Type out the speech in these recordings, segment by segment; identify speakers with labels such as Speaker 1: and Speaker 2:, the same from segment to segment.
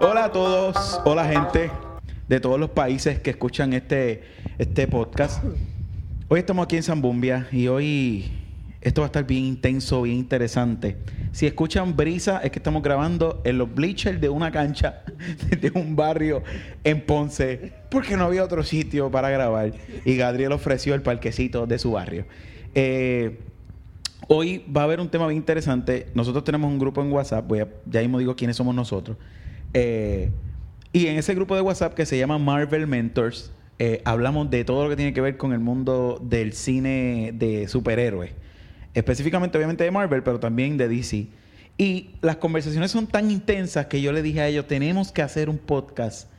Speaker 1: Hola a todos, hola gente de todos los países que escuchan este, este podcast. Hoy estamos aquí en Zambumbia y hoy esto va a estar bien intenso, bien interesante. Si escuchan brisa, es que estamos grabando en los bleachers de una cancha de un barrio en Ponce, porque no había otro sitio para grabar. Y Gabriel ofreció el parquecito de su barrio. Eh, Hoy va a haber un tema bien interesante. Nosotros tenemos un grupo en WhatsApp, voy a- ya mismo digo quiénes somos nosotros. Eh, y en ese grupo de WhatsApp que se llama Marvel Mentors, eh, hablamos de todo lo que tiene que ver con el mundo del cine de superhéroes. Específicamente, obviamente, de Marvel, pero también de DC. Y las conversaciones son tan intensas que yo le dije a ellos, tenemos que hacer un podcast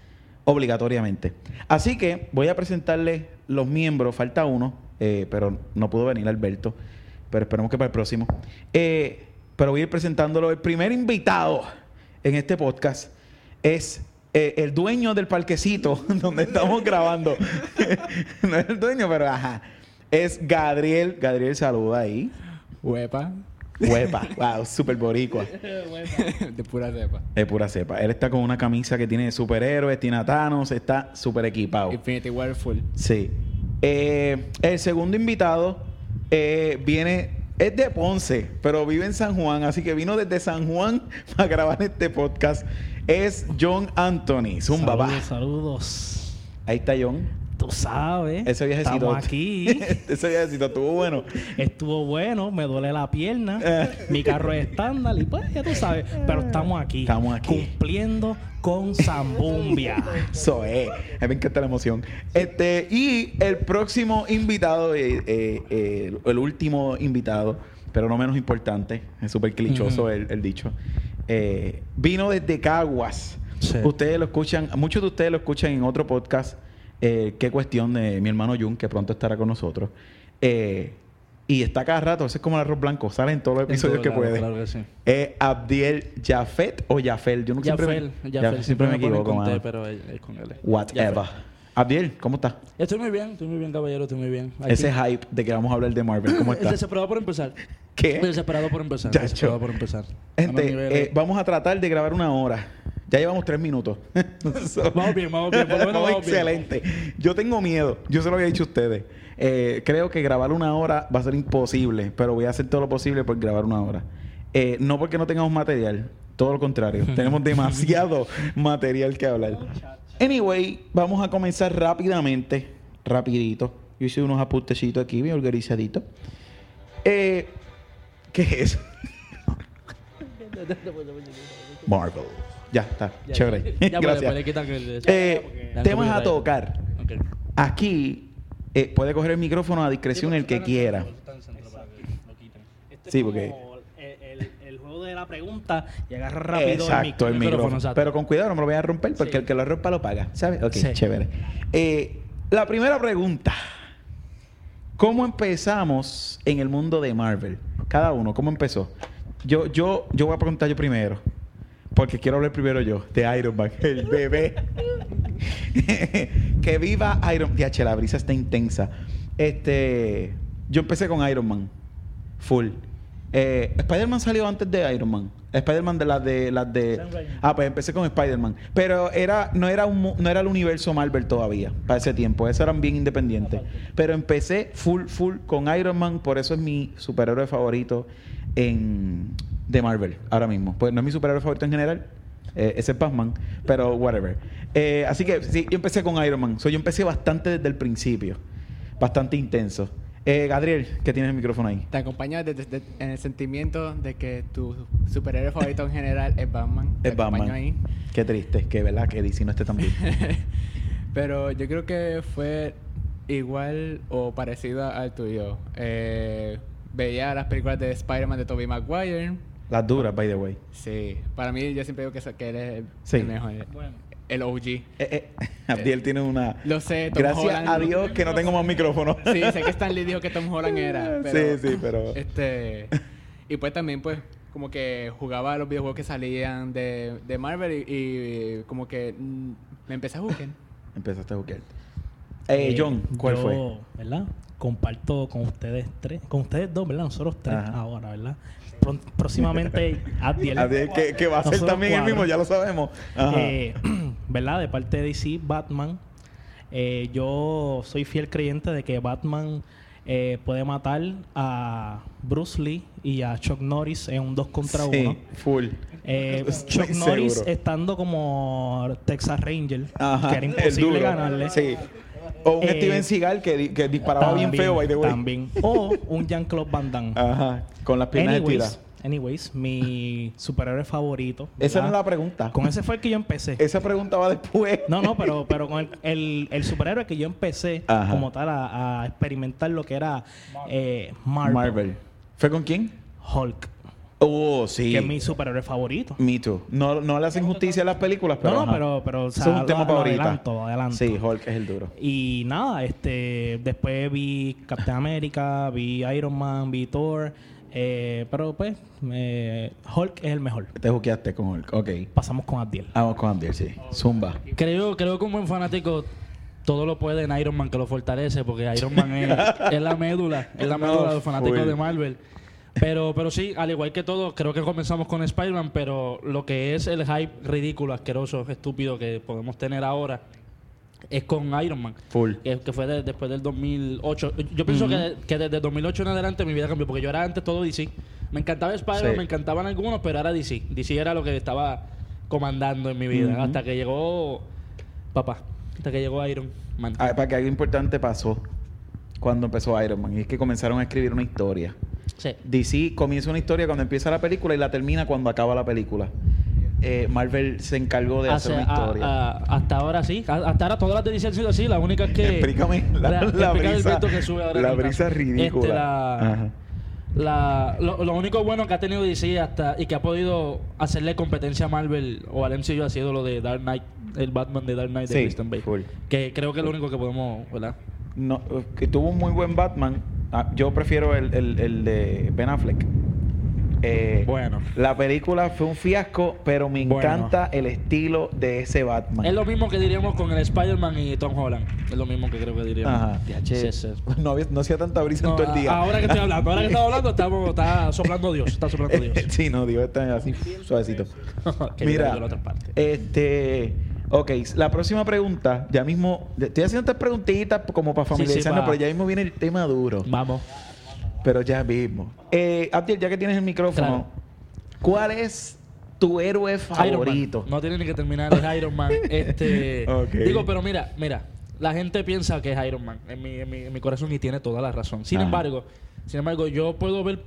Speaker 1: obligatoriamente. Así que voy a presentarles los miembros, falta uno, eh, pero no pudo venir Alberto, pero esperemos que para el próximo. Eh, pero voy a ir presentándolo. El primer invitado en este podcast es eh, el dueño del parquecito donde estamos grabando. no es el dueño, pero ajá. Es Gabriel. Gabriel, saluda ahí.
Speaker 2: Huepa.
Speaker 1: Huepa, wow, super boricua.
Speaker 2: De pura cepa.
Speaker 1: Es pura cepa. Él está con una camisa que tiene superhéroes, tiene a Thanos, está super equipado.
Speaker 2: Infinity War full.
Speaker 1: Sí. Eh, el segundo invitado eh, viene, es de Ponce, pero vive en San Juan, así que vino desde San Juan para grabar este podcast. Es John Anthony, Zumba, va.
Speaker 3: Saludos, saludos.
Speaker 1: Ahí está John.
Speaker 3: Tú sabes.
Speaker 1: Ese viajecito.
Speaker 3: Estamos aquí.
Speaker 1: Ese viajecito estuvo bueno.
Speaker 3: Estuvo bueno, me duele la pierna.
Speaker 1: Eh.
Speaker 3: mi carro es estándar y pues ya tú sabes. Pero
Speaker 2: Eh.
Speaker 3: estamos aquí.
Speaker 1: Estamos aquí.
Speaker 3: Cumpliendo con Zambumbia.
Speaker 1: Eso es. A mí me encanta la emoción. Este, y el próximo invitado, eh, eh, eh, el- el último invitado, pero no menos importante, es súper clichoso
Speaker 2: Ujú.
Speaker 1: el, el dicho, eh, vino desde Caguas.
Speaker 3: Sí.
Speaker 1: Ustedes lo escuchan, muchos de ustedes lo escuchan en otro podcast, eh, qué cuestión de mi hermano Jun, que pronto estará con nosotros. Eh, y está cada rato, eso es como el arroz blanco, sale en todos los episodios que puede. Eh, Abdiel Jafet o Jafel. Yo nunca siempre
Speaker 2: Jafel,
Speaker 1: me-
Speaker 2: Jafel,
Speaker 1: Jafel,
Speaker 2: siempre me equivoco con
Speaker 1: mano.
Speaker 2: T, pero es es con L.
Speaker 1: Whatever.
Speaker 2: Jafel.
Speaker 1: Abdiel, ¿cómo estás?
Speaker 2: Estoy muy bien, estoy muy bien, caballero, estoy muy bien. Aquí-
Speaker 1: Ese hype de que vamos a hablar de Marvel, ¿cómo
Speaker 2: Estoy
Speaker 1: estás?
Speaker 2: Desesperado por empezar.
Speaker 1: ¿Qué?
Speaker 2: Estoy Desesperado por empezar.
Speaker 1: Chacho.
Speaker 2: Desesperado por empezar. A los
Speaker 1: Gente,
Speaker 2: niveles.
Speaker 1: eh, vamos a tratar de grabar una hora. Ya llevamos tres minutos. So-
Speaker 2: Vamos bien, vamos bien, por lo menos
Speaker 1: Vamos
Speaker 2: vamos bien.
Speaker 1: excelente. Yo tengo miedo. Yo se lo había dicho a ustedes. Eh, creo que grabar una hora va a ser imposible, pero voy a hacer todo lo posible por grabar una hora. Eh, no porque no tengamos material, todo lo contrario. Tenemos demasiado material que hablar. Anyway, vamos a comenzar rápidamente, rapidito. Yo hice unos apustecitos aquí, bien organizaditos. Eh, ¿Qué es eso? Marvel. Ya está,
Speaker 2: Ya,
Speaker 1: chévere.
Speaker 2: ya, Ya, pues,
Speaker 1: Gracias.
Speaker 2: después le quitan el-
Speaker 1: Eh,
Speaker 2: Dan
Speaker 1: temas a
Speaker 2: copyright.
Speaker 1: tocar.
Speaker 2: Ok.
Speaker 1: Aquí eh, puede coger el micrófono a discreción el que quiera.
Speaker 3: Este
Speaker 1: Sí,
Speaker 3: es
Speaker 1: porque- Eh,
Speaker 3: como el, el- el juego de la pregunta y agarra rápido el
Speaker 1: Exacto,
Speaker 3: mic.
Speaker 1: el,
Speaker 2: el
Speaker 1: micrófono.
Speaker 2: micrófono, exacto.
Speaker 1: Pero con cuidado, no me lo voy a romper porque
Speaker 3: Sí.
Speaker 1: el que lo rompa lo paga. ¿Sabes? Ok,
Speaker 3: Sí.
Speaker 1: chévere. Eh, la primera pregunta. ¿Cómo empezamos en el mundo de Marvel? Cada uno, ¿cómo empezó? Yo, yo, yo voy a preguntar yo primero. Porque quiero hablar primero yo, de Iron Man, el bebé. que viva Iron Man. la brisa está intensa. Este, yo empecé con Iron Man. Full. Eh, Spider-Man salió antes de Iron Man. Spider-Man de las de las de.
Speaker 3: Sam Raimi.
Speaker 1: Ah, pues empecé con Spider-Man. Pero era, no era un mu- no era el universo Marvel todavía para ese tiempo. Esos eran bien independientes. Pero empecé full, full con Iron Man. Por eso es mi superhéroe favorito en de Marvel ahora mismo. Pues no es mi superhéroe favorito en general. eh, ese es Batman, pero whatever. Eh, así que sí, yo empecé con Iron Man. So, yo empecé bastante desde el principio. Bastante intenso. Eh, Gabriel, que tienes el micrófono ahí.
Speaker 4: Te acompaña desde- desde- en el sentimiento de que tu superhéroe favorito en general es Batman. Te
Speaker 1: Es Batman.
Speaker 4: acompaño ahí.
Speaker 1: Qué triste, que verdad que DC no esté tan bien.
Speaker 4: Pero yo creo que fue igual o parecido al tuyo. Eh, veía las películas de Spider-Man de Tobey Maguire.
Speaker 1: Las duras, by the way.
Speaker 4: Sí. Para mí, yo siempre digo que, so- que él es el,
Speaker 1: Sí.
Speaker 4: el mejor. El OG.
Speaker 1: Eh, eh, Abdiel tiene una.
Speaker 4: Lo sé, Tom
Speaker 1: Gracias
Speaker 4: Holland.
Speaker 1: a Dios que no tengo más micrófono.
Speaker 4: Sí, sé que Stan Lee dijo que Tom Holland era. Pero,
Speaker 1: Sí, sí, pero-
Speaker 4: Este. Y pues también, pues, como que jugaba a los videojuegos que salían de, de Marvel y, y como que mm, me empecé a jugar.
Speaker 1: Empezaste a buscar. Eh, John, ¿cuál
Speaker 3: yo,
Speaker 1: fue?
Speaker 3: ¿Verdad? Comparto con ustedes tres, con ustedes dos, ¿verdad? Nosotros tres
Speaker 1: Ajá.
Speaker 3: ahora, ¿verdad? Prón- próximamente Abdiel.
Speaker 1: Abdiel, que, que va a ser
Speaker 3: Nosotros
Speaker 1: también el
Speaker 3: cuatro.
Speaker 1: mismo, ya lo sabemos. Ajá.
Speaker 3: Eh, ¿Verdad? De parte de DC, Batman. Eh, yo soy fiel creyente de que Batman eh, puede matar a Bruce Lee y a Chuck Norris en un 2 contra Eh, 1.
Speaker 1: sí, full. Estoy
Speaker 3: Chuck Norris
Speaker 1: seguro.
Speaker 3: estando como Texas Ranger,
Speaker 1: Ajá,
Speaker 3: que era
Speaker 1: el
Speaker 3: imposible
Speaker 1: duro.
Speaker 3: ganarle.
Speaker 1: Sí. O un
Speaker 3: Eh,
Speaker 1: Steven Seagal que, di- que disparaba bien
Speaker 3: También,
Speaker 1: feo, by the way. Ah,
Speaker 3: También. O un Jean-Claude Van Damme.
Speaker 1: Ajá, con las piernas
Speaker 3: anyways,
Speaker 1: estiradas.
Speaker 3: anyways, mi superhéroe favorito.
Speaker 1: Esa no
Speaker 3: ¿verdad?
Speaker 1: es la pregunta.
Speaker 3: Con ese fue el que yo empecé.
Speaker 1: Esa pregunta va después.
Speaker 3: No, no, pero, pero con el, el, el superhéroe que yo empecé
Speaker 1: Ajá.
Speaker 3: como tal a, a experimentar lo que era eh, Marvel,
Speaker 1: Marvel. ¿Fue con quién?
Speaker 3: Hulk,
Speaker 1: Oh, sí.
Speaker 3: que es mi superhéroe favorito.
Speaker 1: Me too. No, no le hacen justicia a las películas, pero.
Speaker 3: No, no,
Speaker 1: ajá.
Speaker 3: pero- pero, o
Speaker 1: Ese
Speaker 3: sea,
Speaker 1: es un tema
Speaker 3: lo-
Speaker 1: para
Speaker 3: lo
Speaker 1: ahorita.
Speaker 3: adelanto, adelanto.
Speaker 1: Sí, Hulk es el duro.
Speaker 3: Y nada, este, después vi Captain América, vi Iron Man, vi Thor, eh, pero pues eh, Hulk es el mejor.
Speaker 1: Te juqueaste con Hulk. Ok.
Speaker 3: Pasamos con Adiel.
Speaker 1: Vamos con Abdiel, sí. Zumba.
Speaker 2: Creo, creo que un buen fanático todo lo puede en Iron Man, que lo fortalece, porque Iron Man es, es la médula, es la médula
Speaker 1: No,
Speaker 2: de los fanáticos
Speaker 1: full.
Speaker 2: de Marvel. Pero, pero sí, al igual que todos, creo que comenzamos con Spider-Man, pero lo que es el hype ridículo, asqueroso, estúpido que podemos tener ahora es con Iron Man.
Speaker 1: Full.
Speaker 2: Que, que fue de- después del 2008. Yo pienso que, que desde el 2008 en adelante mi vida cambió, porque yo era antes todo DC. Me encantaba Spider-Man,
Speaker 1: Sí.
Speaker 2: me encantaban algunos, pero era DC. DC era lo que estaba comandando en mi vida,
Speaker 1: Ujú.
Speaker 2: hasta que llegó papá, hasta que llegó Iron Man.
Speaker 1: Ah, para que algo importante pasó cuando empezó Iron Man. Y es que comenzaron a escribir una historia.
Speaker 2: Sí.
Speaker 1: DC comienza una historia cuando empieza la película y la termina cuando acaba la película. Eh, Marvel se encargó
Speaker 3: Ah,
Speaker 1: de hacer
Speaker 2: Hace-
Speaker 1: una
Speaker 2: a-
Speaker 1: historia.
Speaker 2: a- ah, hasta ahora sí. A- hasta ahora todas las de DC han sido así. La única es que.
Speaker 1: Explícame la, la
Speaker 2: explícame el
Speaker 1: brisa.
Speaker 2: viento que sube ahora
Speaker 1: la
Speaker 2: en el
Speaker 1: brisa
Speaker 2: caso.
Speaker 1: ridícula.
Speaker 2: Este, la-
Speaker 1: Ajá.
Speaker 2: La- lo, lo único bueno que ha tenido DC hasta y que ha podido hacerle competencia a Marvel o al MCU ha sido lo de Dark Knight, el Batman de Dark Knight de
Speaker 1: Sí,
Speaker 2: Christian Bale.
Speaker 1: full.
Speaker 2: Que creo que es lo único que podemos, ¿verdad?
Speaker 1: No, eh, que tuvo un muy buen Batman. Ah, yo prefiero el, el- el de Ben Affleck. Eh,
Speaker 2: Bueno.
Speaker 1: La película fue un fiasco, pero me
Speaker 2: Bueno.
Speaker 1: encanta el estilo de ese Batman.
Speaker 2: Es lo mismo que diríamos con el Spider-Man y Tom Holland. Es lo mismo que creo que diríamos.
Speaker 1: Ajá.
Speaker 2: Sí, sí.
Speaker 1: No, había- no hacía tanta brisa
Speaker 2: No,
Speaker 1: en todo el
Speaker 2: a-
Speaker 1: día.
Speaker 2: Ahora que estoy hablando, ahora que estamos hablando, estamos, está soplando Dios. Está soplando Dios.
Speaker 1: sí, no, digo, está así suavecito.
Speaker 2: Que yo
Speaker 1: Mira,
Speaker 2: digo la otra parte.
Speaker 1: este. Ok, la próxima pregunta. Ya mismo. Estoy haciendo estas preguntitas como para familiarizarnos,
Speaker 2: pa-
Speaker 1: pero ya mismo viene el tema duro.
Speaker 2: Vamos.
Speaker 1: Pero ya mismo. Eh, Abdiel, ya que tienes el micrófono,
Speaker 2: Claro.
Speaker 1: ¿cuál es tu héroe favorito?
Speaker 2: Iron Man. No tiene ni que terminar, es Iron Man. Este,
Speaker 1: Ok.
Speaker 2: Digo, pero mira, mira, la gente piensa que es Iron Man en mi, en mi, en mi corazón y tiene toda la razón. Sin
Speaker 1: Ajá.
Speaker 2: embargo, sin embargo, yo puedo ver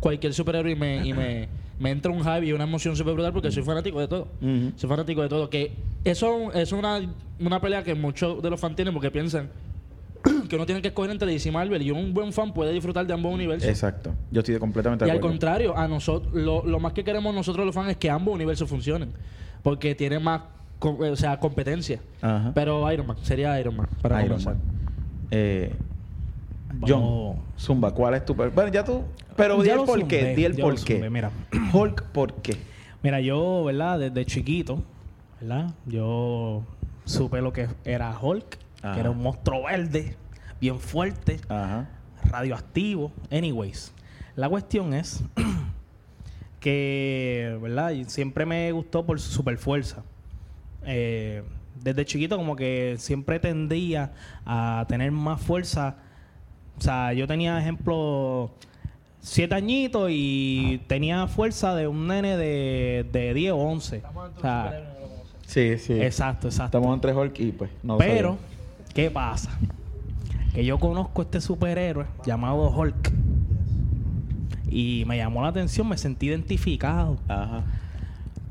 Speaker 2: cualquier superhéroe y me, y me, me entra un hype y una emoción súper brutal porque soy fanático de todo.
Speaker 1: Ujú.
Speaker 2: Soy fanático de todo. Que eso es una, una pelea que muchos de los fans tienen porque piensan que uno tiene que escoger entre DC y Marvel y un buen fan puede disfrutar de ambos universos.
Speaker 1: Exacto. Yo estoy completamente
Speaker 2: Y
Speaker 1: de
Speaker 2: al
Speaker 1: acuerdo.
Speaker 2: contrario, a nosotros lo, lo más que queremos nosotros los fans es que ambos universos funcionen, porque tiene más co- eh, o sea, competencia.
Speaker 1: Ajá.
Speaker 2: Pero Iron Man, sería Iron Man para
Speaker 1: Iron
Speaker 2: comenzar.
Speaker 1: Man. Eh, John,
Speaker 3: Vamos.
Speaker 1: Zumba, ¿cuál es tu. per- Bueno, ya tú. Pero di
Speaker 3: Ya
Speaker 1: el
Speaker 3: lo
Speaker 1: por qué.
Speaker 3: zumbé,
Speaker 1: Di el
Speaker 3: ya lo
Speaker 1: por qué.
Speaker 3: zumbé, mira.
Speaker 1: Hulk, ¿por qué?
Speaker 3: Mira, yo, ¿verdad? Desde chiquito, ¿verdad? Yo supe lo que era Hulk,
Speaker 1: Ajá.
Speaker 3: que era un monstruo verde, bien fuerte,
Speaker 1: Ajá.
Speaker 3: radioactivo. Anyways, la cuestión es que, ¿verdad? Y Siempre me gustó por su superfuerza. Eh, desde chiquito como que siempre tendía a tener más fuerza. O sea, yo tenía, ejemplo, siete añitos y tenía fuerza de un nene de, de 10 o 11. O sea,
Speaker 1: Sí, sí.
Speaker 3: exacto, exacto.
Speaker 1: Estamos entre Hulk y pues. No lo
Speaker 3: Pero,
Speaker 1: sabía.
Speaker 3: ¿qué pasa? Que yo conozco este superhéroe llamado Hulk. Y me llamó la atención, me sentí identificado.
Speaker 1: Ajá.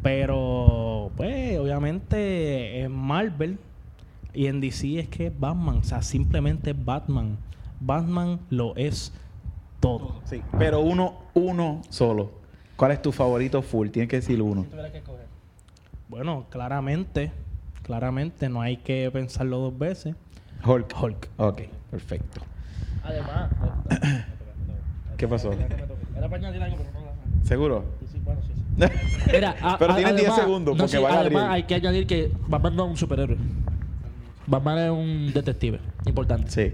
Speaker 3: Pero, pues, obviamente en Marvel y en DC es que es Batman. O sea, simplemente es Batman. Batman lo es todo.
Speaker 1: Sí. Pero uno, uno solo. ¿Cuál es tu favorito full? Tienes que decir uno.
Speaker 3: Bueno, claramente, claramente no hay que pensarlo dos veces.
Speaker 1: Hulk.
Speaker 3: Hulk.
Speaker 1: Ok, perfecto.
Speaker 2: Además,
Speaker 1: ¿Qué pasó?
Speaker 2: Era para añadir algo, pero no
Speaker 1: ¿Seguro?
Speaker 2: bueno, sí, sí. Mira, a-
Speaker 1: Pero
Speaker 2: a-
Speaker 1: tienes 10
Speaker 2: además-
Speaker 1: segundos
Speaker 2: no,
Speaker 1: porque
Speaker 2: sí,
Speaker 1: va a
Speaker 2: Además,
Speaker 1: abrir.
Speaker 2: hay que añadir que Batman no es un superhéroe. Batman es un detective importante.
Speaker 1: Sí.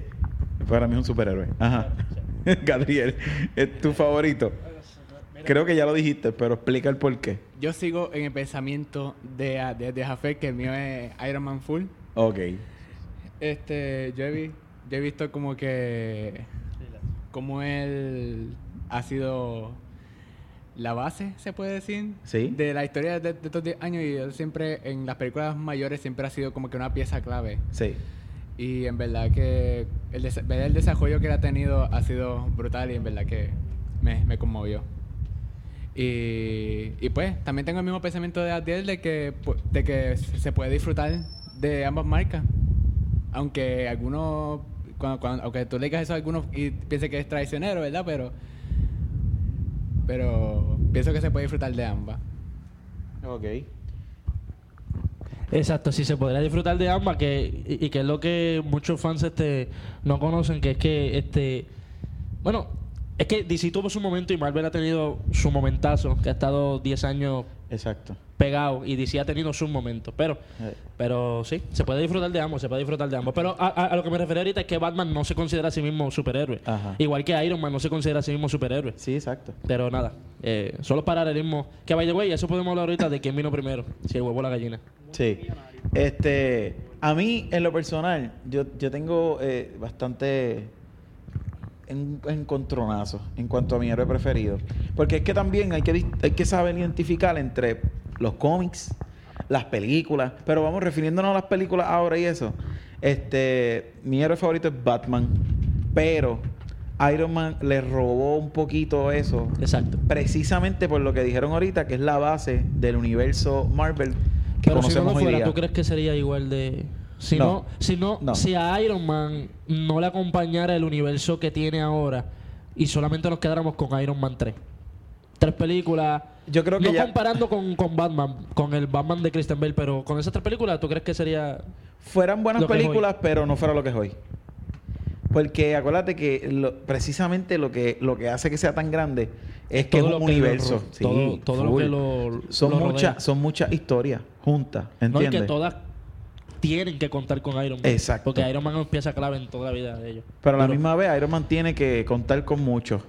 Speaker 1: Para mí es un superhéroe. Ajá. Gabriel, es tu favorito. Creo que ya lo dijiste, pero explica el por qué.
Speaker 4: Yo sigo en el pensamiento de, de, de Jafet, que el mío es Iron Man Full.
Speaker 1: Ok.
Speaker 4: Este, yo he, vi- yo he visto como que. Como él ha sido la base, se puede decir.
Speaker 1: Sí.
Speaker 4: De la historia de, de estos 10 años y él siempre, en las películas mayores, siempre ha sido como que una pieza clave.
Speaker 1: Sí.
Speaker 4: Y en verdad que el, desa- ver el desarrollo que él ha tenido ha sido brutal y en verdad que me, me conmovió. Y, y pues, también tengo el mismo pensamiento de Adiel de que, pu- de que se puede disfrutar de ambas marcas. Aunque algunos, cuando, cuando- aunque tú le digas eso a algunos y piense que es traicionero, ¿verdad? Pero, pero pienso que se puede disfrutar de ambas.
Speaker 1: Ok.
Speaker 2: Exacto, sí se podría disfrutar de ambas que y, y que es lo que muchos fans este no conocen que es que este bueno, es que DC tuvo su momento y Marvel ha tenido su momentazo, que ha estado 10 años
Speaker 1: Exacto.
Speaker 2: pegado y DC ha tenido sus momentos, pero
Speaker 1: Eh,
Speaker 2: pero sí, se puede disfrutar de ambos, se puede disfrutar de ambos. Pero a, a- a lo que me refiero ahorita es que Batman no se considera a sí mismo superhéroe.
Speaker 1: Ajá.
Speaker 2: Igual que Iron Man no se considera a sí mismo superhéroe.
Speaker 1: Sí, exacto.
Speaker 2: Pero nada, eh, solo paralelismo. Que by the way, eso podemos hablar ahorita de quién vino primero. Si el huevo o la gallina.
Speaker 1: Sí. Este, a mí, en lo personal, yo, yo tengo eh, bastante en- encontronazos en cuanto a mi héroe preferido. Porque es que también hay que, dis- hay que saber identificar entre los cómics, las películas, pero vamos refiriéndonos a las películas ahora y eso. Este, mi héroe favorito es Batman, pero Iron Man le robó un poquito eso
Speaker 2: Exacto.
Speaker 1: precisamente por lo que dijeron ahorita, que es la base del universo Marvel que
Speaker 2: Pero si no
Speaker 1: conocemos
Speaker 2: lo
Speaker 1: hoy
Speaker 2: fuera,
Speaker 1: día.
Speaker 2: ¿tú crees que sería igual de.? Si
Speaker 1: No.
Speaker 2: no, si no,
Speaker 1: No.
Speaker 2: si a Iron Man no le acompañara el universo que tiene ahora y solamente nos quedáramos con Iron Man 3. Tres películas.
Speaker 1: Yo creo que
Speaker 2: no
Speaker 1: ya-
Speaker 2: comparando con, con Batman, con el Batman de Christian Bale, pero con esas tres películas, ¿tú crees que sería
Speaker 1: Fueran buenas
Speaker 2: Lo que es
Speaker 1: películas, pero no fuera lo que es hoy. Porque acuérdate que lo- precisamente lo que, lo que hace que sea tan grande es que es
Speaker 2: Todo
Speaker 1: un
Speaker 2: lo que lo
Speaker 1: universo.
Speaker 2: ro- todo- todo lo
Speaker 1: full.
Speaker 2: que lo-
Speaker 1: son
Speaker 2: lo rodea.
Speaker 1: muchas, son muchas historias juntas,
Speaker 2: No, es
Speaker 1: ¿entiendes?
Speaker 2: que todas tienen que contar con Iron Man.
Speaker 1: Exacto.
Speaker 2: Porque Iron Man es pieza clave en toda la vida de ellos.
Speaker 1: Pero a la
Speaker 2: Duro.
Speaker 1: misma vez Iron Man tiene que contar con muchos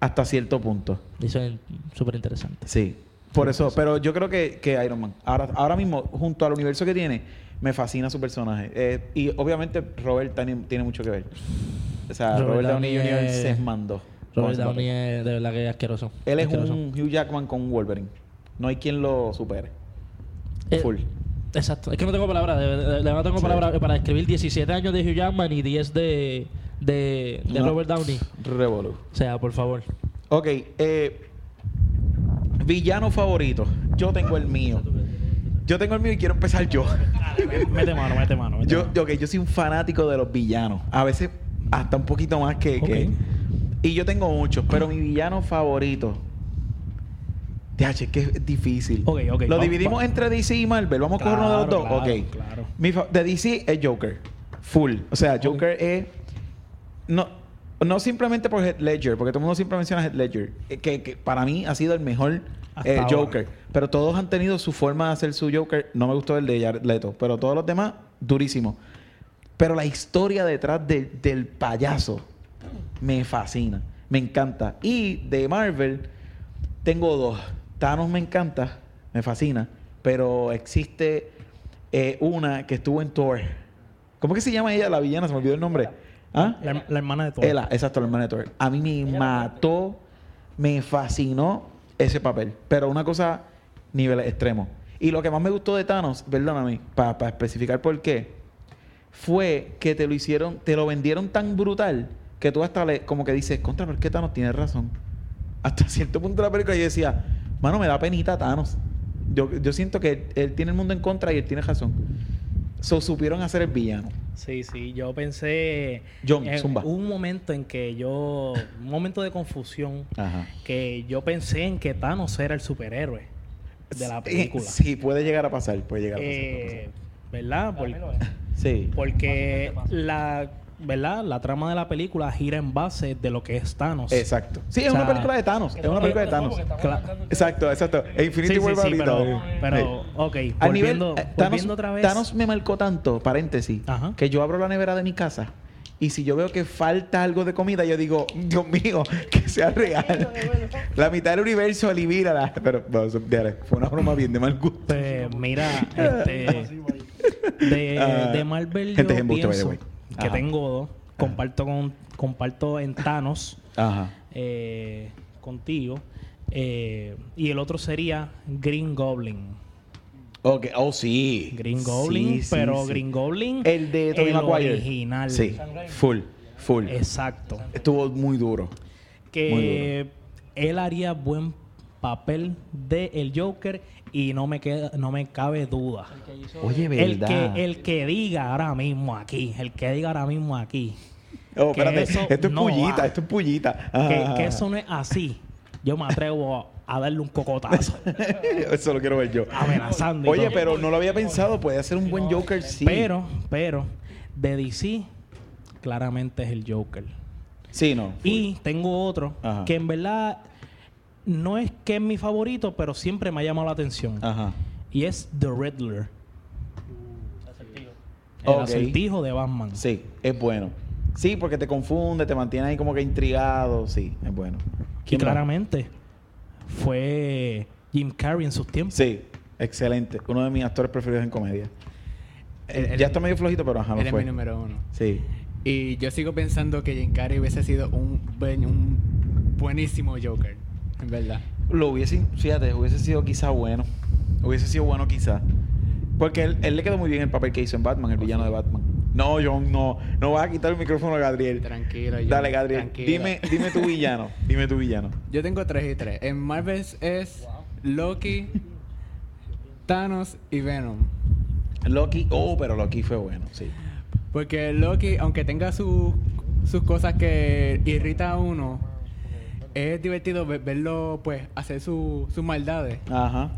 Speaker 1: hasta cierto punto.
Speaker 2: Eso es súper interesante.
Speaker 1: Sí. Por eso, pero yo creo que, que Iron Man, ahora, ahora mismo, junto al universo que tiene, me fascina su personaje. Eh, y obviamente Robert Downey tiene mucho que ver. O sea, Robert,
Speaker 2: Robert
Speaker 1: Downey
Speaker 2: Downey
Speaker 1: Jr.
Speaker 2: es-
Speaker 1: se mandó. con
Speaker 2: Robert
Speaker 1: ese papel.
Speaker 2: Downey es de verdad que es asqueroso.
Speaker 1: Él es
Speaker 2: Asqueroso.
Speaker 1: un Hugh Jackman con Wolverine. No hay quien lo supere.
Speaker 2: Eh,
Speaker 1: Full.
Speaker 2: Exacto. Es que no tengo palabras. De, de- de verdad no tengo
Speaker 1: Sí.
Speaker 2: palabras eh, para describir 17 años de Hugh Jackman y 10 de, de, de
Speaker 1: No.
Speaker 2: Robert Downey.
Speaker 1: Revolu.
Speaker 2: O sea, por favor.
Speaker 1: Ok, eh, villano favorito. Yo tengo el mío. Yo tengo el mío y quiero empezar yo.
Speaker 3: Mete mano, mete mano. Mete
Speaker 1: Yo,
Speaker 3: mano.
Speaker 1: yo- ok, yo soy un fanático de los villanos. A veces hasta un poquito más que... que-
Speaker 3: Ok.
Speaker 1: y yo tengo muchos, pero mi villano favorito... TH, es que es difícil.
Speaker 3: Ok, ok,
Speaker 1: Lo
Speaker 3: vamos,
Speaker 1: dividimos
Speaker 3: vamos.
Speaker 1: entre DC y Marvel. Vamos a coger uno de los
Speaker 3: Claro,
Speaker 1: dos.
Speaker 3: claro,
Speaker 1: ok.
Speaker 3: claro.
Speaker 1: Mi fa- de DC es Joker. Full. O sea, Joker es... No, no simplemente por Head Ledger, porque todo el mundo siempre menciona Head Ledger, eh, que, que para mí ha sido el mejor
Speaker 3: Hasta
Speaker 1: eh,
Speaker 3: ahora.
Speaker 1: Joker. Pero todos han tenido su forma de hacer su Joker. No me gustó el de Jared Leto, pero todos los demás, durísimo. Pero la historia detrás de- del payaso me fascina, me encanta. Y de Marvel tengo dos. Thanos me encanta, me fascina, pero existe eh, una que estuvo en Thor. ¿Cómo que se llama ella, la villana? Se me olvidó el nombre. ¿Ah?
Speaker 3: La, la hermana de todo.
Speaker 1: Ela, exacto, la hermana de Thor. A mí me mató, me fascinó ese papel. Pero una cosa, nivel extremo. Y lo que más me gustó de Thanos, perdóname, para especificar por qué, fue que te lo hicieron, te lo vendieron tan brutal que tú hasta le, como que dices, contra, pero es que Thanos tiene razón. Hasta cierto punto de la película yo decía, mano, me da penita Thanos. Yo, yo siento que él, tiene el mundo en contra y él tiene razón. So, supieron hacer el villano.
Speaker 3: Sí, sí, yo pensé
Speaker 1: John,
Speaker 3: en
Speaker 1: zumba.
Speaker 3: un momento en que yo, un momento de confusión,
Speaker 1: Ajá.
Speaker 3: que yo pensé en que Thanos era el superhéroe de la
Speaker 1: Sí,
Speaker 3: película.
Speaker 1: Sí, puede llegar a pasar. Puede llegar a pasar.
Speaker 3: Eh, ¿Verdad? Por-
Speaker 1: sí.
Speaker 3: porque la, ¿verdad? la trama de la película gira en base de lo que es Thanos.
Speaker 1: Exacto. Sí, es
Speaker 3: pues, O sea, eh,
Speaker 1: una película de Thanos. Es una película de Thanos. Exacto, exacto. E Infinity
Speaker 3: Sí, sí,
Speaker 1: War
Speaker 3: sí,
Speaker 1: ahorita,
Speaker 3: pero,
Speaker 1: eh.
Speaker 3: pero,
Speaker 1: Sí.
Speaker 3: ok, volviendo,
Speaker 1: Al nivel, eh, Thanos,
Speaker 3: volviendo otra vez.
Speaker 1: Thanos me marcó tanto, paréntesis,
Speaker 3: Ajá.
Speaker 1: que yo abro la nevera de mi casa y si yo veo que falta algo de comida, yo digo, Dios mío, que sea real. la mitad del universo, la Pero no, eso- ya, fue una broma bien de mal gusto.
Speaker 3: Pues mira, este, de,
Speaker 1: Ah,
Speaker 3: de Marvel
Speaker 1: gente, es
Speaker 3: yo
Speaker 1: embuste, by the
Speaker 3: pienso
Speaker 1: way.
Speaker 3: que
Speaker 1: Ajá.
Speaker 3: tengo dos. Comparto, con, comparto en Thanos
Speaker 1: Ajá.
Speaker 3: eh, contigo. eh, y el otro sería Green Goblin.
Speaker 1: Ok, oh sí.
Speaker 3: Green
Speaker 1: Sí,
Speaker 3: Gobley,
Speaker 1: sí,
Speaker 3: pero
Speaker 1: sí.
Speaker 3: Green Goblin.
Speaker 1: El de Tobey
Speaker 3: el
Speaker 1: Maguire.
Speaker 3: original.
Speaker 1: Sí, full, full.
Speaker 3: Exacto.
Speaker 1: Estuvo muy duro.
Speaker 3: Que él haría buen papel de el Joker y no me queda, no me cabe duda.
Speaker 1: Oye,
Speaker 3: El
Speaker 1: verdad.
Speaker 3: que, el que diga ahora mismo aquí, el que diga ahora mismo aquí,
Speaker 1: oh,
Speaker 3: que
Speaker 1: espérate,
Speaker 3: eso
Speaker 1: esto es
Speaker 3: no
Speaker 1: pullita,
Speaker 3: va.
Speaker 1: esto es pullita. Ah.
Speaker 3: que,
Speaker 1: Ajá.
Speaker 3: que eso no es así, yo me atrevo a darle un cocotazo,
Speaker 1: Eso lo quiero ver yo.
Speaker 3: amenazando. y
Speaker 1: Oye,
Speaker 3: todo.
Speaker 1: pero no lo había pensado. Puede hacer un buen Joker, sí.
Speaker 3: pero, pero, de DC, claramente es el Joker.
Speaker 1: Sí, no.
Speaker 3: Y tengo otro
Speaker 1: Ajá.
Speaker 3: que en verdad no es que es mi favorito, pero siempre me ha llamado la atención.
Speaker 1: Ajá.
Speaker 3: Y es The Riddler. El
Speaker 1: Ok.
Speaker 3: acertijo de Batman.
Speaker 1: Sí, es bueno. Sí, porque te confunde, te mantiene ahí como que intrigado. Sí, es bueno.
Speaker 3: Y
Speaker 1: va?
Speaker 3: claramente fue Jim Carrey en sus tiempos.
Speaker 1: Sí, excelente. Uno de mis actores preferidos en comedia.
Speaker 4: Él-
Speaker 1: ya
Speaker 4: él-
Speaker 1: está medio pues. flojito, pero ajá, lo
Speaker 4: él es mi
Speaker 1: fue.
Speaker 4: número uno.
Speaker 1: Sí.
Speaker 4: Y yo sigo pensando que Jim Carrey hubiese sido un, buen- un buenísimo Joker, en verdad.
Speaker 1: Lo hubiese, fíjate, hubiese sido quizá bueno. Hubiese sido bueno quizá. Porque él, él le quedó muy bien el papel que hizo en Batman, el
Speaker 4: Oh,
Speaker 1: villano de Batman. No, John, no. No vas a quitar el micrófono a Gabriel.
Speaker 4: Tranquilo, John,
Speaker 1: Dale, Gabriel.
Speaker 4: tranquilo.
Speaker 1: Dime, dime tu villano. Dime tu villano.
Speaker 4: Yo tengo tres y tres. En Marvel es Loki, Thanos y Venom.
Speaker 1: Loki. Oh, pero Loki fue bueno, sí.
Speaker 4: Porque Loki, aunque tenga su- sus cosas que irrita a uno, es divertido ve- verlo pues hacer su- sus maldades.
Speaker 1: Ajá.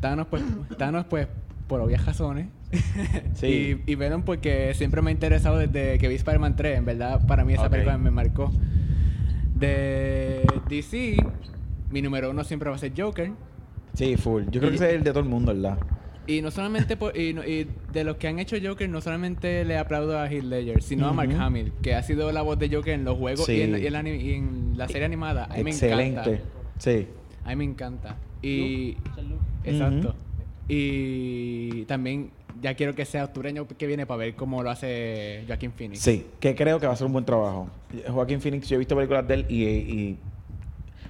Speaker 4: Thanos pues, Thanos, pues por obvias razones.
Speaker 1: Sí.
Speaker 4: y, y Venom porque siempre me ha interesado desde que vi Spider-Man 3. En verdad, para mí esa
Speaker 1: Ok.
Speaker 4: película me marcó. De DC, mi número uno siempre va a ser Joker.
Speaker 1: Sí, full. Yo creo que ese es el de todo el mundo, ¿verdad?
Speaker 4: Y no solamente por- y, no- y de los que han hecho Joker, no solamente le aplaudo a Heath Ledger, sino a Mark
Speaker 1: Ujú.
Speaker 4: Hamill, que ha sido la voz de Joker en los juegos
Speaker 1: Sí.
Speaker 4: y, en, y en la, ani- y en la serie animada. A mí me
Speaker 1: Excelente.
Speaker 4: encanta.
Speaker 1: Sí.
Speaker 4: A mí me encanta. Y. Exacto.
Speaker 1: Ujú.
Speaker 4: Y también ya quiero que sea octubre año que viene para ver cómo lo hace Joaquín Phoenix.
Speaker 1: Sí, que creo que va a ser un buen trabajo. Joaquín Phoenix, yo he visto películas de él y, y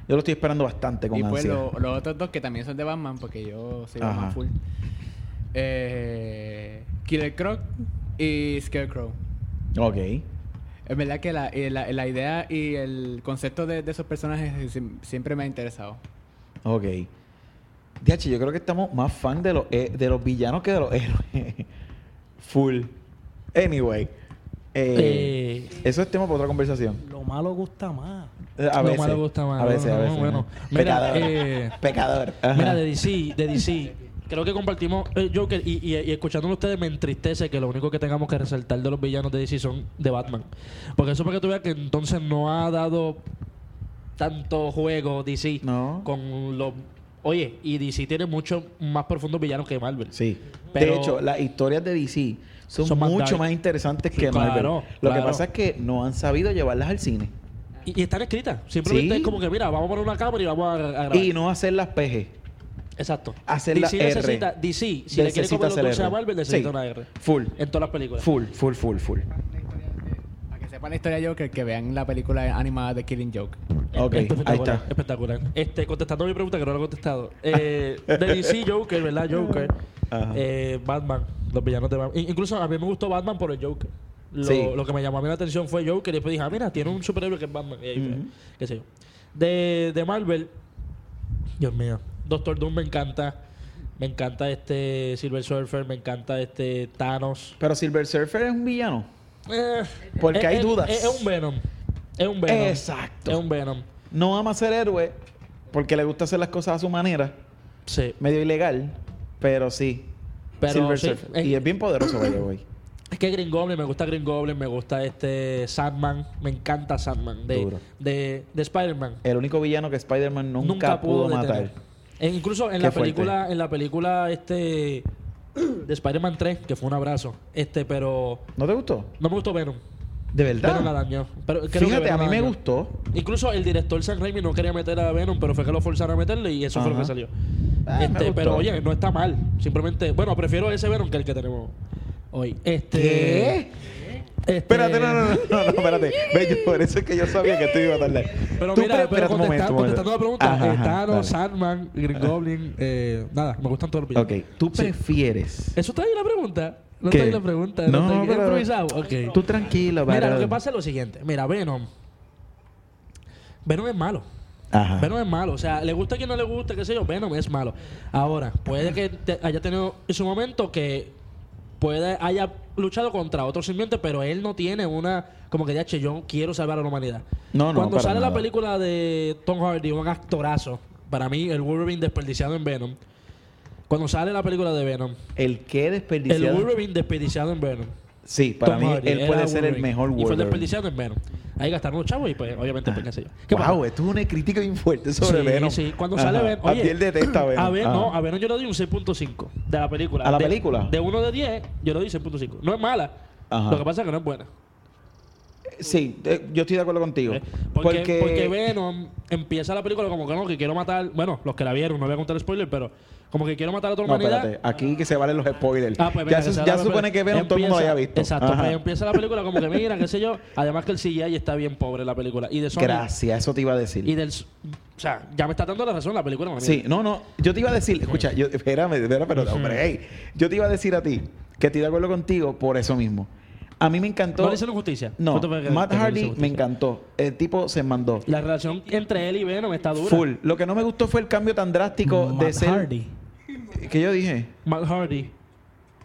Speaker 1: yo lo estoy esperando bastante con
Speaker 4: Y pues
Speaker 1: ansia.
Speaker 4: lo- los otros dos que también son de Batman, porque yo soy
Speaker 1: Ajá.
Speaker 4: Batman full. Eh, Killer Croc y Scarecrow.
Speaker 1: Ok.
Speaker 4: Es verdad que la, eh, la- la idea y el concepto de, de esos personajes eh, sim- siempre me ha interesado.
Speaker 1: Ok. DH, yo creo que estamos más fan de los, he- de los villanos que de los héroes. Full. Anyway. eh,
Speaker 2: Eh.
Speaker 1: Eso es tema para otra conversación.
Speaker 3: Lo malo gusta más.
Speaker 1: Eh, A
Speaker 2: Lo
Speaker 1: veces.
Speaker 2: malo gusta más.
Speaker 1: A veces, a
Speaker 2: No, no,
Speaker 1: veces.
Speaker 2: bueno.
Speaker 1: ajá.
Speaker 2: Mira,
Speaker 1: Pecador.
Speaker 2: eh,
Speaker 1: Pecador. Ajá.
Speaker 2: Mira, de DC, de DC. Creo que compartimos eh, Joker y, y, y escuchándolo a ustedes me entristece que lo único que tengamos que resaltar de los villanos de DC son de Batman. Porque eso para que tú veas que entonces no ha dado tanto juego DC
Speaker 1: No.
Speaker 2: con los... Oye, y DC tiene muchos más profundos villanos que Marvel.
Speaker 1: Sí.
Speaker 2: Pero-
Speaker 1: de hecho, las historias de DC son,
Speaker 2: Son más
Speaker 1: mucho
Speaker 2: dark.
Speaker 1: más interesantes que
Speaker 2: Claro,
Speaker 1: Marvel. Lo que
Speaker 2: claro.
Speaker 1: pasa es que no han sabido llevarlas al cine.
Speaker 2: Y, y están escritas. Simplemente
Speaker 1: Sí.
Speaker 2: es como que, mira, vamos a poner una cámara y vamos a, a grabar.
Speaker 1: Y no hacer las PG.
Speaker 2: Exacto.
Speaker 1: hacer la
Speaker 2: DC
Speaker 1: R.
Speaker 2: necesita... DC, si le quiere
Speaker 1: Necesita
Speaker 2: comer los
Speaker 1: hacer
Speaker 2: dulces a
Speaker 1: R.
Speaker 2: Marvel, necesita
Speaker 1: Sí.
Speaker 2: una R.
Speaker 1: Full.
Speaker 2: En todas las películas.
Speaker 1: Full, full, full, full.
Speaker 4: Para que sepan la historia de Joker, que vean la película animada de Killing Joke.
Speaker 1: Ok, ahí
Speaker 2: Espectacular,
Speaker 1: está.
Speaker 2: Espectacular. Este, contestando mi pregunta que no la he contestado. Eh, de DC, Joker, ¿verdad? Joker.
Speaker 1: Ajá.
Speaker 2: Eh, Batman, los villanos de Batman. In- Incluso a mí me gustó Batman por el Joker. Lo,
Speaker 1: Sí.
Speaker 2: lo que me llamó a mí la atención fue Joker y después dije, ah, mira, tiene un superhéroe que es Batman. Y ahí fue,
Speaker 1: Ujú.
Speaker 2: qué sé yo. De, de Marvel, Dios mío, Doctor Doom me encanta. me encanta este Silver Surfer, me encanta este Thanos.
Speaker 1: Pero Silver Surfer es un villano.
Speaker 2: Eh,
Speaker 1: Porque
Speaker 2: es-
Speaker 1: hay
Speaker 2: es-
Speaker 1: dudas.
Speaker 2: Es, es un Venom. Es un Venom.
Speaker 1: Exacto.
Speaker 2: Es un Venom.
Speaker 1: No ama ser héroe porque le gusta hacer las cosas a su manera,
Speaker 2: Sí.
Speaker 1: medio ilegal, pero sí.
Speaker 2: Pero
Speaker 1: Silver
Speaker 2: sí,
Speaker 1: Surfer.
Speaker 2: eh,
Speaker 1: y es bien poderoso, by the way.
Speaker 2: Es que Green Goblin, me gusta Green Goblin, me gusta este Sandman, me encanta Sandman de,
Speaker 1: Duro.
Speaker 2: de, de Spider-Man.
Speaker 1: El único villano que Spider-Man nunca, pudo
Speaker 2: detener.
Speaker 1: matar.
Speaker 2: E incluso en
Speaker 1: Qué
Speaker 2: la
Speaker 1: fuerte.
Speaker 2: película, en la película este de Spider-Man 3, que fue un abrazo, este, pero
Speaker 1: ¿No te gustó?
Speaker 2: no me gustó Venom.
Speaker 1: De
Speaker 2: Venom la
Speaker 1: verdad.
Speaker 2: dañó. Pero creo que
Speaker 1: Fíjate,
Speaker 2: Venom
Speaker 1: a mí
Speaker 2: la
Speaker 1: me
Speaker 2: dañó.
Speaker 1: gustó.
Speaker 2: Incluso el director Sam Raimi no quería meter a Venom, pero fue que lo forzaron a meterle y eso fue lo
Speaker 1: Ajá.
Speaker 2: que salió.
Speaker 1: Ah, me
Speaker 2: Este,
Speaker 1: gustó.
Speaker 2: pero oye, no está mal. Simplemente, bueno, prefiero ese Venom que el que tenemos hoy. Este, este-
Speaker 1: Espérate, no, no, no, no, no, espérate. Ve, yo- por eso es que yo sabía que tú ibas a darle.
Speaker 2: Pero
Speaker 1: Tú
Speaker 2: mira,
Speaker 1: pre- espérate
Speaker 2: pero
Speaker 1: un momento,
Speaker 2: contesta-
Speaker 1: un momento.
Speaker 2: contestando la pregunta,
Speaker 1: Ajá,
Speaker 2: eh,
Speaker 1: ajá,
Speaker 2: Thanos,
Speaker 1: dale.
Speaker 2: Sandman, Green Goblin, eh, nada, me gustan todos los villanos.
Speaker 1: Ok, tú
Speaker 2: Sí.
Speaker 1: prefieres.
Speaker 2: ¿Eso está ahí la pregunta? No
Speaker 1: ¿Qué?
Speaker 2: está ahí la pregunta.
Speaker 1: No,
Speaker 2: está ahí-
Speaker 1: pero-
Speaker 2: improvisado. Ok.
Speaker 1: Tú tranquilo,
Speaker 2: Mira,
Speaker 1: varón.
Speaker 2: lo que pasa es lo siguiente. Mira, Venom. Venom es malo.
Speaker 1: Ajá.
Speaker 2: Venom es malo. O sea, le gusta que no le gusta, qué sé yo, Venom es malo. Ahora, puede que te- haya tenido en su momento que puede haya luchado contra otro sirviente, pero él no tiene una como que ya che, yo quiero salvar a la humanidad.
Speaker 1: No, no,
Speaker 2: Cuando
Speaker 1: para
Speaker 2: sale la
Speaker 1: nada.
Speaker 2: película de Tom Hardy, un actorazo, para mí el Wolverine desperdiciado en Venom. Cuando sale la película de Venom,
Speaker 1: El que
Speaker 2: el
Speaker 1: desperdiciado.
Speaker 2: Wolverine desperdiciado en Venom.
Speaker 1: sí, para
Speaker 2: Tom
Speaker 1: mí
Speaker 2: Hardy
Speaker 1: él
Speaker 2: era
Speaker 1: puede ser el
Speaker 2: Wolverine.
Speaker 1: mejor
Speaker 2: Y fue
Speaker 1: Wolverine.
Speaker 2: desperdiciado en Venom. Ahí gastaron los chavos y pues obviamente pues, qué sé yo. ¿Qué pasa?
Speaker 1: Wow, esto es una crítica bien fuerte sobre
Speaker 2: Sí,
Speaker 1: Venom.
Speaker 2: sí, cuando sale
Speaker 1: Ajá.
Speaker 2: Venom-
Speaker 1: A
Speaker 2: oye,
Speaker 1: ti él detesta a Venom.
Speaker 2: A ver,
Speaker 1: Ajá.
Speaker 2: no, a Venom yo le doy un 6.5 de la película.
Speaker 1: ¿A la
Speaker 2: De-
Speaker 1: película?
Speaker 2: De 1 de 10, yo le doy 6.5. No es mala.
Speaker 1: Ajá.
Speaker 2: Lo que pasa es que no es buena.
Speaker 1: Sí, eh, yo estoy de acuerdo contigo.
Speaker 2: ¿eh? Porque, porque... Venom empieza la película como que no, que quiero matar. Bueno, los que la vieron, no voy a contar spoiler, pero como que quiero matar a toda
Speaker 1: No,
Speaker 2: humanidad.
Speaker 1: espérate. Aquí que se valen los spoilers.
Speaker 2: Ah, pues,
Speaker 1: ya
Speaker 2: mira,
Speaker 1: se,
Speaker 2: que sea
Speaker 1: ya
Speaker 2: la
Speaker 1: se supone
Speaker 2: película.
Speaker 1: que Venom todo el mundo lo
Speaker 2: Empieza-
Speaker 1: haya visto.
Speaker 2: Exacto,
Speaker 1: Ajá.
Speaker 2: pues empieza la película como que mira, qué sé yo. Además que el CGI está bien pobre la película. Y de Sony.
Speaker 1: Gracias, eso te iba a decir.
Speaker 2: Y del. O sea, ya me está dando la razón la película. es una
Speaker 1: Sí,
Speaker 2: mierda.
Speaker 1: no, no. Yo te iba a decir, escucha, yo, espérame, espérame, pero hombre, hey, yo te iba a decir a ti que estoy de acuerdo contigo por eso mismo. A mí me encantó.
Speaker 2: No le hicieron justicia.
Speaker 1: No,
Speaker 2: Punto para que-
Speaker 1: Matt
Speaker 2: para que le hicieron
Speaker 1: Hardy me
Speaker 2: justicia.
Speaker 1: encantó. El tipo se mandó.
Speaker 2: La relación entre él y Venom está dura.
Speaker 1: Full. Lo que no me gustó fue el cambio tan drástico de
Speaker 3: Matt
Speaker 1: ser.
Speaker 3: Hardy.
Speaker 1: Que yo dije.
Speaker 2: Matt Hardy.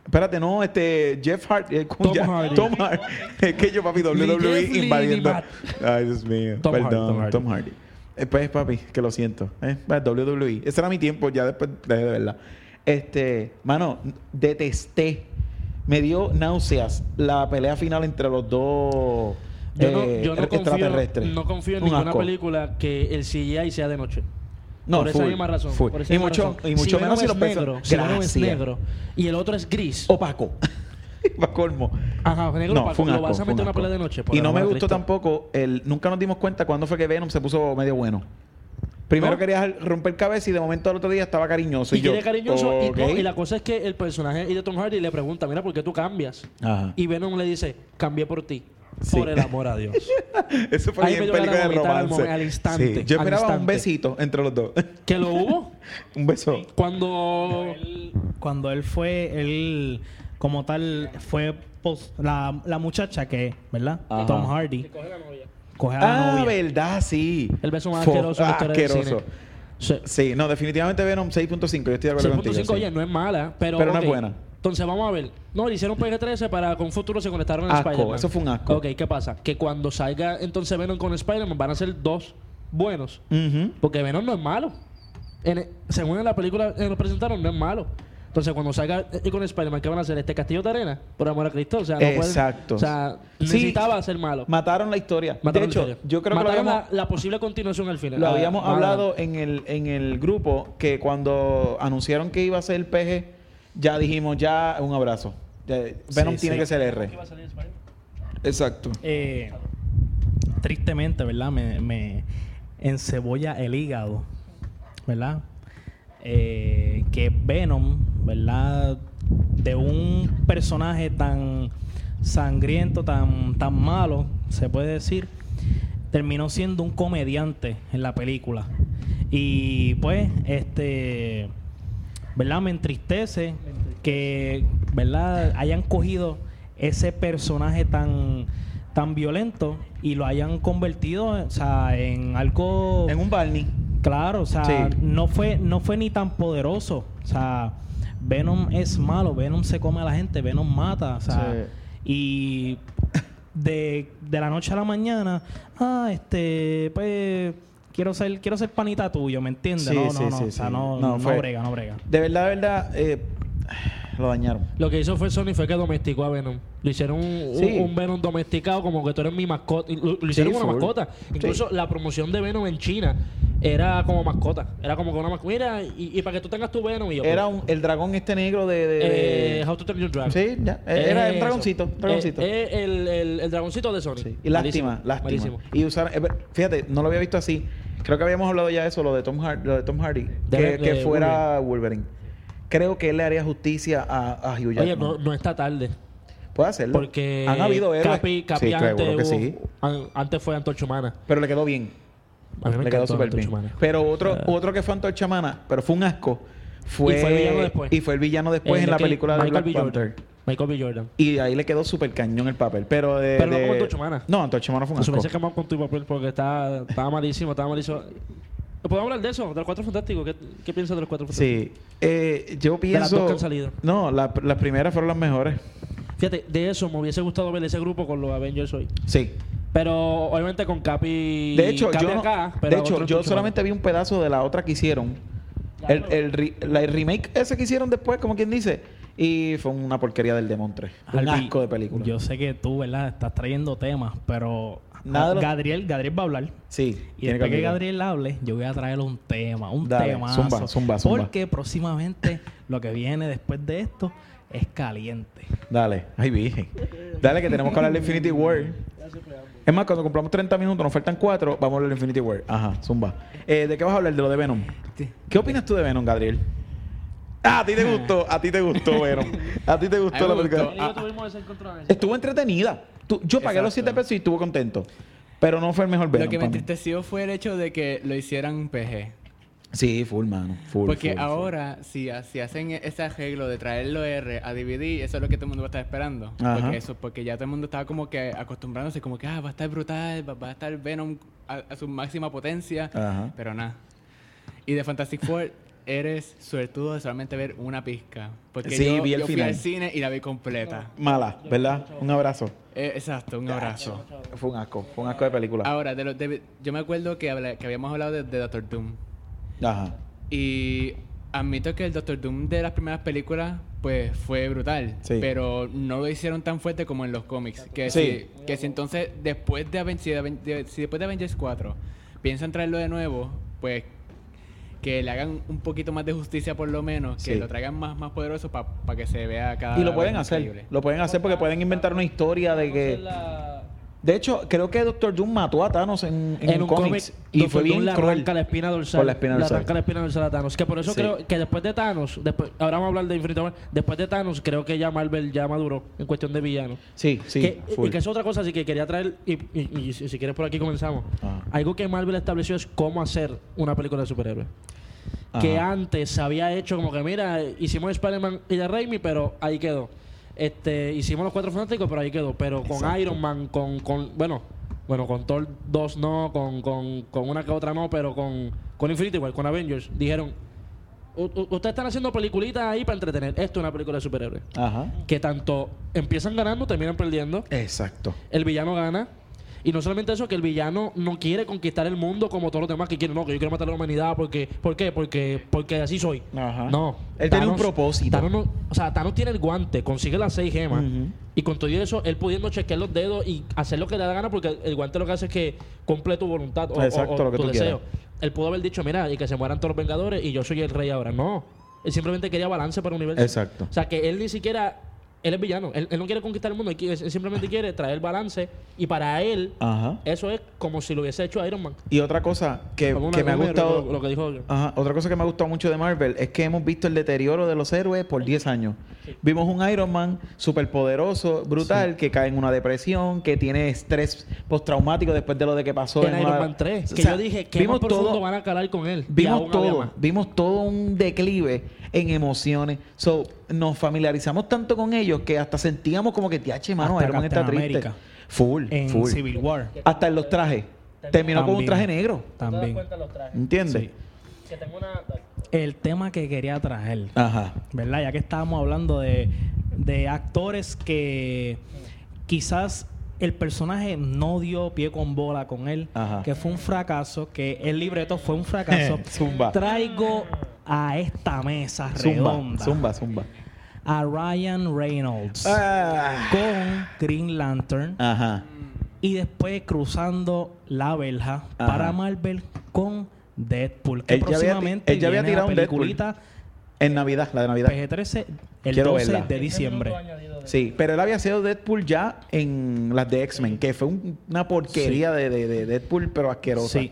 Speaker 1: Espérate, no, este Jeff Hardy. eh, ¿cómo
Speaker 2: Tom
Speaker 1: ya?
Speaker 2: Hardy.
Speaker 1: Tom Hardy. es que yo, papi, WWE
Speaker 2: Jeff Lee, ni
Speaker 1: invadiendo.
Speaker 2: Matt.
Speaker 1: Ay, Dios mío.
Speaker 2: Tom Hardy,
Speaker 1: Perdón,
Speaker 2: Tom Hardy.
Speaker 1: Tom Hardy. Eh, pues, papi, que lo siento. Eh, va, WWE. Ese era mi tiempo, ya después dejé de verdad. Este, mano, detesté. Me dio náuseas la pelea final entre los dos
Speaker 2: Yo, no,
Speaker 1: eh,
Speaker 2: yo no confío,
Speaker 1: extraterrestres.
Speaker 2: no confío en
Speaker 1: Un
Speaker 2: ninguna
Speaker 1: asco.
Speaker 2: película que el CGI sea de noche.
Speaker 1: No,
Speaker 2: por esa
Speaker 1: full,
Speaker 2: misma razón.
Speaker 1: full.
Speaker 2: por esa
Speaker 1: Y
Speaker 2: misma
Speaker 1: mucho-
Speaker 2: razón.
Speaker 1: y mucho
Speaker 2: uno
Speaker 1: menos si
Speaker 2: es
Speaker 1: los perso-
Speaker 2: negro, si uno es
Speaker 1: Gracias.
Speaker 2: negro y el otro es gris.
Speaker 1: Opaco. Para colmo.
Speaker 2: Ajá, Pues, negro
Speaker 1: No,
Speaker 2: para
Speaker 1: fue un
Speaker 2: lo
Speaker 1: asco,
Speaker 2: vas a
Speaker 1: fue un
Speaker 2: meter una
Speaker 1: asco.
Speaker 2: pelea de noche. por
Speaker 1: Y no
Speaker 2: amor
Speaker 1: me
Speaker 2: a
Speaker 1: gustó
Speaker 2: Cristo.
Speaker 1: tampoco el. Nunca nos dimos cuenta cuándo fue que Venom se puso medio bueno. Primero
Speaker 2: ¿No?
Speaker 1: quería romper cabeza y de momento al otro día estaba cariñoso. Y,
Speaker 2: Y
Speaker 1: yo,
Speaker 2: quiere cariñoso. y
Speaker 1: ok.
Speaker 2: no, Y, la cosa es que el personaje de Tom Hardy le pregunta, mira, ¿por qué tú cambias?
Speaker 1: Ajá.
Speaker 2: Y Venom le dice, cambié por ti.
Speaker 1: Sí.
Speaker 2: Por el amor a Dios.
Speaker 1: Eso fue
Speaker 2: Ahí
Speaker 1: bien
Speaker 2: me dio
Speaker 1: película de
Speaker 2: ganas de vomitar al
Speaker 1: romance.
Speaker 2: momen- al instante,
Speaker 1: Sí. Yo
Speaker 2: al
Speaker 1: esperaba un
Speaker 2: instante.
Speaker 1: besito entre los dos.
Speaker 2: ¿Que lo hubo?
Speaker 1: un beso.
Speaker 2: Cuando...
Speaker 3: Cuando él fue, él como tal, fue pos- la, la muchacha que, ¿verdad?
Speaker 1: Ajá.
Speaker 3: Tom Hardy. Coge a la
Speaker 1: Ah,
Speaker 3: novia.
Speaker 1: verdad, sí.
Speaker 2: El beso más
Speaker 1: Fo-
Speaker 2: asqueroso en la historia del
Speaker 1: asqueroso.
Speaker 2: cine. Sí.
Speaker 1: Sí, no, definitivamente Venom 6.5. Yo estoy de acuerdo contigo.
Speaker 2: 6.5,
Speaker 1: sí.
Speaker 2: oye, no es mala, pero.
Speaker 1: Pero no es
Speaker 2: ok.
Speaker 1: buena.
Speaker 2: Entonces vamos a ver. No, le hicieron PG-13 para con futuro se conectaron a
Speaker 1: Asco,
Speaker 2: Spider-Man.
Speaker 1: eso fue un asco.
Speaker 2: Ok, ¿qué pasa? Que cuando salga entonces Venom con Spider-Man van a ser dos buenos.
Speaker 1: Ujú.
Speaker 2: Porque Venom no es malo. En- según en la película que nos presentaron, no es malo. Entonces cuando salga eh, con Spider-Man, ¿qué van a hacer? ¿Este castillo de arena? Por amor a Cristo. O sea, no pueden-
Speaker 1: Exacto.
Speaker 2: o sea,
Speaker 1: Sí.
Speaker 2: necesitaba ser malo.
Speaker 1: Mataron la historia.
Speaker 2: Mataron
Speaker 1: de hecho,
Speaker 2: el serio.
Speaker 1: yo creo que
Speaker 2: Mataron
Speaker 1: lo habíamos...
Speaker 2: la, la posible continuación al final.
Speaker 1: Lo
Speaker 2: Ah,
Speaker 1: habíamos
Speaker 2: más
Speaker 1: hablado en el, en el grupo que cuando anunciaron que iba a ser el PG, ya dijimos ya un abrazo. Ya, Venom
Speaker 3: Sí,
Speaker 1: tiene
Speaker 3: sí.
Speaker 1: que ser R.
Speaker 2: adelante.
Speaker 1: Exacto.
Speaker 3: Eh, tristemente, ¿verdad? Me, me encebolla el hígado, ¿verdad? Eh, que Venom, ¿verdad? De un personaje tan sangriento, tan, tan malo, se puede decir, terminó siendo un comediante en la película. Y pues, este, ¿verdad? Me entristece que, ¿verdad? Hayan cogido ese personaje tan, tan violento y lo hayan convertido, o sea, en algo...
Speaker 1: En un Barney.
Speaker 3: Claro, o sea,
Speaker 1: Sí.
Speaker 3: no fue no fue ni tan poderoso, o sea, Venom es malo, Venom se come a la gente, Venom mata, o sea, y de, de la noche a la mañana, ah, este, pues quiero ser quiero ser panita tuyo, ¿me entiendes?
Speaker 1: Sí,
Speaker 3: no, no,
Speaker 1: sí,
Speaker 3: no,
Speaker 1: sí,
Speaker 3: o sea,
Speaker 1: sí.
Speaker 3: no,
Speaker 1: No,
Speaker 3: no,
Speaker 1: fue-
Speaker 3: brega, no brega.
Speaker 1: De verdad, de verdad, eh, lo dañaron.
Speaker 2: Lo que hizo fue Sony fue que domesticó a Venom. Le hicieron un, un-
Speaker 1: Sí.
Speaker 2: un Venom domesticado, como que tú eres mi mascota. Y Lo, lo hicieron
Speaker 1: Sí,
Speaker 2: una
Speaker 1: full.
Speaker 2: mascota. Incluso la promoción de Venom en China era como mascota. Era como que una mascota. Mira, y, y para que tú tengas tu Venom. Y yo, pues,
Speaker 1: Era un- el dragón este negro de... de- de-
Speaker 2: Eh, How to Train Your Dragon.
Speaker 1: sí, ya. eh, Era
Speaker 2: Eh,
Speaker 1: el dragoncito,
Speaker 2: eso.
Speaker 1: dragoncito.
Speaker 2: Eh, eh, el, el- el dragoncito de Sony.
Speaker 1: Sí. Y lástima,
Speaker 2: Malísimo,
Speaker 1: lástima.
Speaker 2: malísimo.
Speaker 1: Y usaron, eh, fíjate, no lo había visto así. Creo que habíamos hablado ya de eso, lo de Tom, Har- lo de Tom Hardy,
Speaker 2: De-
Speaker 1: que,
Speaker 2: de
Speaker 1: que fuera Wolverine. Creo que él le haría justicia a, a Hugh Jackman.
Speaker 2: Oye, no, no está tarde.
Speaker 1: Puede hacerlo.
Speaker 2: Porque
Speaker 1: han habido héroes.
Speaker 2: Capi, Capi
Speaker 1: sí,
Speaker 2: antes,
Speaker 1: seguro que
Speaker 2: hubo-
Speaker 1: sí.
Speaker 2: an- antes fue Antorcha Humana.
Speaker 1: Pero le quedó bien.
Speaker 2: A mí me
Speaker 1: le quedó
Speaker 2: encantó
Speaker 1: súper bien.
Speaker 2: Antorcha Humana.
Speaker 1: Pero otro,
Speaker 2: Ah.
Speaker 1: otro que fue Antorcha Humana, pero fue un asco. Fue,
Speaker 2: Y fue el villano después.
Speaker 1: y fue el villano después
Speaker 2: El
Speaker 1: en
Speaker 2: de
Speaker 1: la
Speaker 2: que-
Speaker 1: película de Black
Speaker 2: Eh, B. Jordan.
Speaker 1: Panther.
Speaker 2: Michael B. Jordan.
Speaker 1: Y ahí le quedó súper cañón el papel. Pero de.
Speaker 2: Pero no
Speaker 1: de-
Speaker 2: como Antorcha Humana.
Speaker 1: No, Antorcha Humana fue un
Speaker 2: Se me
Speaker 1: asco.
Speaker 2: hace quemado con tu papel porque estaba, estaba malísimo, estaba malísimo. ¿Podemos hablar de eso? ¿De los cuatro fantásticos? ¿Qué, qué piensas de los cuatro
Speaker 1: Sí.
Speaker 2: fantásticos?
Speaker 1: Eh, yo pienso.
Speaker 2: las dos que han salido.
Speaker 1: No, la- las primeras fueron las mejores.
Speaker 2: Fíjate, de eso me hubiese gustado ver ese grupo con los Avengers hoy.
Speaker 1: Sí.
Speaker 2: Pero obviamente con Capi.
Speaker 1: De hecho,
Speaker 2: Capi
Speaker 1: yo, no-
Speaker 2: acá, pero
Speaker 1: de hecho,
Speaker 2: otro
Speaker 1: yo
Speaker 2: Antorcha
Speaker 1: solamente
Speaker 2: Humana.
Speaker 1: vi un pedazo de la otra que hicieron. El, el, re- la- el remake ese que hicieron después, como quien dice. Y fue una porquería del Demon 3. Un
Speaker 3: Harvey,
Speaker 1: asco de película.
Speaker 3: Yo sé que tú, ¿verdad? Estás trayendo temas, pero
Speaker 1: Nada de lo-
Speaker 3: Gabriel, Gabriel va a hablar.
Speaker 1: Sí.
Speaker 3: Y
Speaker 1: tiene
Speaker 3: después que
Speaker 1: haber.
Speaker 3: Gabriel hable, yo voy a traer un tema, un
Speaker 1: Dale,
Speaker 3: tema.
Speaker 1: zumba, zumba, zumba.
Speaker 3: Porque próximamente lo que viene después de esto es caliente.
Speaker 1: Dale. Ay, virgen. Dale, que tenemos que hablar de Infinity War. Es más, cuando compramos 30 minutos, nos faltan 4, vamos a hablar de Infinity War. Ajá, zumba. Eh, ¿De qué vas a hablar? De lo de Venom. ¿Qué opinas tú de Venom, Gabriel? Ah, a ti te gustó, a ti te gustó, Venom. A ti te
Speaker 4: A mí
Speaker 1: gustó
Speaker 4: me
Speaker 1: la película.
Speaker 4: gustó.
Speaker 2: Él y yo
Speaker 1: Ah, ah.
Speaker 2: tuvimos ese encuentro a veces.
Speaker 1: Estuvo entretenida. Tú- yo pagué los 7
Speaker 4: Exacto.
Speaker 1: pesos y estuvo contento. Pero no fue el mejor Venom.
Speaker 4: Lo que me
Speaker 1: pa' mí.
Speaker 4: entristeció fue el hecho de que lo hicieran PG.
Speaker 1: Sí, full, mano. Full,
Speaker 4: Porque
Speaker 1: full, full.
Speaker 4: ahora, Si, si hacen e-, ese arreglo de traerlo R a DVD, eso es lo que todo el mundo va a estar esperando.
Speaker 1: Ajá.
Speaker 4: Porque, eso, porque ya todo el mundo estaba como que acostumbrándose, como que ah, va a estar brutal, va, va a estar Venom a, a su máxima potencia,
Speaker 1: Ajá.
Speaker 4: pero nada. Y de Fantastic Four, eres suertudo de solamente ver una pizca. Porque
Speaker 1: Sí,
Speaker 4: yo,
Speaker 1: vi el
Speaker 4: yo fui
Speaker 1: final.
Speaker 4: al cine y la vi completa.
Speaker 1: Mala, ¿verdad? Un abrazo.
Speaker 4: Eh, exacto, un abrazo.
Speaker 1: Fue un asco, fue un asco de película.
Speaker 4: Ahora, de los de- yo me acuerdo que, habla- que habíamos hablado de, de Doctor Doom.
Speaker 1: Ajá.
Speaker 4: Y admito que el Doctor Doom de las primeras películas, pues fue brutal.
Speaker 1: Sí.
Speaker 4: Pero no lo hicieron tan fuerte como en los cómics. Que
Speaker 1: Sí.
Speaker 4: si, que si entonces, después de, Aven- si de Aven- de- si después de Avengers 4, piensan traerlo de nuevo, pues que le hagan un poquito más de justicia por lo menos, que
Speaker 1: Sí.
Speaker 4: lo traigan más, más poderoso para que se vea cada
Speaker 1: Y lo pueden
Speaker 4: vez más
Speaker 1: hacer.
Speaker 4: creíble.
Speaker 1: Lo pueden hacer porque pueden inventar una historia de que. De hecho, creo que Doctor Doom mató a Thanos en, en,
Speaker 2: en un cómic
Speaker 1: cómics. Y
Speaker 2: Doctor
Speaker 1: fue
Speaker 2: Doom
Speaker 1: bien
Speaker 2: le
Speaker 1: cruel.
Speaker 2: arranca la espina dorsal
Speaker 1: Por la espina dorsal.
Speaker 2: le arranca la espina dorsal a Thanos que por eso
Speaker 1: Sí.
Speaker 2: creo que después de Thanos después ahora vamos a hablar de Infinity War después de Thanos creo que ya Marvel ya maduró en cuestión de villano
Speaker 1: Sí, sí.
Speaker 2: Que-
Speaker 1: full.
Speaker 2: y que es otra cosa así que quería traer y, y- y si si quieres por aquí comenzamos
Speaker 1: Ajá.
Speaker 2: algo que Marvel estableció es cómo hacer una película de superhéroes
Speaker 1: Ajá.
Speaker 2: que antes se había hecho como que mira hicimos Spider-Man y de Raimi pero ahí quedó este hicimos los cuatro fantásticos pero ahí quedó pero con
Speaker 1: Exacto.
Speaker 2: Iron Man con, con bueno bueno con Thor 2 no con, con, con una que otra no pero con con Infinity War con Avengers dijeron "U- u- ustedes están haciendo peliculitas ahí para entretener esto es una película de superhéroes
Speaker 1: Ajá.
Speaker 2: que tanto empiezan ganando terminan perdiendo
Speaker 1: Eh. Exacto.
Speaker 2: el villano gana. Y no solamente eso, que el villano no quiere conquistar el mundo como todos los demás que quieren. No, que yo quiero matar a la humanidad porque... ¿Por qué? Porque, porque así soy.
Speaker 1: Ajá.
Speaker 2: No.
Speaker 1: Él tiene un propósito.
Speaker 2: Thanos no- o sea, Thanos tiene el guante, consigue las seis gemas.
Speaker 1: Ujú.
Speaker 2: Y con todo eso, él pudiendo chequear los dedos y hacer lo que le da gana porque el guante lo que hace es que cumple tu voluntad o,
Speaker 1: Exacto,
Speaker 2: o- o
Speaker 1: lo que
Speaker 2: tu
Speaker 1: tú
Speaker 2: deseo.
Speaker 1: quieras.
Speaker 2: Él pudo haber dicho, mira, y que se mueran todos los Vengadores y yo soy el rey ahora. No. Él simplemente quería balance para el universo.
Speaker 1: Exacto.
Speaker 2: O sea, que él ni siquiera... Él es villano. Él, él no quiere conquistar el mundo. Él, qui- él simplemente quiere traer balance. Y para él,
Speaker 1: Ajá.
Speaker 2: eso es como si lo hubiese hecho Iron Man.
Speaker 1: Y otra cosa que,
Speaker 2: Como una-
Speaker 1: que me ha
Speaker 2: un héroe,
Speaker 1: gustado.
Speaker 2: Lo, lo que dijo...
Speaker 1: Ajá. Otra cosa que me ha gustado mucho de Marvel es que hemos visto el deterioro de los héroes por 10 años. Vimos un Iron Man superpoderoso, brutal, que cae en una depresión, que tiene estrés postraumático después de lo de que pasó
Speaker 2: en
Speaker 1: en
Speaker 2: Iron
Speaker 1: una-
Speaker 2: Man 3. Que
Speaker 1: O sea,
Speaker 2: yo dije, que
Speaker 1: vimos
Speaker 2: más profundo
Speaker 1: todo-
Speaker 2: van a calar con él? Y
Speaker 1: Vimos
Speaker 2: aún había
Speaker 1: todo,
Speaker 2: más.
Speaker 1: vimos todo un declive en emociones. So, nos familiarizamos tanto con ellos que hasta sentíamos como que, tiache, mano,
Speaker 3: Hasta
Speaker 1: Iron Man está
Speaker 3: Captain
Speaker 1: triste.
Speaker 3: America.
Speaker 1: Full,
Speaker 3: En
Speaker 1: full.
Speaker 3: Civil War
Speaker 1: Hasta en los trajes. Terminó con un
Speaker 3: También.
Speaker 1: traje negro,
Speaker 3: también.
Speaker 1: ¿entiendes?
Speaker 3: Sí.
Speaker 2: Que tengo una...
Speaker 3: El tema que quería traer.
Speaker 1: Ajá.
Speaker 3: ¿verdad? Ya que estábamos hablando de, de actores que quizás el personaje no dio pie con bola con él,
Speaker 1: Ajá.
Speaker 3: que fue un fracaso, que el libreto fue un fracaso.
Speaker 1: Zumba.
Speaker 3: Traigo a esta mesa
Speaker 1: Zumba,
Speaker 3: redonda
Speaker 1: zumba, zumba.
Speaker 3: a Ryan Reynolds
Speaker 1: Ah.
Speaker 3: con Green Lantern
Speaker 1: Ajá.
Speaker 3: y después cruzando la verja
Speaker 1: Ajá.
Speaker 3: para Marvel con Deadpool, que
Speaker 1: Él ya había ti-
Speaker 3: próximamente
Speaker 1: él ya había
Speaker 3: viene la
Speaker 1: tirado un Deadpool.
Speaker 3: peliculita
Speaker 1: En Navidad, la de Navidad.
Speaker 3: PG-13 el
Speaker 1: Quiero
Speaker 3: 12
Speaker 1: verla.
Speaker 3: de diciembre.
Speaker 1: Sí, pero él había sido Deadpool ya en las de X-Men, que fue un- una porquería de, de- de Deadpool, pero asquerosa.
Speaker 3: Sí.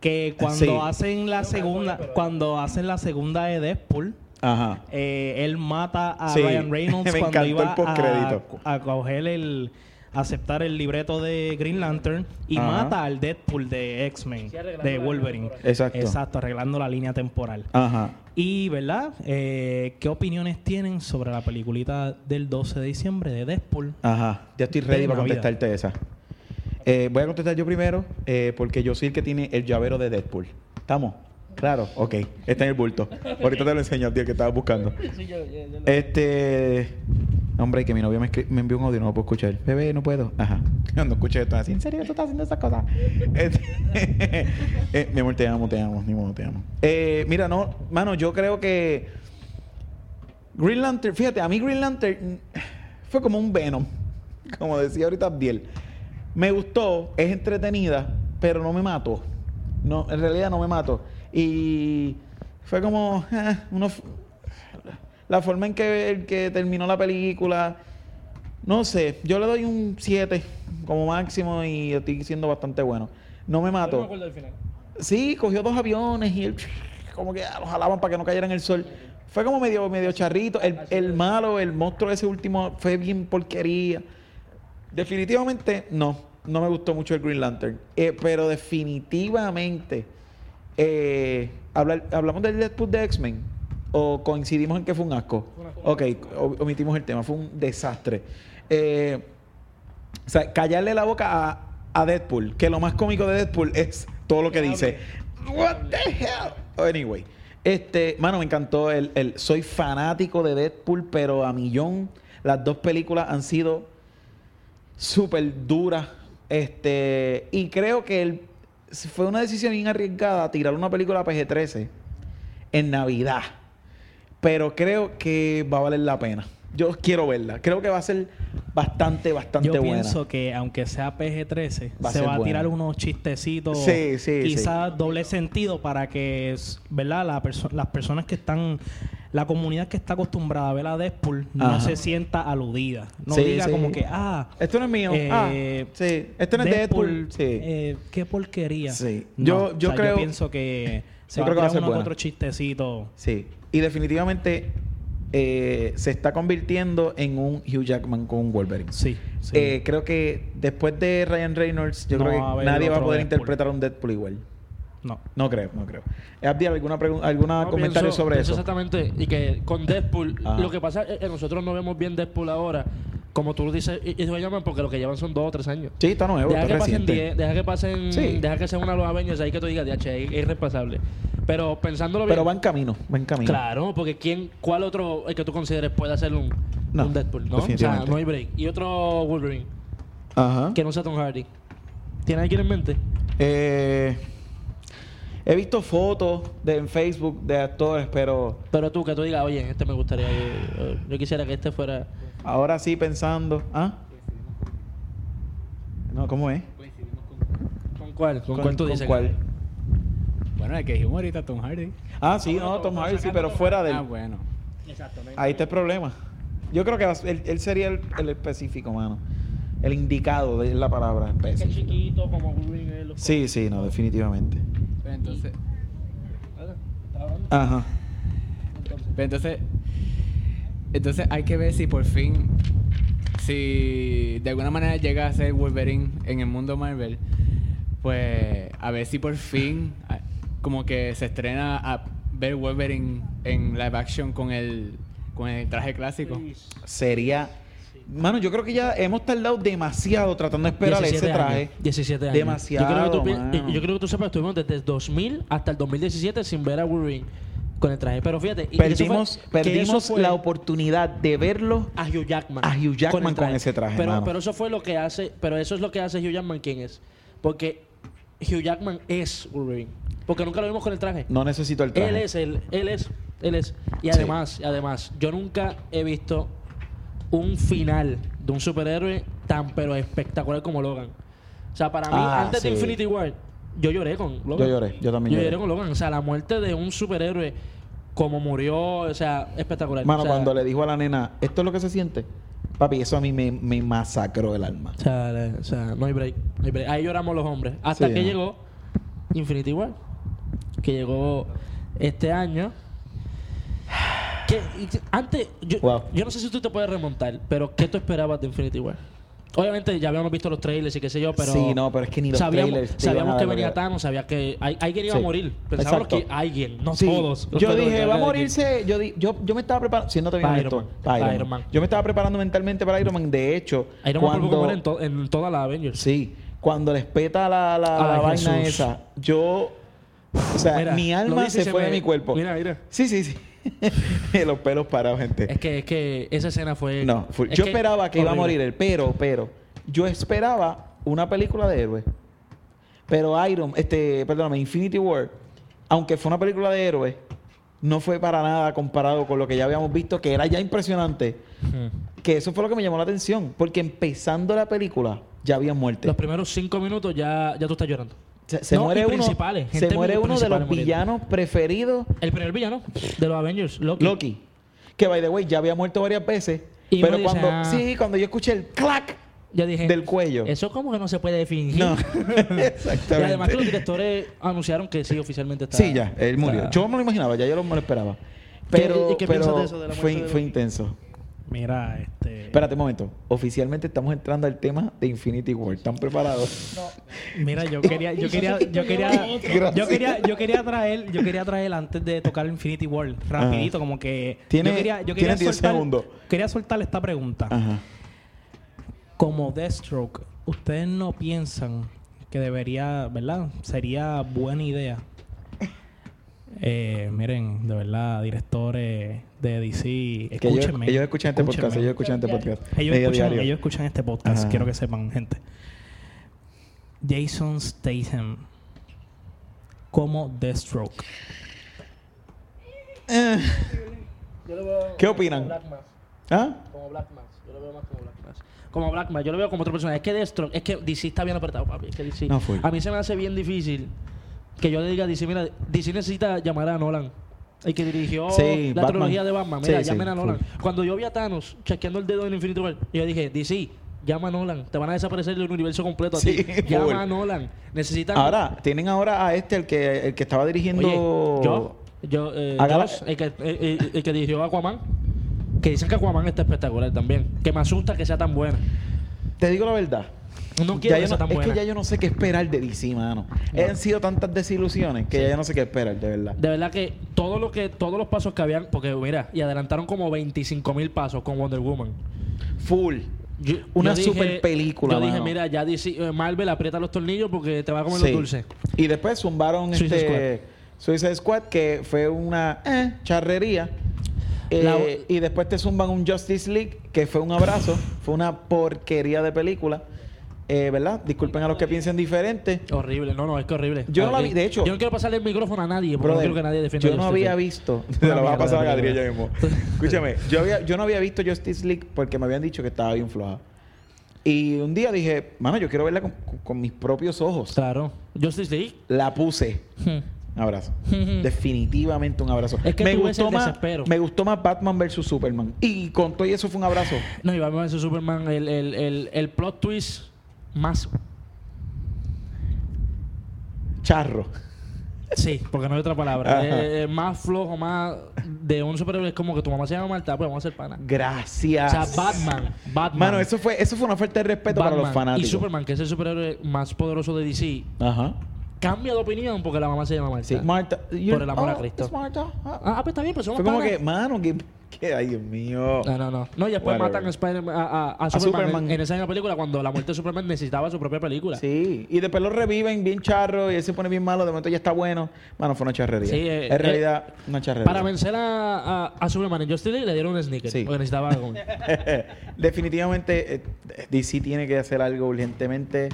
Speaker 3: Que cuando
Speaker 1: Sí.
Speaker 3: hacen la segunda, cuando hacen la segunda de Deadpool,
Speaker 1: Ajá.
Speaker 3: eh, él mata a
Speaker 1: Sí.
Speaker 3: Ryan Reynolds
Speaker 1: Me
Speaker 3: cuando
Speaker 1: encantó el
Speaker 3: iba a,
Speaker 1: postcrédito.
Speaker 3: a coger el aceptar el libreto de Green Lantern y
Speaker 1: Ajá.
Speaker 3: mata al Deadpool de X-Men,
Speaker 2: Sí, arreglando
Speaker 3: de
Speaker 2: la
Speaker 3: Wolverine.
Speaker 2: línea
Speaker 1: Exacto.
Speaker 3: Exacto, arreglando la línea temporal.
Speaker 1: Ajá.
Speaker 3: Y, ¿verdad? Eh, ¿Qué opiniones tienen sobre la peliculita del 12 de diciembre de Deadpool?
Speaker 1: Ajá. Ya estoy
Speaker 3: De
Speaker 1: ready para
Speaker 3: Navidad.
Speaker 1: contestarte esa. Eh, voy a contestar yo primero, eh, porque yo soy el que tiene el llavero de Deadpool. ¿Estamos? Claro, ok. Está en el bulto. Ahorita te lo enseño, tío, que estaba buscando. Este. Hombre, que mi novia me, escri- me envió un audio, no lo puedo escuchar. Bebé, no puedo. Ajá. No escuché esto así. ¿En serio tú estás haciendo esas cosas? Este, eh, mi amor, te amo, te amo. Ni modo, te amo. Eh, mira, no, mano, yo creo que. Green Lantern, fíjate, a mí Green Lantern mm, fue como un Venom. Como decía ahorita Abdiel. Me gustó, es entretenida, pero no me mató. No, en realidad no me mató. Y fue como eh, unos- la forma en que, en que terminó la película. No sé, yo le doy un 7 como máximo y estoy siendo bastante bueno. No me mató.
Speaker 2: del final.
Speaker 1: Sí, cogió dos aviones y él como que ah, los jalaban para que no cayera en el sol. Fue como medio, medio charrito. El, el malo, el monstruo ese último fue bien porquería. Definitivamente no. No me gustó mucho el Green Lantern. Eh, pero definitivamente. eh, hablar- ¿Hablamos del Deadpool de X-Men? ¿O coincidimos en que fue un asco? Ok, o- omitimos el tema. Fue un desastre. Eh, o sea, callarle la boca a, a Deadpool, que lo más cómico de Deadpool es todo lo que dice. What the hell? Anyway, este, mano, me encantó el, el- soy fanático de Deadpool, pero a millón las dos películas han sido súper duras, este, y creo que el- fue una decisión bien arriesgada tirar una película PG-13 en Navidad. Pero creo que va a valer la pena. Yo quiero verla. Creo que va a ser bastante, bastante
Speaker 3: Yo
Speaker 1: buena.
Speaker 3: pienso que aunque sea PG-13,
Speaker 1: Va a
Speaker 3: se
Speaker 1: ser
Speaker 3: va a
Speaker 1: buena.
Speaker 3: tirar unos chistecitos,
Speaker 1: Sí, sí,
Speaker 3: quizás doble sentido para que, s- ¿verdad? La perso- las personas que están, la comunidad que está acostumbrada a ver a Deadpool
Speaker 1: Ajá.
Speaker 3: no se sienta aludida. No
Speaker 1: Sí,
Speaker 3: diga
Speaker 1: sí.
Speaker 3: como que, ah,
Speaker 1: Esto no es mío.
Speaker 3: eh,
Speaker 1: ah, sí. Esto no es Deadpool. Sí.
Speaker 3: eh, qué porquería.
Speaker 1: Sí.
Speaker 3: No,
Speaker 1: Yo-
Speaker 3: o sea,
Speaker 1: yo creo-
Speaker 3: yo pienso que se
Speaker 1: Yo
Speaker 3: va
Speaker 1: creo que va a
Speaker 3: a
Speaker 1: ser
Speaker 3: tirar uno
Speaker 1: buena.
Speaker 3: otro chistecito.
Speaker 1: sí. Y definitivamente eh, se está convirtiendo en un Hugh Jackman con un Wolverine.
Speaker 3: Sí, sí.
Speaker 1: Eh, creo que después de Ryan Reynolds, yo
Speaker 3: No
Speaker 1: creo
Speaker 3: va
Speaker 1: que
Speaker 3: a haber
Speaker 1: nadie va a
Speaker 3: otro
Speaker 1: poder
Speaker 3: Deadpool.
Speaker 1: interpretar a un Deadpool igual.
Speaker 3: no.
Speaker 1: No creo, no creo. Eh, Abdi, ¿alguna pregun- alguna
Speaker 2: No,
Speaker 1: Ah, comentario
Speaker 2: pienso-
Speaker 1: sobre
Speaker 2: pienso
Speaker 1: eso?
Speaker 2: Exactamente. Y que con Deadpool,
Speaker 1: Ajá.
Speaker 2: lo que pasa es que nosotros no vemos bien Deadpool ahora. Como tú dices, y, y se llaman porque lo que llevan son dos o tres años.
Speaker 1: Sí, está nuevo,
Speaker 2: Deja
Speaker 1: está
Speaker 2: que, pasen
Speaker 1: reciente.
Speaker 2: 10, deja que pasen,
Speaker 1: Sí.
Speaker 2: deja que sea una de los Avengers ahí que tú digas, DH, es irresponsable. Pero pensándolo bien,
Speaker 1: Pero va en camino, va en camino.
Speaker 2: Claro, porque quién, ¿cuál otro el que tú consideres puede hacer un,
Speaker 1: No,
Speaker 2: un Deadpool? No, o sea,
Speaker 1: definitivamente. ¿Ah?
Speaker 2: no hay break. Y otro Wolverine,
Speaker 1: Ajá.
Speaker 2: que no sea Tom Hardy. ¿Tiene alguien en mente?
Speaker 1: Eh, he visto fotos de, en Facebook de actores, pero
Speaker 2: Pero tú, que tú digas, oye, este me gustaría, yo, yo- yo quisiera que este fuera...
Speaker 1: ahora sí pensando. ¿Ah? No, ¿cómo es?
Speaker 2: ¿Con cuál? ¿Con,
Speaker 1: ¿Con-
Speaker 2: cuál tú
Speaker 1: con
Speaker 2: dices?
Speaker 1: cuál?
Speaker 2: Gabriel?
Speaker 4: Bueno, el que dijimos ahorita, Tom Hardy.
Speaker 1: Ah, sí, no, Tom Hardy, sí, pero fuera de
Speaker 4: Ah,
Speaker 1: él.
Speaker 4: bueno.
Speaker 1: Ahí está el problema. Yo creo que va a ser- él, él sería el, el específico, mano. El indicado de es la palabra
Speaker 2: Es que es
Speaker 1: específico.
Speaker 2: chiquito, como Wolverine. él lo-
Speaker 1: Sí, sí, no, definitivamente.
Speaker 4: Pero Entonces,
Speaker 2: ¿Verdad? ¿Estaba hablando?
Speaker 1: Ajá.
Speaker 4: pero entonces, entonces hay que ver si por fin, si de alguna manera llega a ser Wolverine en el mundo Marvel, pues a ver si por fin a- como que se estrena a ver Wolverine en live action con el con el traje clásico.
Speaker 2: Please.
Speaker 1: Sería Mano, yo creo que ya hemos tardado demasiado tratando de esperar ese
Speaker 2: 17
Speaker 1: traje.
Speaker 2: años. 17 años.
Speaker 1: Demasiado,
Speaker 2: Yo creo, que tú, pi-
Speaker 1: mano.
Speaker 2: yo creo que tú sepas, estuvimos desde el 2000 hasta el 2017 sin ver a Wolverine con el traje. Pero fíjate, y- y eso
Speaker 1: Perdimos,
Speaker 2: fue- que eso
Speaker 1: perdimos
Speaker 2: fue Ah.
Speaker 1: la oportunidad de verlo.
Speaker 2: a Hugh Jackman.
Speaker 1: a Hugh
Speaker 2: el
Speaker 1: Jackman con ese traje,
Speaker 2: Pero,
Speaker 1: mano.
Speaker 2: pero eso fue lo que hace, pero eso es lo que hace Hugh Jackman quién es. Porque Hugh Jackman es Wolverine. Porque nunca lo vimos con el traje.
Speaker 1: No necesito el traje.
Speaker 2: Él es, él, él es, él es. Y
Speaker 1: Sí.
Speaker 2: además, además, yo nunca he visto un final de un superhéroe tan pero espectacular como Logan. O sea, para mí,
Speaker 1: Ah,
Speaker 2: antes de
Speaker 1: sí.
Speaker 2: Infinity War, yo lloré con
Speaker 1: Yo
Speaker 2: Logan.
Speaker 1: lloré, yo también
Speaker 2: Yo lloré
Speaker 1: lloré.
Speaker 2: con Logan. O sea, la muerte de un superhéroe como murió, o sea, espectacular.
Speaker 1: Mano,
Speaker 2: O sea,
Speaker 1: cuando le dijo a la nena, ¿esto es lo que se siente? Papi, eso a mí me, me masacró el alma.
Speaker 2: O sea, le- o sea, no hay break. no hay break. Ahí lloramos los hombres. Hasta
Speaker 1: Sí,
Speaker 2: que
Speaker 1: ¿no?
Speaker 2: llegó Infinity War. Que llegó este año. Que, y- antes, yo,
Speaker 1: Wow.
Speaker 2: yo no sé si tú te puedes remontar, pero ¿qué tú esperabas de Infinity War? Obviamente ya habíamos visto los trailers y qué sé yo, pero...
Speaker 1: Sí, no, pero es que ni los
Speaker 2: sabíamos,
Speaker 1: trailers te iban
Speaker 2: Sabíamos
Speaker 1: a
Speaker 2: que
Speaker 1: dar lo
Speaker 2: venía
Speaker 1: que-
Speaker 2: Thanos, sabía que hay- alguien iba
Speaker 1: Sí.
Speaker 2: a morir. Pensábamos
Speaker 1: Exacto.
Speaker 2: que alguien, no
Speaker 1: Sí,
Speaker 2: todos.
Speaker 1: Yo
Speaker 2: pero
Speaker 1: dije,
Speaker 2: que
Speaker 1: va a
Speaker 2: alguien".
Speaker 1: morirse. Yo, di- yo, yo me estaba preparando. Siéndote bien
Speaker 2: Para
Speaker 1: honesto,
Speaker 2: Iron Man.
Speaker 1: para
Speaker 2: Para Iron Man.
Speaker 1: Yo me estaba preparando mentalmente para Iron Man. De hecho,
Speaker 2: Iron Man por poco muere en, to- en toda la Avengers.
Speaker 1: Sí, cuando les peta la, la,
Speaker 2: Ay,
Speaker 1: la vaina
Speaker 2: Jesús.
Speaker 1: esa, yo. O sea,
Speaker 2: Mira,
Speaker 1: mi
Speaker 2: lo
Speaker 1: alma
Speaker 2: dice y
Speaker 1: se,
Speaker 2: se
Speaker 1: fue
Speaker 2: me-
Speaker 1: de mi cuerpo.
Speaker 2: Mira, mira. Este,
Speaker 1: Sí, sí, sí. Los pelos parados, gente.
Speaker 2: Es que, es que esa escena fue...
Speaker 1: No, fu-
Speaker 2: es
Speaker 1: yo esperaba que iba a
Speaker 2: horrible.
Speaker 1: morir él, pero, pero, yo esperaba una película de héroes. Pero Iron, este, perdóname, Infinity War, aunque fue una película de héroes, no fue para nada comparado con lo que ya habíamos visto, que era ya impresionante.
Speaker 2: Ujú.
Speaker 1: Que eso fue lo que me llamó la atención, porque empezando la película ya había muerte.
Speaker 2: Los primeros cinco minutos ya, ya tú estás llorando.
Speaker 1: Se, se
Speaker 2: No, y
Speaker 1: muere uno,
Speaker 2: principales,
Speaker 1: se
Speaker 2: gente
Speaker 1: muere
Speaker 2: muy
Speaker 1: uno de
Speaker 2: principal
Speaker 1: los
Speaker 2: muriendo.
Speaker 1: villanos preferidos,
Speaker 2: El primer villano de los Avengers, Loki.
Speaker 1: Loki. Que, by the way, ya había muerto varias veces.
Speaker 2: Y uno
Speaker 1: pero
Speaker 2: dice,
Speaker 1: cuando,
Speaker 2: ah.
Speaker 1: sí, cuando yo escuché el clac,
Speaker 2: Ya dije.
Speaker 1: Del cuello.
Speaker 2: Eso como que no se puede fingir.
Speaker 1: No,
Speaker 2: Y
Speaker 1: exactamente.
Speaker 2: además que los directores anunciaron que sí, oficialmente está.
Speaker 1: sí, ya, él murió.
Speaker 2: está-
Speaker 1: Yo me lo imaginaba, ya yo lo- me lo esperaba. Pero,
Speaker 2: ¿Y- y qué
Speaker 1: pero
Speaker 2: piensas de eso, de la muerte
Speaker 1: fue,
Speaker 2: de
Speaker 1: fue
Speaker 2: Loki?
Speaker 1: intenso.
Speaker 3: Mira, este.
Speaker 1: Espérate un momento. Oficialmente estamos entrando al tema de Infinity War. ¿Están preparados?
Speaker 3: Mira, yo quería, yo quería, yo quería, yo quería, yo quería traer, yo quería traer antes de tocar Infinity World, rapidito, como que
Speaker 1: Tiene-
Speaker 3: yo quería, yo
Speaker 1: tiene
Speaker 3: quería
Speaker 1: 10
Speaker 3: soltar,
Speaker 1: segundos.
Speaker 3: quería soltar esta
Speaker 2: Ah,
Speaker 3: pregunta.
Speaker 1: Ajá.
Speaker 3: Como Deathstroke, ustedes no piensan que debería, ¿verdad? Sería buena idea. Eh, miren, de verdad, directores de DC,
Speaker 1: Que ellos,
Speaker 3: escúchenme.
Speaker 1: ellos escuchan este
Speaker 3: escúchenme.
Speaker 1: podcast. Ellos escuchan este podcast.
Speaker 3: Ellos
Speaker 1: Medio
Speaker 3: escuchan,
Speaker 1: diario.
Speaker 3: ellos escuchan este podcast,
Speaker 1: Ajá.
Speaker 3: quiero que sepan, gente. Jason Statham como Deathstroke.
Speaker 2: Yo lo veo
Speaker 1: ¿Qué opinan?
Speaker 2: Black Mass,
Speaker 1: ¿Ah?
Speaker 2: como Black Mass. Yo lo veo más como Black Mass. Como Black Mass, yo lo veo como otro personaje. Es que Deathstroke, es que DC está bien apretado, papi. Es que DC.
Speaker 1: No, full.
Speaker 2: A mí se me hace bien difícil que yo le diga a DC, mira, DC necesita llamar a Nolan. El que dirigió
Speaker 1: Sí,
Speaker 2: la
Speaker 1: Batman.
Speaker 2: trilogía de Batman. Mira,
Speaker 1: Sí, sí,
Speaker 2: llamen a Nolan.
Speaker 1: full.
Speaker 2: Cuando yo vi a Thanos chequeando el dedo en Infinity War, yo dije, DC, llama a Nolan. Te van a desaparecer del universo completo a
Speaker 1: Sí,
Speaker 2: ti. Llama
Speaker 1: full.
Speaker 2: a Nolan. Necesitan...
Speaker 1: Ahora, tienen ahora a este, el que, el que estaba dirigiendo.
Speaker 2: Oye, yo, yo, eh,
Speaker 1: Haga la-
Speaker 2: Joss, el, que, eh, eh, el que dirigió Aquaman, que dicen que Aquaman está espectacular también. Que me asusta que sea tan buena.
Speaker 1: Te digo la verdad.
Speaker 2: No
Speaker 1: Ya
Speaker 2: quiero
Speaker 1: yo
Speaker 2: que sea
Speaker 1: no-
Speaker 2: tan
Speaker 1: es
Speaker 2: buena.
Speaker 1: que ya yo no sé qué esperar de DC, mano.
Speaker 2: No.
Speaker 1: Han sido tantas desilusiones que ya yo no sé qué esperar, de verdad.
Speaker 2: De verdad que todo lo que todos los pasos que habían, porque mira, y adelantaron como 25 mil pasos con Wonder Woman.
Speaker 1: Full.
Speaker 2: Yo-
Speaker 1: Una
Speaker 2: yo dije-
Speaker 1: super película,
Speaker 2: Yo dije,
Speaker 1: mano.
Speaker 2: mira, ya DC, eh, Marvel aprieta los tornillos porque te va a comer
Speaker 1: Sí.
Speaker 2: los dulces.
Speaker 1: Y después zumbaron
Speaker 2: Suicide
Speaker 1: este Suicide Squad, que fue una eh, charrería. Eh,
Speaker 2: La-
Speaker 1: y después te zumban un Justice League, que fue un abrazo, fue una porquería de película. Eh, ¿Verdad? Disculpen a los que piensen diferente.
Speaker 2: Horrible, no, no, es que horrible.
Speaker 1: Yo no la
Speaker 2: Porque
Speaker 1: vi- de hecho-
Speaker 2: Yo no quiero pasarle el micrófono a nadie, porque
Speaker 1: Brother,
Speaker 2: no quiero que nadie defienda
Speaker 1: yo no
Speaker 2: Justice
Speaker 1: había
Speaker 2: League.
Speaker 1: visto.
Speaker 2: Una
Speaker 1: Se la vas
Speaker 2: mierda
Speaker 1: a pasar a
Speaker 2: de
Speaker 1: Gadriel ya mismo.
Speaker 2: película.
Speaker 1: Escúchame, yo, había- yo no había visto Justice League porque me habían dicho que estaba bien floja. Y un día dije, mano, yo quiero verla con, con- con mis propios ojos.
Speaker 2: Claro. Justice League.
Speaker 1: La puse.
Speaker 2: Hmm.
Speaker 1: Un abrazo. Definitivamente un abrazo.
Speaker 2: Es que
Speaker 1: me
Speaker 2: tú ves
Speaker 1: gustó
Speaker 2: el
Speaker 1: más,
Speaker 2: desespero.
Speaker 1: me gustó más Batman vs Superman. Y con todo y eso fue un abrazo.
Speaker 2: No, y Batman vs Superman, el, el, el, el plot twist más.
Speaker 1: Charro.
Speaker 2: Sí, porque no hay otra palabra.
Speaker 1: Ajá.
Speaker 2: Eh, eh, más flojo, más de un superhéroe. Es como que tu mamá se llama Marta, pues vamos a ser pana. O
Speaker 1: Gracias.
Speaker 2: sea, Batman. Batman.
Speaker 1: Ah, Mano, eso fue, eso fue una falta de respeto para los
Speaker 2: Batman
Speaker 1: fanáticos.
Speaker 2: Y Superman, que es el superhéroe más poderoso de DC,
Speaker 1: Ajá.
Speaker 2: cambia de opinión porque la mamá se llama Marta.
Speaker 1: Sí, Marta.
Speaker 2: Por el amor a
Speaker 1: Oh,
Speaker 2: Cristo.
Speaker 1: es Marta. Ah,
Speaker 2: Ah, pues está bien, pues somos
Speaker 1: Fue como
Speaker 2: panas.
Speaker 1: que, mano, que, que, ay, Dios mío.
Speaker 2: No, no, no. No, y después
Speaker 1: Whatever.
Speaker 2: matan a, Spider- a, a- a Superman,
Speaker 3: Superman.
Speaker 2: En, en esa misma película cuando la muerte de Superman necesitaba su propia película.
Speaker 1: Sí, y después lo reviven bien charro y él se pone bien malo, de momento ya está bueno. Mano, fue una charrería.
Speaker 2: Sí, eh,
Speaker 1: en realidad, una charrería.
Speaker 2: Para vencer a, a, a Superman en Justice League le dieron un sneaker
Speaker 1: Sí.
Speaker 2: porque necesitaba algo.
Speaker 1: Definitivamente, eh, DC tiene que hacer algo urgentemente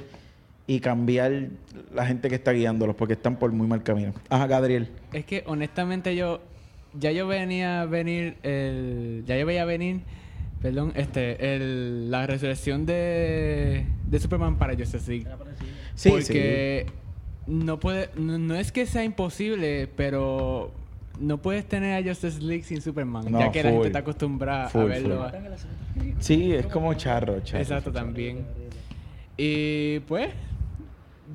Speaker 1: y cambiar la gente que está guiándolos porque están por muy mal camino. Ajá, Gabriel.
Speaker 4: Es que honestamente yo ya yo venía a venir el ya yo veía venir perdón este el, la resurrección de, de Superman para Justice League
Speaker 1: Sí,
Speaker 4: porque no puede no, no es que sea imposible pero no puedes tener a Justice League sin Superman
Speaker 1: No,
Speaker 4: ya que la
Speaker 1: full.
Speaker 4: gente está acostumbrada a
Speaker 1: Full,
Speaker 4: verlo
Speaker 1: full. sí. Sí, es como charro, charro.
Speaker 4: Exacto, también. Y pues,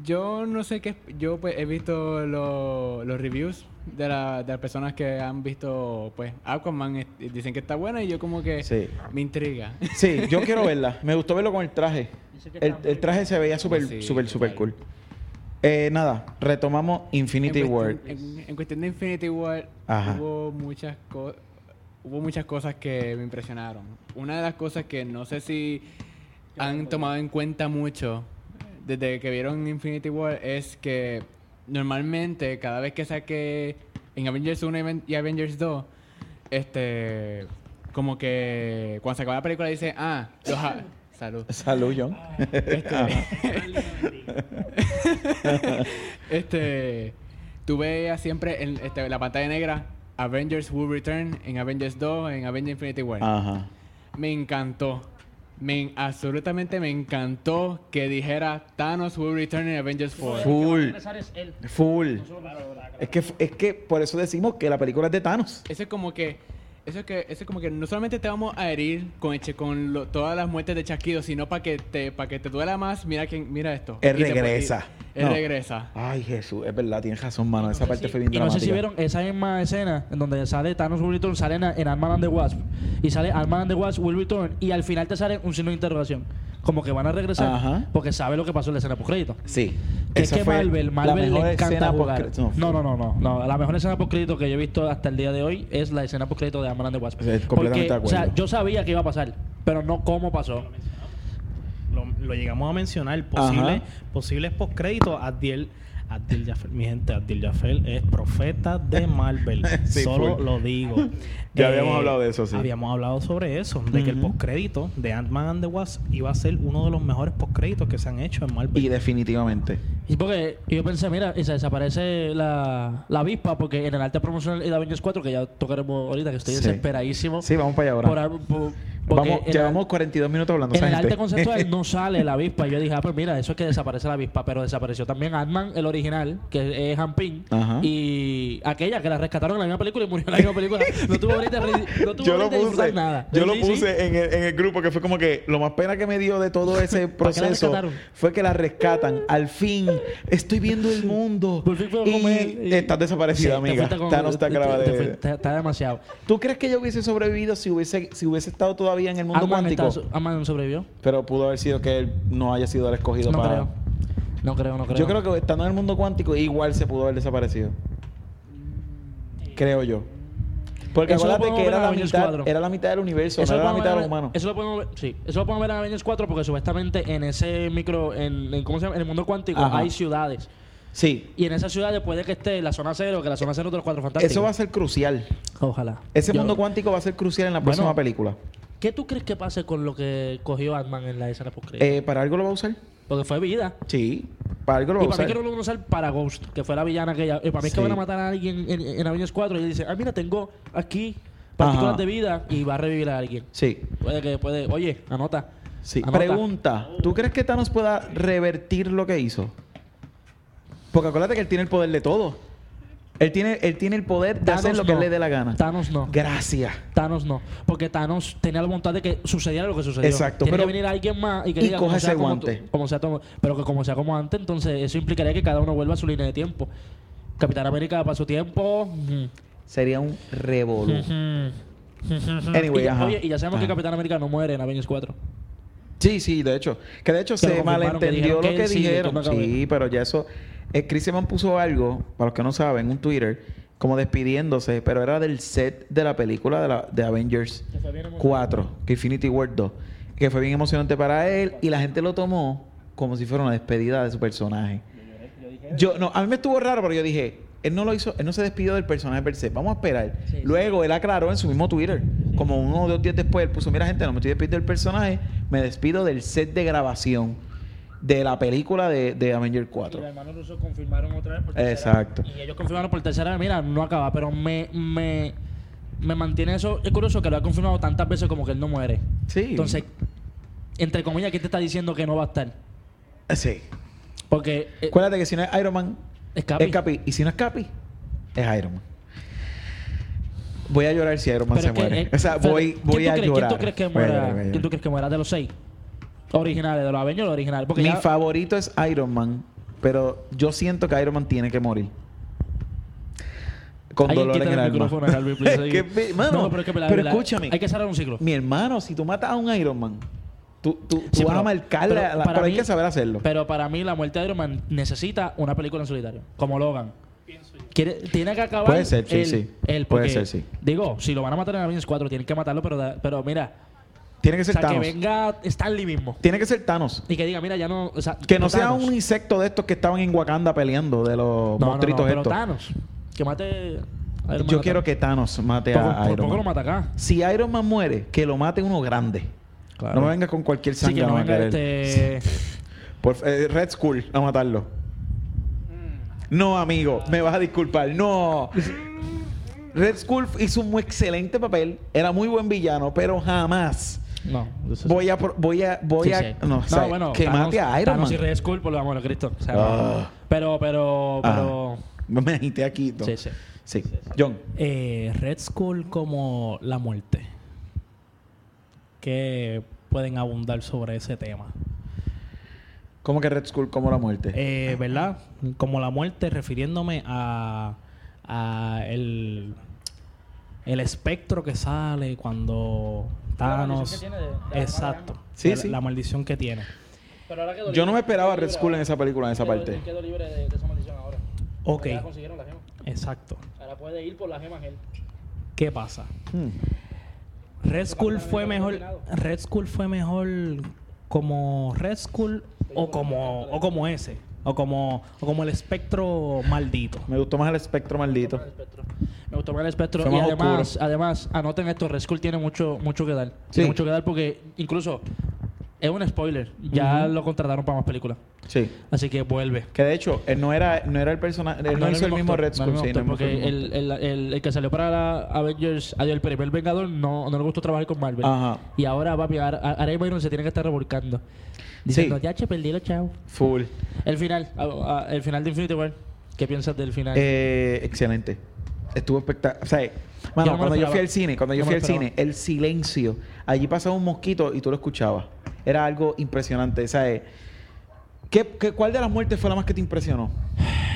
Speaker 4: yo no sé qué. Yo pues he visto lo- los reviews de, la- de las personas que han visto, pues, Aquaman. eh, y Dicen que está buena y yo, como que
Speaker 1: Sí.
Speaker 4: me intriga.
Speaker 1: Sí, yo quiero verla. Me gustó verlo con el traje. El, el traje se veía súper,
Speaker 4: Sí,
Speaker 1: súper, súper
Speaker 4: total.
Speaker 1: cool. Eh, nada, retomamos Infinity
Speaker 4: en
Speaker 1: War.
Speaker 4: cuestión- En, en cuestión de Infinity War,
Speaker 1: Ajá.
Speaker 4: hubo muchas cosas. Hubo muchas cosas que me impresionaron. Una de las cosas que no sé si han tomado en cuenta mucho desde que vieron Infinity War es que normalmente cada vez que saque en Avengers 1 y Aven- y Avengers 2, este como que cuando se acaba la película dice, "Ah, los a- salud.
Speaker 1: Salud, John.
Speaker 4: Este, tú veías siempre en este, la pantalla negra Avengers Will Return, en Avengers 2, en Avengers Infinity War.
Speaker 1: Ajá.
Speaker 4: Me encantó. Me, en- absolutamente me encantó que dijera Thanos Will Return en Avengers 4.
Speaker 1: Full. Full. Es que, es que por eso decimos que la película es de Thanos.
Speaker 4: Eso es como que. Eso es, que, eso es como que no solamente te vamos a herir con, el che- con lo- todas las muertes de Chasquido, sino para que te para que te duela más, mira quién, mira esto.
Speaker 1: Él
Speaker 4: Y te-
Speaker 1: regresa.
Speaker 4: y- él
Speaker 1: No.
Speaker 4: regresa.
Speaker 1: Ay, Jesús, es verdad, tienes razón, mano. Esa parte fue bien
Speaker 2: y no
Speaker 1: dramática.
Speaker 2: sé si vieron esa misma escena en donde sale Thanos Will Return, sale en, en Ant-Man and the Wasp. Y sale Ant-Man and the Wasp Will Return. Y al final te sale un signo de interrogación. Como que van a regresar
Speaker 1: Ajá.
Speaker 2: porque sabe lo que pasó en la escena post-crédito.
Speaker 1: Sí.
Speaker 2: Que es
Speaker 1: esa
Speaker 2: que
Speaker 1: fue
Speaker 2: Marvel,
Speaker 1: la
Speaker 2: Marvel
Speaker 1: mejor
Speaker 2: le encanta
Speaker 1: escena
Speaker 2: jugar.
Speaker 1: post-
Speaker 2: No, no, no, no, no. La mejor escena post-crédito que yo he visto hasta el día de hoy es la escena post-crédito de Ant-Man and the Wasp.
Speaker 1: Sí, completamente de
Speaker 2: Porque, o sea,
Speaker 1: acuerdo.
Speaker 2: yo sabía que iba a pasar, pero no cómo pasó.
Speaker 3: lo, lo llegamos a mencionar,
Speaker 1: Ajá.
Speaker 3: posible, posibles postcréditos, Adiel, Adiel Jaffer, mi gente, Adiel Jaffer es profeta de Marvel,
Speaker 1: Sí,
Speaker 3: solo
Speaker 1: full.
Speaker 3: lo digo. Eh,
Speaker 1: Ya habíamos hablado de eso, sí.
Speaker 3: Habíamos hablado sobre eso, de que el
Speaker 1: Ujú.
Speaker 3: postcrédito de Ant-Man and the Wasp iba a ser uno de los mejores postcréditos que se han hecho en Marvel.
Speaker 1: Y definitivamente.
Speaker 2: Y porque yo pensé, mira, y se desaparece la, la avispa porque en el arte promocional de Avengers 4, que ya tocaremos ahorita, que estoy
Speaker 1: Sí.
Speaker 2: desesperadísimo.
Speaker 1: Sí, vamos para allá ahora.
Speaker 2: por al- por- porque
Speaker 1: Vamos,
Speaker 2: en
Speaker 1: llevamos
Speaker 2: el-
Speaker 1: 42 minutos hablando.
Speaker 2: en
Speaker 1: esa
Speaker 2: el
Speaker 1: gente.
Speaker 2: arte conceptual no sale la avispa. Y yo dije, ah, pues mira, eso es que desaparece la avispa. Pero desapareció también Ant-Man, el original, que es Hampin.
Speaker 1: Ajá.
Speaker 2: Y aquella que la rescataron en la misma película y murió en la misma película. No tuvo ahorita no tuvo
Speaker 1: yo lo
Speaker 2: break de disfrutar
Speaker 1: puse,
Speaker 2: nada.
Speaker 1: yo
Speaker 2: Sí,
Speaker 1: lo
Speaker 2: sí.
Speaker 1: puse en el, en el grupo que fue como que lo más pena que me dio de todo ese proceso
Speaker 2: rescataron?
Speaker 1: fue que la rescatan. Al fin, estoy viendo el mundo.
Speaker 2: Por fin puedo
Speaker 1: y
Speaker 2: comer. y-
Speaker 1: estás
Speaker 2: Sí,
Speaker 1: desaparecida,
Speaker 2: te
Speaker 1: amiga.
Speaker 2: fuiste con-
Speaker 1: Thanos está
Speaker 2: te-
Speaker 1: clavada
Speaker 2: te
Speaker 1: de-
Speaker 2: fuiste- Está está demasiado.
Speaker 1: ¿Tú crees que yo hubiese sobrevivido si hubiese, si hubiese estado todavía en el mundo
Speaker 2: Ant-Man
Speaker 1: cuántico?
Speaker 2: está- Ant-Man sobrevivió.
Speaker 1: Pero pudo haber sido que él no haya sido el escogido
Speaker 2: No
Speaker 1: para.
Speaker 2: creo. No creo, no creo.
Speaker 1: Yo creo que estando en el mundo cuántico, igual se pudo haber desaparecido. Creo yo. Porque
Speaker 2: Eso lo
Speaker 1: acuérdate
Speaker 2: podemos
Speaker 1: que
Speaker 2: ver
Speaker 1: era
Speaker 2: en
Speaker 1: la,
Speaker 2: Avengers
Speaker 1: mitad,
Speaker 2: 4.
Speaker 1: era la mitad del universo,
Speaker 2: Eso
Speaker 1: no
Speaker 2: lo
Speaker 1: era la
Speaker 2: podemos
Speaker 1: mitad de
Speaker 2: ver-
Speaker 1: los humanos.
Speaker 2: Eso lo podemos ver, sí. Eso lo podemos ver en Avengers 4 porque supuestamente en ese micro, en, en- ¿cómo se llama? En el mundo cuántico
Speaker 1: Ajá.
Speaker 2: hay ciudades.
Speaker 1: Sí.
Speaker 2: Y en esas ciudades puede que esté la zona cero, que la zona cero de los cuatro fantásticos.
Speaker 1: Eso va a ser crucial.
Speaker 2: Ojalá.
Speaker 1: Ese
Speaker 2: Yo-
Speaker 1: mundo cuántico va a ser crucial en la
Speaker 2: Bueno.
Speaker 1: próxima película.
Speaker 2: ¿Qué tú crees que pase con lo que cogió Ant-Man en la escena post
Speaker 1: Eh, ¿Para algo lo va a usar?
Speaker 2: Porque fue vida.
Speaker 1: Sí. ¿Para algo lo va
Speaker 2: Y
Speaker 1: a
Speaker 2: para mí
Speaker 1: usar?
Speaker 2: que no lo van a usar para Ghost, que fue la villana que ella. Y para mí es
Speaker 1: Sí.
Speaker 2: que van a matar a alguien en, en Avengers 4 y él dice, ah, mira, tengo aquí partículas
Speaker 1: Ajá.
Speaker 2: de vida y va a revivir a alguien.
Speaker 1: Sí.
Speaker 2: Puede que, puede. Oye, anota.
Speaker 1: Sí.
Speaker 2: Anota.
Speaker 1: Pregunta. ¿Tú crees que Thanos pueda revertir lo que hizo? Porque acuérdate que él tiene el poder de todo. Él tiene, él tiene el poder de hacer
Speaker 2: Thanos
Speaker 1: lo que
Speaker 2: no.
Speaker 1: le dé la gana.
Speaker 2: Thanos no.
Speaker 1: Gracias.
Speaker 2: Thanos no, porque Thanos tenía la voluntad de que sucediera lo que sucedió.
Speaker 1: Exacto,
Speaker 2: Tiene
Speaker 1: pero-
Speaker 2: que venir alguien más y que
Speaker 1: y
Speaker 2: diga
Speaker 1: coja
Speaker 2: como
Speaker 1: ese
Speaker 2: sea como
Speaker 1: guante.
Speaker 2: tú- como sea como- pero que como sea como antes, entonces eso implicaría que cada uno vuelva a su línea de tiempo. Capitán América para su tiempo. ujú,
Speaker 1: Sería un revolú.
Speaker 2: ujú, ujú.
Speaker 1: Anyway,
Speaker 2: y ya,
Speaker 1: ajá.
Speaker 2: oye, y ya sabemos que
Speaker 1: Ajá.
Speaker 2: Capitán América no muere en Avengers 4.
Speaker 1: Sí, sí, de hecho. Que de hecho
Speaker 2: Que
Speaker 1: se
Speaker 2: lo confirmaron, que
Speaker 1: malentendió
Speaker 2: dijeron
Speaker 1: lo
Speaker 2: que
Speaker 1: que
Speaker 2: él sí, que
Speaker 1: dijeron.
Speaker 2: no
Speaker 1: Sí,
Speaker 2: acabé.
Speaker 1: pero ya eso. Eh, Chris Evans puso algo, para los que no saben, un Twitter, como despidiéndose, pero era del set de la película de, la, de Avengers
Speaker 2: Que fue bien emocionante.
Speaker 1: 4, que Infinity War 2, que fue bien emocionante para él y la gente lo tomó como si fuera una despedida de su personaje. Yo, no, a mí me estuvo raro, pero yo dije, él no lo hizo, él no se despidió del personaje per se. Vamos a esperar.
Speaker 2: Sí, sí.
Speaker 1: Luego él aclaró en su mismo Twitter, como uno o dos días después, él puso, mira gente, no me estoy despidiendo del personaje, me despido del set de grabación de la película de, de Avenger
Speaker 2: Y los
Speaker 1: 4.
Speaker 2: hermanos rusos confirmaron otra vez por
Speaker 1: Exacto.
Speaker 2: Y ellos confirmaron por tercera vez, mira, no acaba, pero me, me, me mantiene eso. Es curioso que lo ha confirmado tantas veces como que él no muere.
Speaker 1: Sí.
Speaker 2: Entonces, entre comillas, ¿qué te está diciendo que no va a estar?
Speaker 1: Eh, sí.
Speaker 2: Porque eh,
Speaker 1: Acuérdate que si no es Iron Man,
Speaker 2: es Capi.
Speaker 1: es Capi. Y si no es Capi, es Iron Man. Voy a llorar si Iron Man
Speaker 2: Pero
Speaker 1: se
Speaker 2: es que,
Speaker 1: muere.
Speaker 2: eh,
Speaker 1: o sea,
Speaker 2: espérate,
Speaker 1: voy,
Speaker 2: ¿quién
Speaker 1: voy
Speaker 2: tú
Speaker 1: a
Speaker 2: crees-
Speaker 1: llorar.
Speaker 2: ¿Quién tú crees que
Speaker 1: Voy a llorar,
Speaker 2: muera?
Speaker 1: voy a
Speaker 2: ¿Quién tú
Speaker 1: llorar.
Speaker 2: crees que muera de los seis? Originales, de los Avengers originales. Porque
Speaker 1: Mi
Speaker 2: ya-
Speaker 1: favorito es Iron Man, pero yo siento que Iron Man tiene que morir. Con
Speaker 2: Alguien
Speaker 1: dolor en
Speaker 2: quita
Speaker 1: el
Speaker 2: el
Speaker 1: alma.
Speaker 2: micrófono a Alvin, please.
Speaker 1: Es que, mi- mano,
Speaker 2: No, pero es que, la- la-
Speaker 1: escúchame.
Speaker 2: hay que cerrar un ciclo.
Speaker 1: Mi hermano, si tú matas a un Iron Man, tú, tú, tú
Speaker 2: Sí,
Speaker 1: vas
Speaker 2: pero-
Speaker 1: a marcarle.
Speaker 2: pero
Speaker 1: a la- Pero,
Speaker 2: para
Speaker 1: hay
Speaker 2: mí-
Speaker 1: que saber hacerlo.
Speaker 2: Pero para mí, la muerte de Iron Man necesita una película en solitario, como Logan. Quiere, tiene que acabar.
Speaker 1: Puede ser, sí,
Speaker 2: él-
Speaker 1: sí.
Speaker 2: él,
Speaker 1: Puede
Speaker 2: porque,
Speaker 1: ser, sí.
Speaker 2: Digo, si lo van a matar en Avengers 4, tienen que matarlo, pero, da- pero mira,
Speaker 1: tiene que
Speaker 2: o
Speaker 1: ser
Speaker 2: sea, que
Speaker 1: Thanos.
Speaker 2: venga Stanley mismo
Speaker 1: Tiene que ser Thanos.
Speaker 2: y que diga, mira, ya no. o sea,
Speaker 1: Que no sea
Speaker 2: Thanos.
Speaker 1: un insecto de estos que estaban en Wakanda peleando, de los
Speaker 2: No, no, no,
Speaker 1: monstruitos
Speaker 2: pero
Speaker 1: estos.
Speaker 2: Thanos. Que mate. a Iron Man
Speaker 1: Yo
Speaker 2: a
Speaker 1: quiero
Speaker 2: Thanos.
Speaker 1: que Thanos mate
Speaker 2: Por,
Speaker 1: a
Speaker 2: por
Speaker 1: Iron
Speaker 2: poco lo
Speaker 1: Man.
Speaker 2: mata acá.
Speaker 1: Si Iron Man muere, que lo mate uno grande.
Speaker 2: Claro.
Speaker 1: No me venga con cualquier
Speaker 2: Sí,
Speaker 1: sangre
Speaker 2: que no venga este.
Speaker 1: Por, eh, Red Skull a matarlo. No, amigo, me vas a disculpar. No. Red Skull hizo un muy excelente papel. Era muy buen villano, pero jamás
Speaker 2: No,
Speaker 1: voy a. pro- Voy a. Voy
Speaker 2: Sí,
Speaker 1: a
Speaker 2: sí.
Speaker 1: No, o sea, que
Speaker 2: Thanos-
Speaker 1: mate a Iron
Speaker 2: Thanos y
Speaker 1: Man.
Speaker 2: Red Skull, por lo amor de Cristo. O sea,
Speaker 1: Ah.
Speaker 2: Pero, pero, pero.
Speaker 1: Ah, me agité aquí. ¿no?
Speaker 2: Sí, sí.
Speaker 1: Sí. John.
Speaker 3: Eh, Red Skull como la muerte. ¿Qué pueden abundar sobre ese tema?
Speaker 1: ¿Cómo que Red Skull como la muerte?
Speaker 3: Eh, ¿Verdad? Como la muerte, refiriéndome a, a el, el espectro que sale cuando Thanos...
Speaker 2: maldición que tiene de- de la
Speaker 3: exacto.
Speaker 2: mala
Speaker 1: Sí,
Speaker 3: la,
Speaker 1: sí.
Speaker 3: la maldición que tiene.
Speaker 2: Pero ahora quedó
Speaker 1: Yo
Speaker 2: libre,
Speaker 1: no me esperaba a
Speaker 2: quedó
Speaker 1: Red
Speaker 2: libre
Speaker 1: Skull en
Speaker 2: ahora.
Speaker 1: esa película, en esa
Speaker 2: Quedó-
Speaker 1: parte.
Speaker 2: quedó libre de, de esa maldición ahora.
Speaker 3: Ok,
Speaker 2: Porque ya consiguieron la gema.
Speaker 3: exacto.
Speaker 2: Ahora puede ir por la gema gel.
Speaker 3: ¿Qué pasa?
Speaker 1: Hmm.
Speaker 3: Red Skull fue
Speaker 2: también
Speaker 3: mejor.
Speaker 2: está nominado.
Speaker 3: Red Skull fue mejor como Red Skull o como o como ese o como o como el espectro maldito.
Speaker 1: Me gustó más el espectro maldito.
Speaker 2: Toma el espectro. Me gustó más el espectro.
Speaker 1: Fue
Speaker 2: y
Speaker 1: más
Speaker 2: además,
Speaker 1: oscuro.
Speaker 2: además, anoten esto, Red Skull tiene mucho, mucho que dar.
Speaker 1: Sí.
Speaker 2: Tiene mucho que dar porque incluso es un spoiler. Ya lo contrataron para más películas.
Speaker 1: Sí.
Speaker 2: Así que vuelve.
Speaker 1: Que de hecho, él no era, no era el personaje. Él no,
Speaker 2: era
Speaker 1: hizo el mismo
Speaker 2: actor,
Speaker 1: Red Skull.
Speaker 2: no
Speaker 1: sí,
Speaker 2: era el mismo
Speaker 1: no
Speaker 2: actor,
Speaker 1: fue el
Speaker 2: porque
Speaker 1: mismo
Speaker 2: el, el, el- el que salió para la Avengers, adiós, el primer Vengador, no, no le gustó trabajar con Marvel.
Speaker 1: Ajá.
Speaker 2: Y ahora, papi, ahora, ahora Iron se tiene que estar revolcando. Diciendo,
Speaker 1: Sí.
Speaker 2: ya, che, perdí los chavos.
Speaker 1: actor. Full.
Speaker 2: El final, a- a- el final de Infinity War. ¿Qué piensas del final?
Speaker 1: Eh, excelente. Estuvo espectacular. O sea, eh, mano,
Speaker 2: Yo no me lo
Speaker 1: cuando yo
Speaker 2: esperaba.
Speaker 1: fui al cine, cuando yo
Speaker 2: No me
Speaker 1: fui
Speaker 2: lo
Speaker 1: al cine,
Speaker 2: esperaba.
Speaker 1: el silencio. Allí pasaba un mosquito y tú lo escuchabas. Era algo impresionante. O sea, eh, ¿qué, qué, cuál de las muertes fue la más que te impresionó?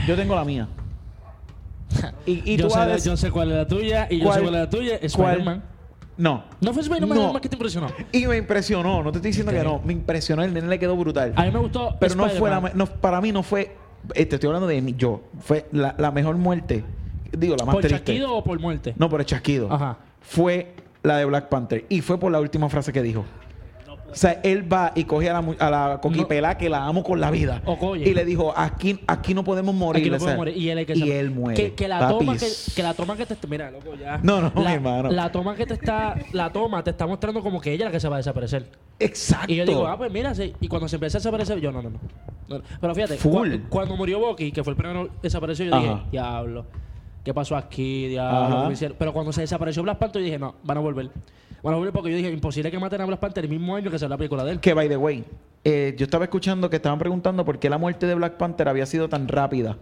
Speaker 1: Yo tengo la mía. Y, y
Speaker 2: yo,
Speaker 1: tú
Speaker 2: sé,
Speaker 1: vas a decir-
Speaker 2: yo sé cuál es la tuya y yo sé
Speaker 1: ¿Cuál-
Speaker 2: cuál es la tuya.
Speaker 1: cuál-
Speaker 2: Spider-Man.
Speaker 1: No.
Speaker 2: No fue Spider-Man
Speaker 1: No.
Speaker 2: nada más que te impresionó.
Speaker 1: Y me impresionó, no te estoy diciendo que no, me impresionó, el nene le quedó brutal.
Speaker 2: A mí me gustó.
Speaker 1: Pero no fue la,
Speaker 2: Spider-Man.
Speaker 1: me- no, para mí no fue, eh, te estoy hablando de mí, yo, fue la, la mejor muerte, digo, la más
Speaker 2: ¿Por
Speaker 1: triste.
Speaker 2: chasquido o por muerte?
Speaker 1: No, por el chasquido.
Speaker 2: Ajá.
Speaker 1: Fue la de Black Panther y fue por la última frase que dijo. O sea, él va y coge a la, mu- a la coquipela que la amo con la vida.
Speaker 2: Okoye.
Speaker 1: Y le dijo, aquí, aquí no podemos morir.
Speaker 2: Aquí no
Speaker 1: o sea,
Speaker 2: puede morir. Y él, es que
Speaker 1: y
Speaker 2: se-
Speaker 1: él muere.
Speaker 2: Que, que la
Speaker 1: Papi,
Speaker 2: toma que, que la toma que te mira, loco, ya.
Speaker 1: No, no,
Speaker 2: la,
Speaker 1: mi hermano.
Speaker 2: La toma que te está la toma te está mostrando como que ella es la que se va a desaparecer.
Speaker 1: Exacto.
Speaker 2: Y yo digo, ah, pues mira, sí. y cuando se empieza a desaparecer, yo no, no, no. No, no. Pero fíjate, cu-
Speaker 1: Full.
Speaker 2: cuando murió Bucky, que fue el primero que desapareció, yo
Speaker 1: Ajá.
Speaker 2: dije, diablo, ¿qué pasó aquí?
Speaker 1: Ajá.
Speaker 2: Diablo, ¿qué hicieron?". Pero cuando se desapareció Black Panther, yo dije, no, van a volver. Van a volver porque yo dije, imposible que maten a Black Panther el mismo año que salió la película de él.
Speaker 1: Que, by the way, eh, yo estaba escuchando que estaban preguntando por qué la muerte de Black Panther había sido tan rápida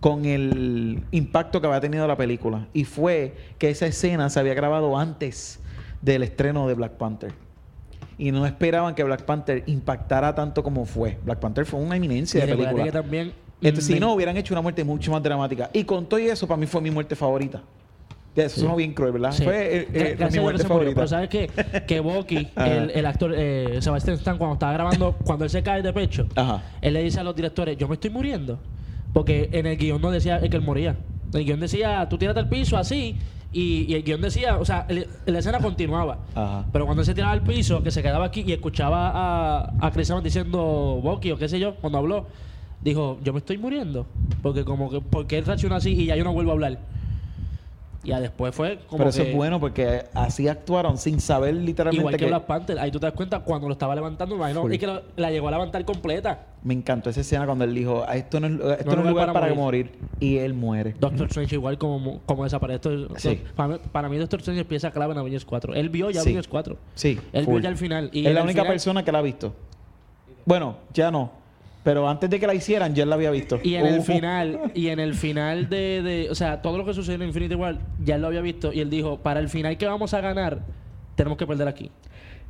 Speaker 1: con el impacto que había tenido la película. Y fue que esa escena se había grabado antes del estreno de Black Panther. Y no esperaban que Black Panther impactara tanto como fue. Black Panther fue una
Speaker 2: Y
Speaker 1: eminencia de
Speaker 2: recuerda
Speaker 1: película.
Speaker 2: que también.
Speaker 1: Entonces, si
Speaker 2: me-
Speaker 1: no, hubieran hecho una muerte mucho más dramática. Y con todo y eso, para mí fue mi muerte favorita. Ya, eso suena bien cruel, ¿verdad?
Speaker 2: Sí.
Speaker 1: Fue eh, eh,
Speaker 2: Gra- gracias a Dios
Speaker 1: mi
Speaker 2: que
Speaker 1: muerte
Speaker 2: se murió,
Speaker 1: favorita.
Speaker 2: Pero sabes qué? que Bucky,
Speaker 1: Ajá.
Speaker 2: el, el actor eh, Sebastián Stan, cuando estaba grabando, cuando él se cae de pecho,
Speaker 1: Ajá.
Speaker 2: él le dice a los directores, yo me estoy muriendo. Porque en el guión no decía que él moría. El guión decía, tú tírate al piso así. Y, y el guión decía, o sea, el- la escena continuaba.
Speaker 5: Ajá.
Speaker 2: Pero cuando él se tiraba al piso, que se quedaba aquí y escuchaba a, a Chris Evans diciendo Bucky o qué sé yo, cuando habló, dijo, yo me estoy muriendo. Porque como que, porque él reaccionó así y ya yo no vuelvo a hablar. Y ya después fue como
Speaker 1: Pero eso
Speaker 2: que-
Speaker 1: es bueno porque así actuaron sin saber literalmente
Speaker 2: Igual que, Black Panther, ahí tú te das cuenta cuando lo estaba levantando, me imagino,
Speaker 1: Full.
Speaker 2: es que lo- la llegó a levantar completa.
Speaker 1: Me encantó esa escena cuando él dijo, "Ah, esto no es, esto no es lugar para, morir. Y él muere.
Speaker 2: Doctor Strange igual como, como desaparece.
Speaker 1: Sí.
Speaker 2: Para, mí, para mí Doctor Strange es pieza clave en Avengers 4. Él vio ya
Speaker 1: Sí.
Speaker 2: Avengers 4.
Speaker 1: Sí.
Speaker 2: Él vio
Speaker 1: full.
Speaker 2: ya al final. Y
Speaker 1: es
Speaker 2: él
Speaker 1: la
Speaker 2: al
Speaker 1: única
Speaker 2: final-
Speaker 1: persona que la ha visto. Bueno, ya no. Pero antes de que la hicieran, ya él la había visto.
Speaker 2: Y en el
Speaker 1: Uh,
Speaker 2: final, y en el final de, de- O sea, todo lo que sucedió en Infinity War, ya él lo había visto. Y él dijo, para el final que vamos a ganar, tenemos que perder aquí.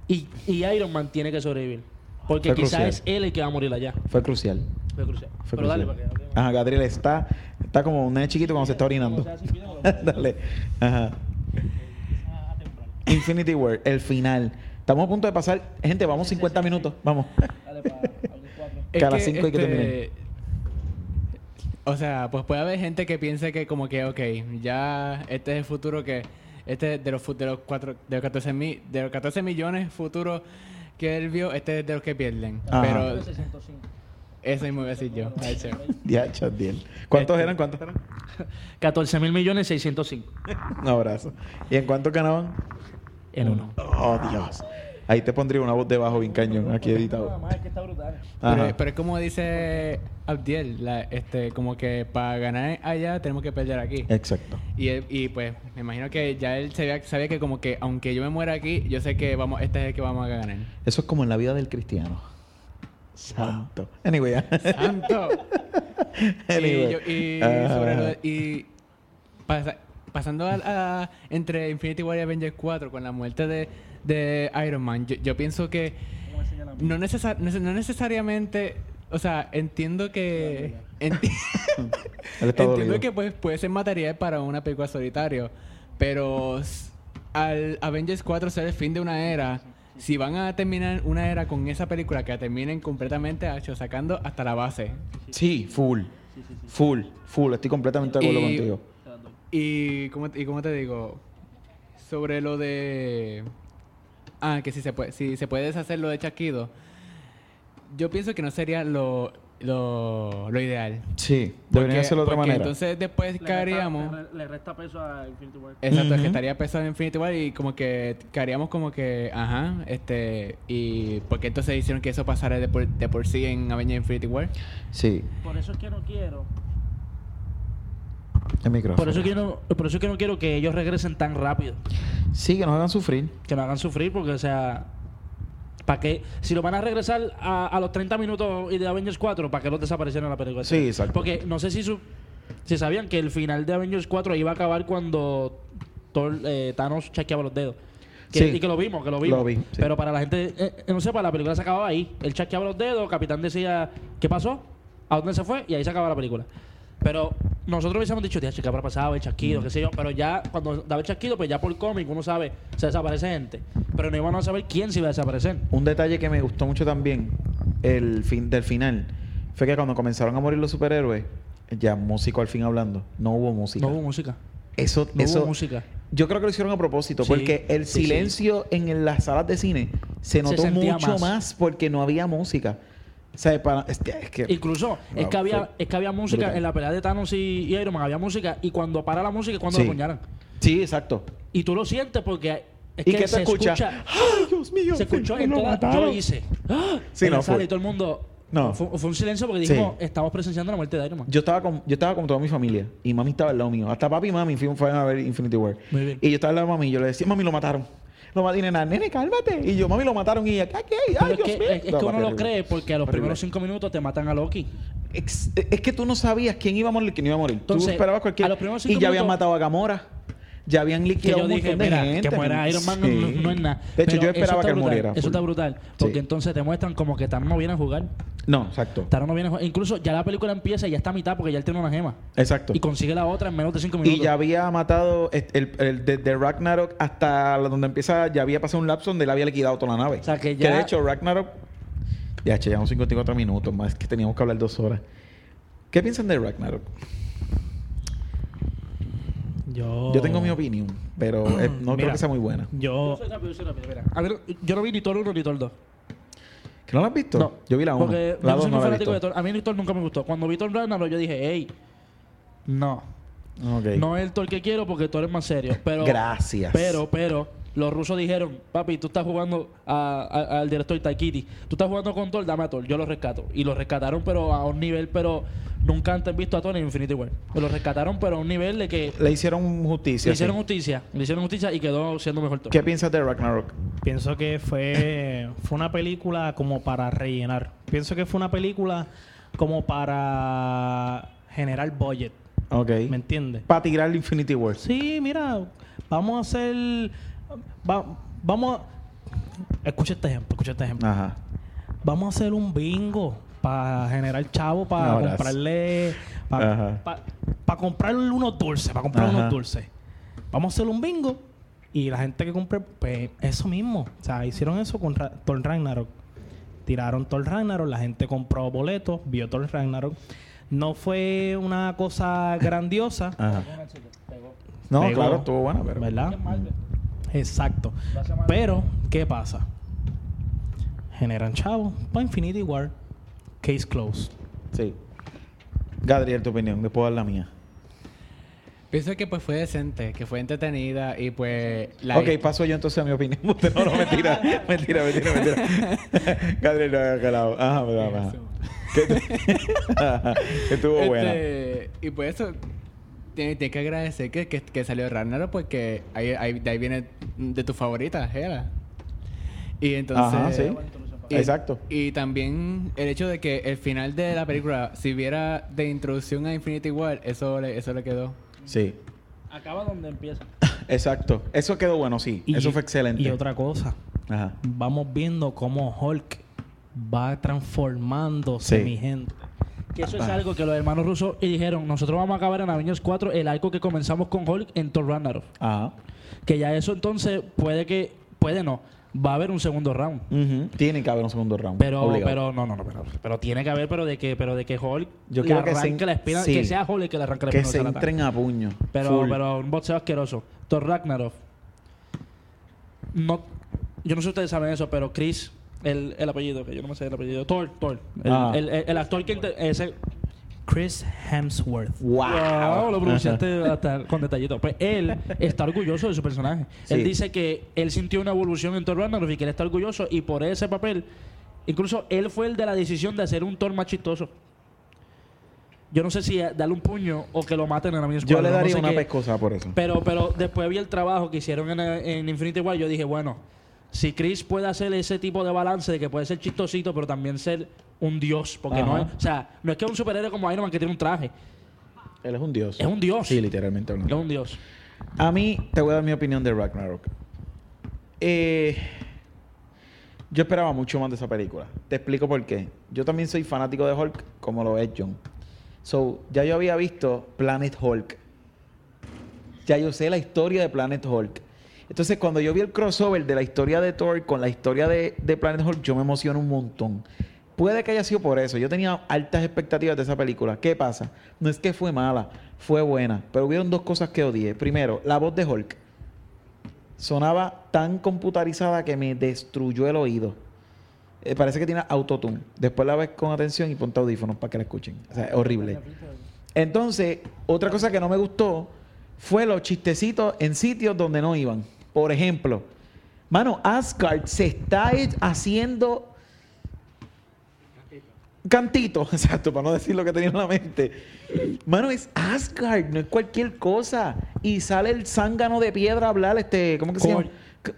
Speaker 2: Y, y Iron Man tiene que sobrevivir. Porque
Speaker 1: Fue
Speaker 2: quizás
Speaker 1: crucial.
Speaker 2: es él el que va a morir allá.
Speaker 1: Fue crucial.
Speaker 2: Fue crucial.
Speaker 1: Fue
Speaker 2: Pero dale,
Speaker 1: crucial.
Speaker 2: para que-
Speaker 1: Ajá, Gabriel está, está como un nene chiquito cuando se está orinando. Dale. Ajá. Infinity War, el final. Estamos a punto de pasar. Gente, vamos 50 minutos. Vamos. Que a las 5 hay que terminar.
Speaker 4: este, O sea, pues puede haber gente que piense que como que, ok, ya este es el futuro que... Este es de los, fu- de los, cuatro, de los, 14, mi- de los 14 millones futuros que él vio, este es de los que pierden.
Speaker 1: Ajá.
Speaker 4: Pero eso mismo voy a decir yo. Ay, che.
Speaker 1: Ya, Chadiel. ¿Cuántos
Speaker 4: Este.
Speaker 1: eran? ¿Cuántos eran?
Speaker 2: 14 mil millones 605.
Speaker 1: Un abrazo. ¿Y en cuánto ganaban?
Speaker 2: En uno.
Speaker 1: Oh, Dios. Ahí te pondría una voz debajo bien cañón, aquí editado.
Speaker 2: Además, es que está brutal.
Speaker 1: Ajá.
Speaker 4: Pero, pero es como dice Abdiel, la- este, como que para ganar allá tenemos que perder aquí.
Speaker 1: Exacto.
Speaker 4: Y, él- y pues me imagino que ya él sabía, sabía que como que aunque yo me muera aquí, yo sé que vamos, este es el que vamos a ganar.
Speaker 1: Eso es como en la vida del cristiano. Santo. Anyway.
Speaker 4: ¡Santo!
Speaker 1: anyway.
Speaker 4: Y, yo- y
Speaker 1: Ajá.
Speaker 4: sobre lo de- y pasa- pasando a, a- entre Infinity War y Avengers 4 con la muerte de, de Iron Man, yo, yo pienso que no, necesa- no neces- no necesariamente, o sea, entiendo que enti-
Speaker 1: Él está
Speaker 4: entiendo
Speaker 1: dolido.
Speaker 4: que pues, puede ser material para una película solitario, pero s- al Avengers 4 ser el fin de una era, si van a terminar una era con esa película que la terminen completamente hacho, sacando hasta la base,
Speaker 1: Sí, full. Full, full. Estoy completamente de acuerdo
Speaker 4: Y-
Speaker 1: contigo.
Speaker 4: Y como y cómo te digo, sobre lo de ah, que si se puede si se puede deshacer lo de Chaquido. Yo pienso que no sería lo lo, lo ideal.
Speaker 1: Sí,
Speaker 4: Porque-
Speaker 1: debería hacerlo de otra
Speaker 4: porque
Speaker 1: manera.
Speaker 4: Entonces después caeríamos
Speaker 2: Le resta peso a Infinity War.
Speaker 4: Exacto, es
Speaker 1: Ujú.
Speaker 4: que estaría pesado en Infinity War y como que caeríamos como que, ajá, este, y porque entonces hicieron que eso pasara de por, de por sí en Avengers Infinity War.
Speaker 1: Sí,
Speaker 2: Por eso es que no quiero.
Speaker 1: el micrófono.
Speaker 2: Por eso es que no, por eso es que no quiero que ellos regresen tan rápido.
Speaker 1: Sí, que nos hagan sufrir.
Speaker 2: Que no hagan sufrir, porque, o sea. ¿Para qué? Si lo van a regresar a, a los 30 minutos y de Avengers 4, ¿para qué los desaparecieron en la película?
Speaker 1: Sí, exacto.
Speaker 2: Porque no sé si, su- si sabían que el final de Avengers 4 iba a acabar cuando Thor, eh, Thanos chequeaba los dedos. Que-
Speaker 1: Sí.
Speaker 2: Y que lo vimos, que lo vimos.
Speaker 1: Lo vi, sí.
Speaker 2: Pero para la gente, eh, eh, no sé, para la película se acababa ahí. Él chasqueaba los dedos, Capitán decía, ¿qué pasó? ¿A dónde se fue? Y ahí se acababa la película. Pero nosotros hubiésemos dicho, tía, ¿qué habrá pasado? El chasquido, qué sé yo. Pero ya, cuando daba el chasquido, pues ya por cómic uno sabe, se desaparece gente. Pero no íbamos a saber quién se iba a desaparecer.
Speaker 1: Un detalle que me gustó mucho también el fin, del final fue que cuando comenzaron a morir los superhéroes, ya músico al fin hablando, no hubo música.
Speaker 2: No hubo música.
Speaker 1: Eso,
Speaker 2: No
Speaker 1: eso,
Speaker 2: hubo música.
Speaker 1: Yo creo que lo hicieron a propósito,
Speaker 2: Sí,
Speaker 1: porque el
Speaker 2: sí, sí.
Speaker 1: silencio en las salas de cine se notó
Speaker 2: sentía
Speaker 1: mucho
Speaker 2: más.
Speaker 1: más. porque no había música. O sea, para, es, es que,
Speaker 2: Incluso, es,
Speaker 1: Wow,
Speaker 2: que había,
Speaker 1: fue
Speaker 2: es que había música
Speaker 1: brutal.
Speaker 2: en la pelea de Thanos y, y Iron Man, había música. Y cuando para la música es cuando
Speaker 1: Sí.
Speaker 2: lo apuñalan.
Speaker 1: Sí, exacto.
Speaker 2: Y tú lo sientes porque es
Speaker 1: ¿Y
Speaker 2: que
Speaker 1: qué
Speaker 2: se
Speaker 1: te escucha?
Speaker 2: escucha
Speaker 1: ¡Ay, Dios mío!
Speaker 2: se escuchó
Speaker 1: me
Speaker 2: en
Speaker 1: lo
Speaker 2: toda, yo
Speaker 1: mataron!
Speaker 2: lo hice. ¡Ah!
Speaker 1: Sí,
Speaker 2: en la
Speaker 1: no,
Speaker 2: sala
Speaker 1: fue-
Speaker 2: y todo el mundo.
Speaker 1: No.
Speaker 2: Fue, fue un silencio porque
Speaker 1: Sí.
Speaker 2: dijimos, estamos presenciando la muerte de Iron Man.
Speaker 1: Yo estaba con, yo estaba con toda mi familia y mami estaba al lado mío. Hasta papi y mami fuimos fueron a ver Infinity War.
Speaker 2: Muy bien.
Speaker 1: Y yo estaba al lado de mami y yo le decía, mami, lo mataron. Lo mataron. Y nena, nene, cálmate. Y yo, mami, lo mataron. Y ella, ¿qué? qué?
Speaker 2: Pero
Speaker 1: ¡Ay,
Speaker 2: es
Speaker 1: Dios
Speaker 2: que,
Speaker 1: mío!
Speaker 2: es- es
Speaker 1: No,
Speaker 2: que uno
Speaker 1: papi,
Speaker 2: lo
Speaker 1: horrible.
Speaker 2: cree porque a los
Speaker 1: Horrible.
Speaker 2: primeros cinco minutos te matan a Loki.
Speaker 1: Ex- es que tú no sabías quién iba a morir, quién iba a morir.
Speaker 2: Entonces,
Speaker 1: tú esperabas cualquier.
Speaker 2: a los primeros
Speaker 1: y
Speaker 2: cinco
Speaker 1: ya habían
Speaker 2: minutos-
Speaker 1: matado a Gamora. Ya habían
Speaker 2: Que
Speaker 1: liquidado
Speaker 2: yo
Speaker 1: un
Speaker 2: dije,
Speaker 1: montón de
Speaker 2: mira,
Speaker 1: gente.
Speaker 2: que muera Iron Man no-
Speaker 1: Sí.
Speaker 2: no, no es nada.
Speaker 1: De hecho,
Speaker 2: Pero
Speaker 1: yo
Speaker 2: eso
Speaker 1: esperaba
Speaker 2: está
Speaker 1: que
Speaker 2: brutal,
Speaker 1: muriera.
Speaker 2: Eso está
Speaker 1: full.
Speaker 2: brutal. Porque
Speaker 1: Sí.
Speaker 2: entonces te muestran como que Thanos no viene a jugar.
Speaker 1: No, exacto.
Speaker 2: Thanos no viene a jugar. Incluso ya la película empieza y ya está a mitad porque ya él tiene una gema.
Speaker 1: Exacto.
Speaker 2: Y consigue la otra en menos de cinco minutos.
Speaker 1: Y ya había matado este, el, el- desde Ragnarok hasta la- donde empieza, ya había pasado un lapso donde él había liquidado toda la nave.
Speaker 2: O sea, que ya-
Speaker 1: de hecho, Ragnarok. Ya, che, llevamos 54 minutos más, que teníamos que hablar dos horas. ¿Qué piensan de Ragnarok?
Speaker 3: Yo,
Speaker 1: Yo tengo
Speaker 2: Oh.
Speaker 1: mi opinión, pero eh, no creo
Speaker 3: Mira.
Speaker 1: que sea muy buena.
Speaker 3: Yo,
Speaker 2: Yo soy rápido, yo soy rápido, mira. A ver, yo no vi ni Thor 1 ni Thor 2.
Speaker 1: ¿Que no la has visto?
Speaker 2: No.
Speaker 1: Yo vi la 1.
Speaker 2: Porque
Speaker 1: La
Speaker 2: yo
Speaker 1: 2
Speaker 2: soy
Speaker 1: no
Speaker 2: muy
Speaker 1: la he
Speaker 2: fanático
Speaker 1: visto.
Speaker 2: de Thor. A mí ni Thor nunca me gustó. Cuando vi Thor Ragnarok yo dije, hey, no.
Speaker 1: Ok.
Speaker 2: No es el Thor que quiero porque Thor es más serio. Pero,
Speaker 1: Gracias.
Speaker 2: Pero, pero, los rusos dijeron, papi, tú estás jugando a- a- al director Taikiti. Tú estás jugando con Thor, dame a Thor. Yo lo rescato. Y lo rescataron, pero a un nivel, pero nunca antes visto a Thor en Infinity War. Lo rescataron, pero a un nivel de que
Speaker 1: Le hicieron justicia.
Speaker 2: le hicieron
Speaker 1: sí.
Speaker 2: justicia. Le hicieron justicia y quedó siendo mejor Thor.
Speaker 1: ¿Qué piensas de Ragnarok?
Speaker 3: Pienso que fue, fue una película como para rellenar. Pienso que fue una película como para generar budget.
Speaker 1: Ok.
Speaker 3: ¿Me entiendes?
Speaker 1: Para tirar Infinity War.
Speaker 3: Sí, mira, vamos a hacer. va- vamos a. Escucha este ejemplo, escucha este ejemplo.
Speaker 1: Ajá.
Speaker 3: Vamos a hacer un bingo para generar chavo, para
Speaker 1: Un abrazo.
Speaker 3: comprarle. Para
Speaker 1: Ajá.
Speaker 3: comprarle unos dulces, para comprar
Speaker 1: Ajá.
Speaker 3: unos dulces. Vamos a hacer un bingo y la gente que compre, pues eso mismo. O sea, hicieron eso con Ra- Thor Ragnarok. Tiraron Thor Ragnarok, la gente compró boletos, vio Thor Ragnarok. No fue una cosa grandiosa.
Speaker 1: Ajá. No,
Speaker 3: Pegó.
Speaker 1: claro, estuvo buena, Ah, pero.
Speaker 3: ¿Verdad? Exacto. Pero, ¿qué pasa? Generan chavo para Infinity War. Case closed.
Speaker 1: Sí. Gabriel, tu opinión. Después dar la mía.
Speaker 4: Pienso que pues fue decente, que fue entretenida y pues... La
Speaker 1: ok, paso yo entonces a mi opinión. Usted no, no, mentira. mentira, mentira, mentira. Gabriel, no haga calado. Ah, Ajá, pero ajá. Que tu- que estuvo buena.
Speaker 4: Este, y por eso tienes que agradecer que, que, que salió Ragnarok porque ahí, ahí- de ahí viene de tus favoritas, Hela. Y entonces...
Speaker 1: Ajá, sí.
Speaker 4: y-
Speaker 1: Exacto.
Speaker 4: Y también el hecho de que el final de la película, si viera de introducción a Infinity War, eso le, eso le quedó.
Speaker 1: Sí.
Speaker 2: Acaba donde empieza.
Speaker 1: Exacto. Eso quedó bueno, sí.
Speaker 3: Y-
Speaker 1: Eso fue excelente.
Speaker 3: Y otra cosa,
Speaker 1: Ajá.
Speaker 3: vamos viendo cómo Hulk va transformándose,
Speaker 1: Sí.
Speaker 3: mi gente.
Speaker 2: Que eso es algo que los hermanos rusos dijeron, nosotros vamos a acabar en Avengers 4 el arco que comenzamos con Hulk en Thor Ragnarok.
Speaker 1: Ajá.
Speaker 2: Que ya eso entonces puede que, puede no, va a haber un segundo round.
Speaker 1: Ujú. Tiene que haber un segundo round.
Speaker 2: Pero,
Speaker 1: obligado.
Speaker 2: pero, no, no, no, pero, pero tiene que haber, pero de que, pero de que Hulk
Speaker 1: Yo
Speaker 2: le
Speaker 1: quiero que se
Speaker 2: arranque
Speaker 1: en-
Speaker 2: la espina,
Speaker 1: sí.
Speaker 2: que sea Hulk el que le arranque la
Speaker 1: que
Speaker 2: espina
Speaker 1: se
Speaker 2: dorsal a Thanos.
Speaker 1: entren a puño.
Speaker 2: Pero,
Speaker 1: full.
Speaker 2: pero un boxeo asqueroso. Thor Ragnarok. No, yo no sé si ustedes saben eso, pero Chris, el, el apellido, que yo no me sé el apellido, Thor, Thor. El,
Speaker 1: Ah.
Speaker 2: el- el- el actor que inter- ese,
Speaker 3: Chris Hemsworth.
Speaker 2: Wow, lo pronunciaste hasta con detallito. Pues él está orgulloso de su personaje. Él
Speaker 1: Sí.
Speaker 2: dice que él sintió una evolución en Thor Ragnarok y que él está orgulloso y por ese papel, incluso él fue el de la decisión de hacer un Thor más chistoso. Yo no sé si eh, darle un puño o que lo maten en la misma
Speaker 1: Yo le
Speaker 2: escuadra, no
Speaker 1: daría
Speaker 2: sé
Speaker 1: una
Speaker 2: qué.
Speaker 1: pescosa por eso.
Speaker 2: Pero, pero después vi el trabajo que hicieron en, eh, en Infinity War. Yo dije, bueno, si Chris puede hacer ese tipo de balance de que puede ser chistosito, pero también ser un dios. Porque no
Speaker 1: Ajá.
Speaker 2: es, o sea, no es que es un superhéroe como Iron Man que tiene un traje.
Speaker 1: Él es un dios.
Speaker 2: Es un dios.
Speaker 1: Sí, literalmente hablando.
Speaker 2: Es un dios.
Speaker 1: A mí, te voy a dar mi opinión de Ragnarok. Eh, yo esperaba mucho más de esa película. Te explico por qué. Yo también soy fanático de Hulk, como lo es John. So, ya yo había visto Planet Hulk. Ya yo sé la historia de Planet Hulk. Entonces, cuando yo vi el crossover de la historia de Thor con la historia de, de Planet Hulk, yo me emociono un montón. Puede que haya sido por eso. Yo tenía altas expectativas de esa película. ¿Qué pasa? No es que fue mala, fue buena. Pero hubieron dos cosas que odié. Primero, la voz de Hulk sonaba tan computarizada que me destruyó el oído. Eh, parece que tiene autotune. Después la ves con atención y ponte audífonos para que la escuchen. O sea, es horrible. Entonces, otra cosa que no me gustó fue los chistecitos en sitios donde no iban. Por ejemplo, mano, Asgard se está he- haciendo cantito, exacto, para no decir lo que tenía en la mente. Mano, es Asgard, no es cualquier cosa. Y sale el zángano de piedra a hablar, este, ¿cómo que se
Speaker 2: Cor.
Speaker 1: llama? C-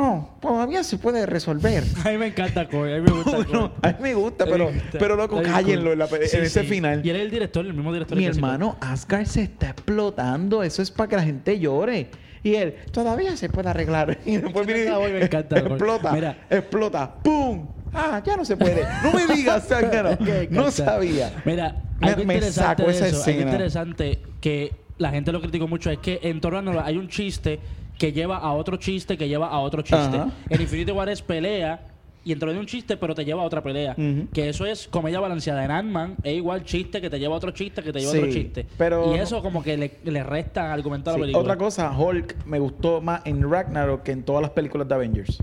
Speaker 1: Oh, todavía se puede resolver.
Speaker 2: A mí me encanta Corey. A mí me gusta
Speaker 1: Bueno, a mí me gusta, pero, pero loco, cállenlo en, la pe- en ese final.
Speaker 2: Y él es el director, el mismo director.
Speaker 1: Mi
Speaker 2: que hace Corey.
Speaker 1: hermano, Asgard se está explotando. Eso es para que la gente llore. Y él, todavía se puede arreglar. Y después viene y
Speaker 2: Yo me encanta, Jorge.
Speaker 1: explota,
Speaker 2: Mira.
Speaker 1: explota, ¡pum! Ah, ya no se puede. No me digas, Zángano. No sabía.
Speaker 2: Mira,
Speaker 1: Me-
Speaker 2: algo
Speaker 1: me sacó
Speaker 2: interesante de
Speaker 1: esa
Speaker 2: eso, algo
Speaker 1: escena.
Speaker 2: interesante que la gente lo criticó mucho es que en Thor Ragnarok hay un chiste que lleva a otro chiste que lleva a otro chiste.
Speaker 1: Ajá.
Speaker 2: En Infinity War es pelea y dentro de un chiste, pero te lleva a otra pelea.
Speaker 1: Ujú.
Speaker 2: Que eso es comedia balanceada. En Ant-Man es igual chiste que te lleva a otro chiste que te lleva
Speaker 1: Sí,
Speaker 2: a otro chiste.
Speaker 1: pero-
Speaker 2: y eso como que le, le resta argumentar
Speaker 1: Sí,
Speaker 2: la película.
Speaker 1: Otra cosa, Hulk me gustó más en Ragnarok que en todas las películas de Avengers.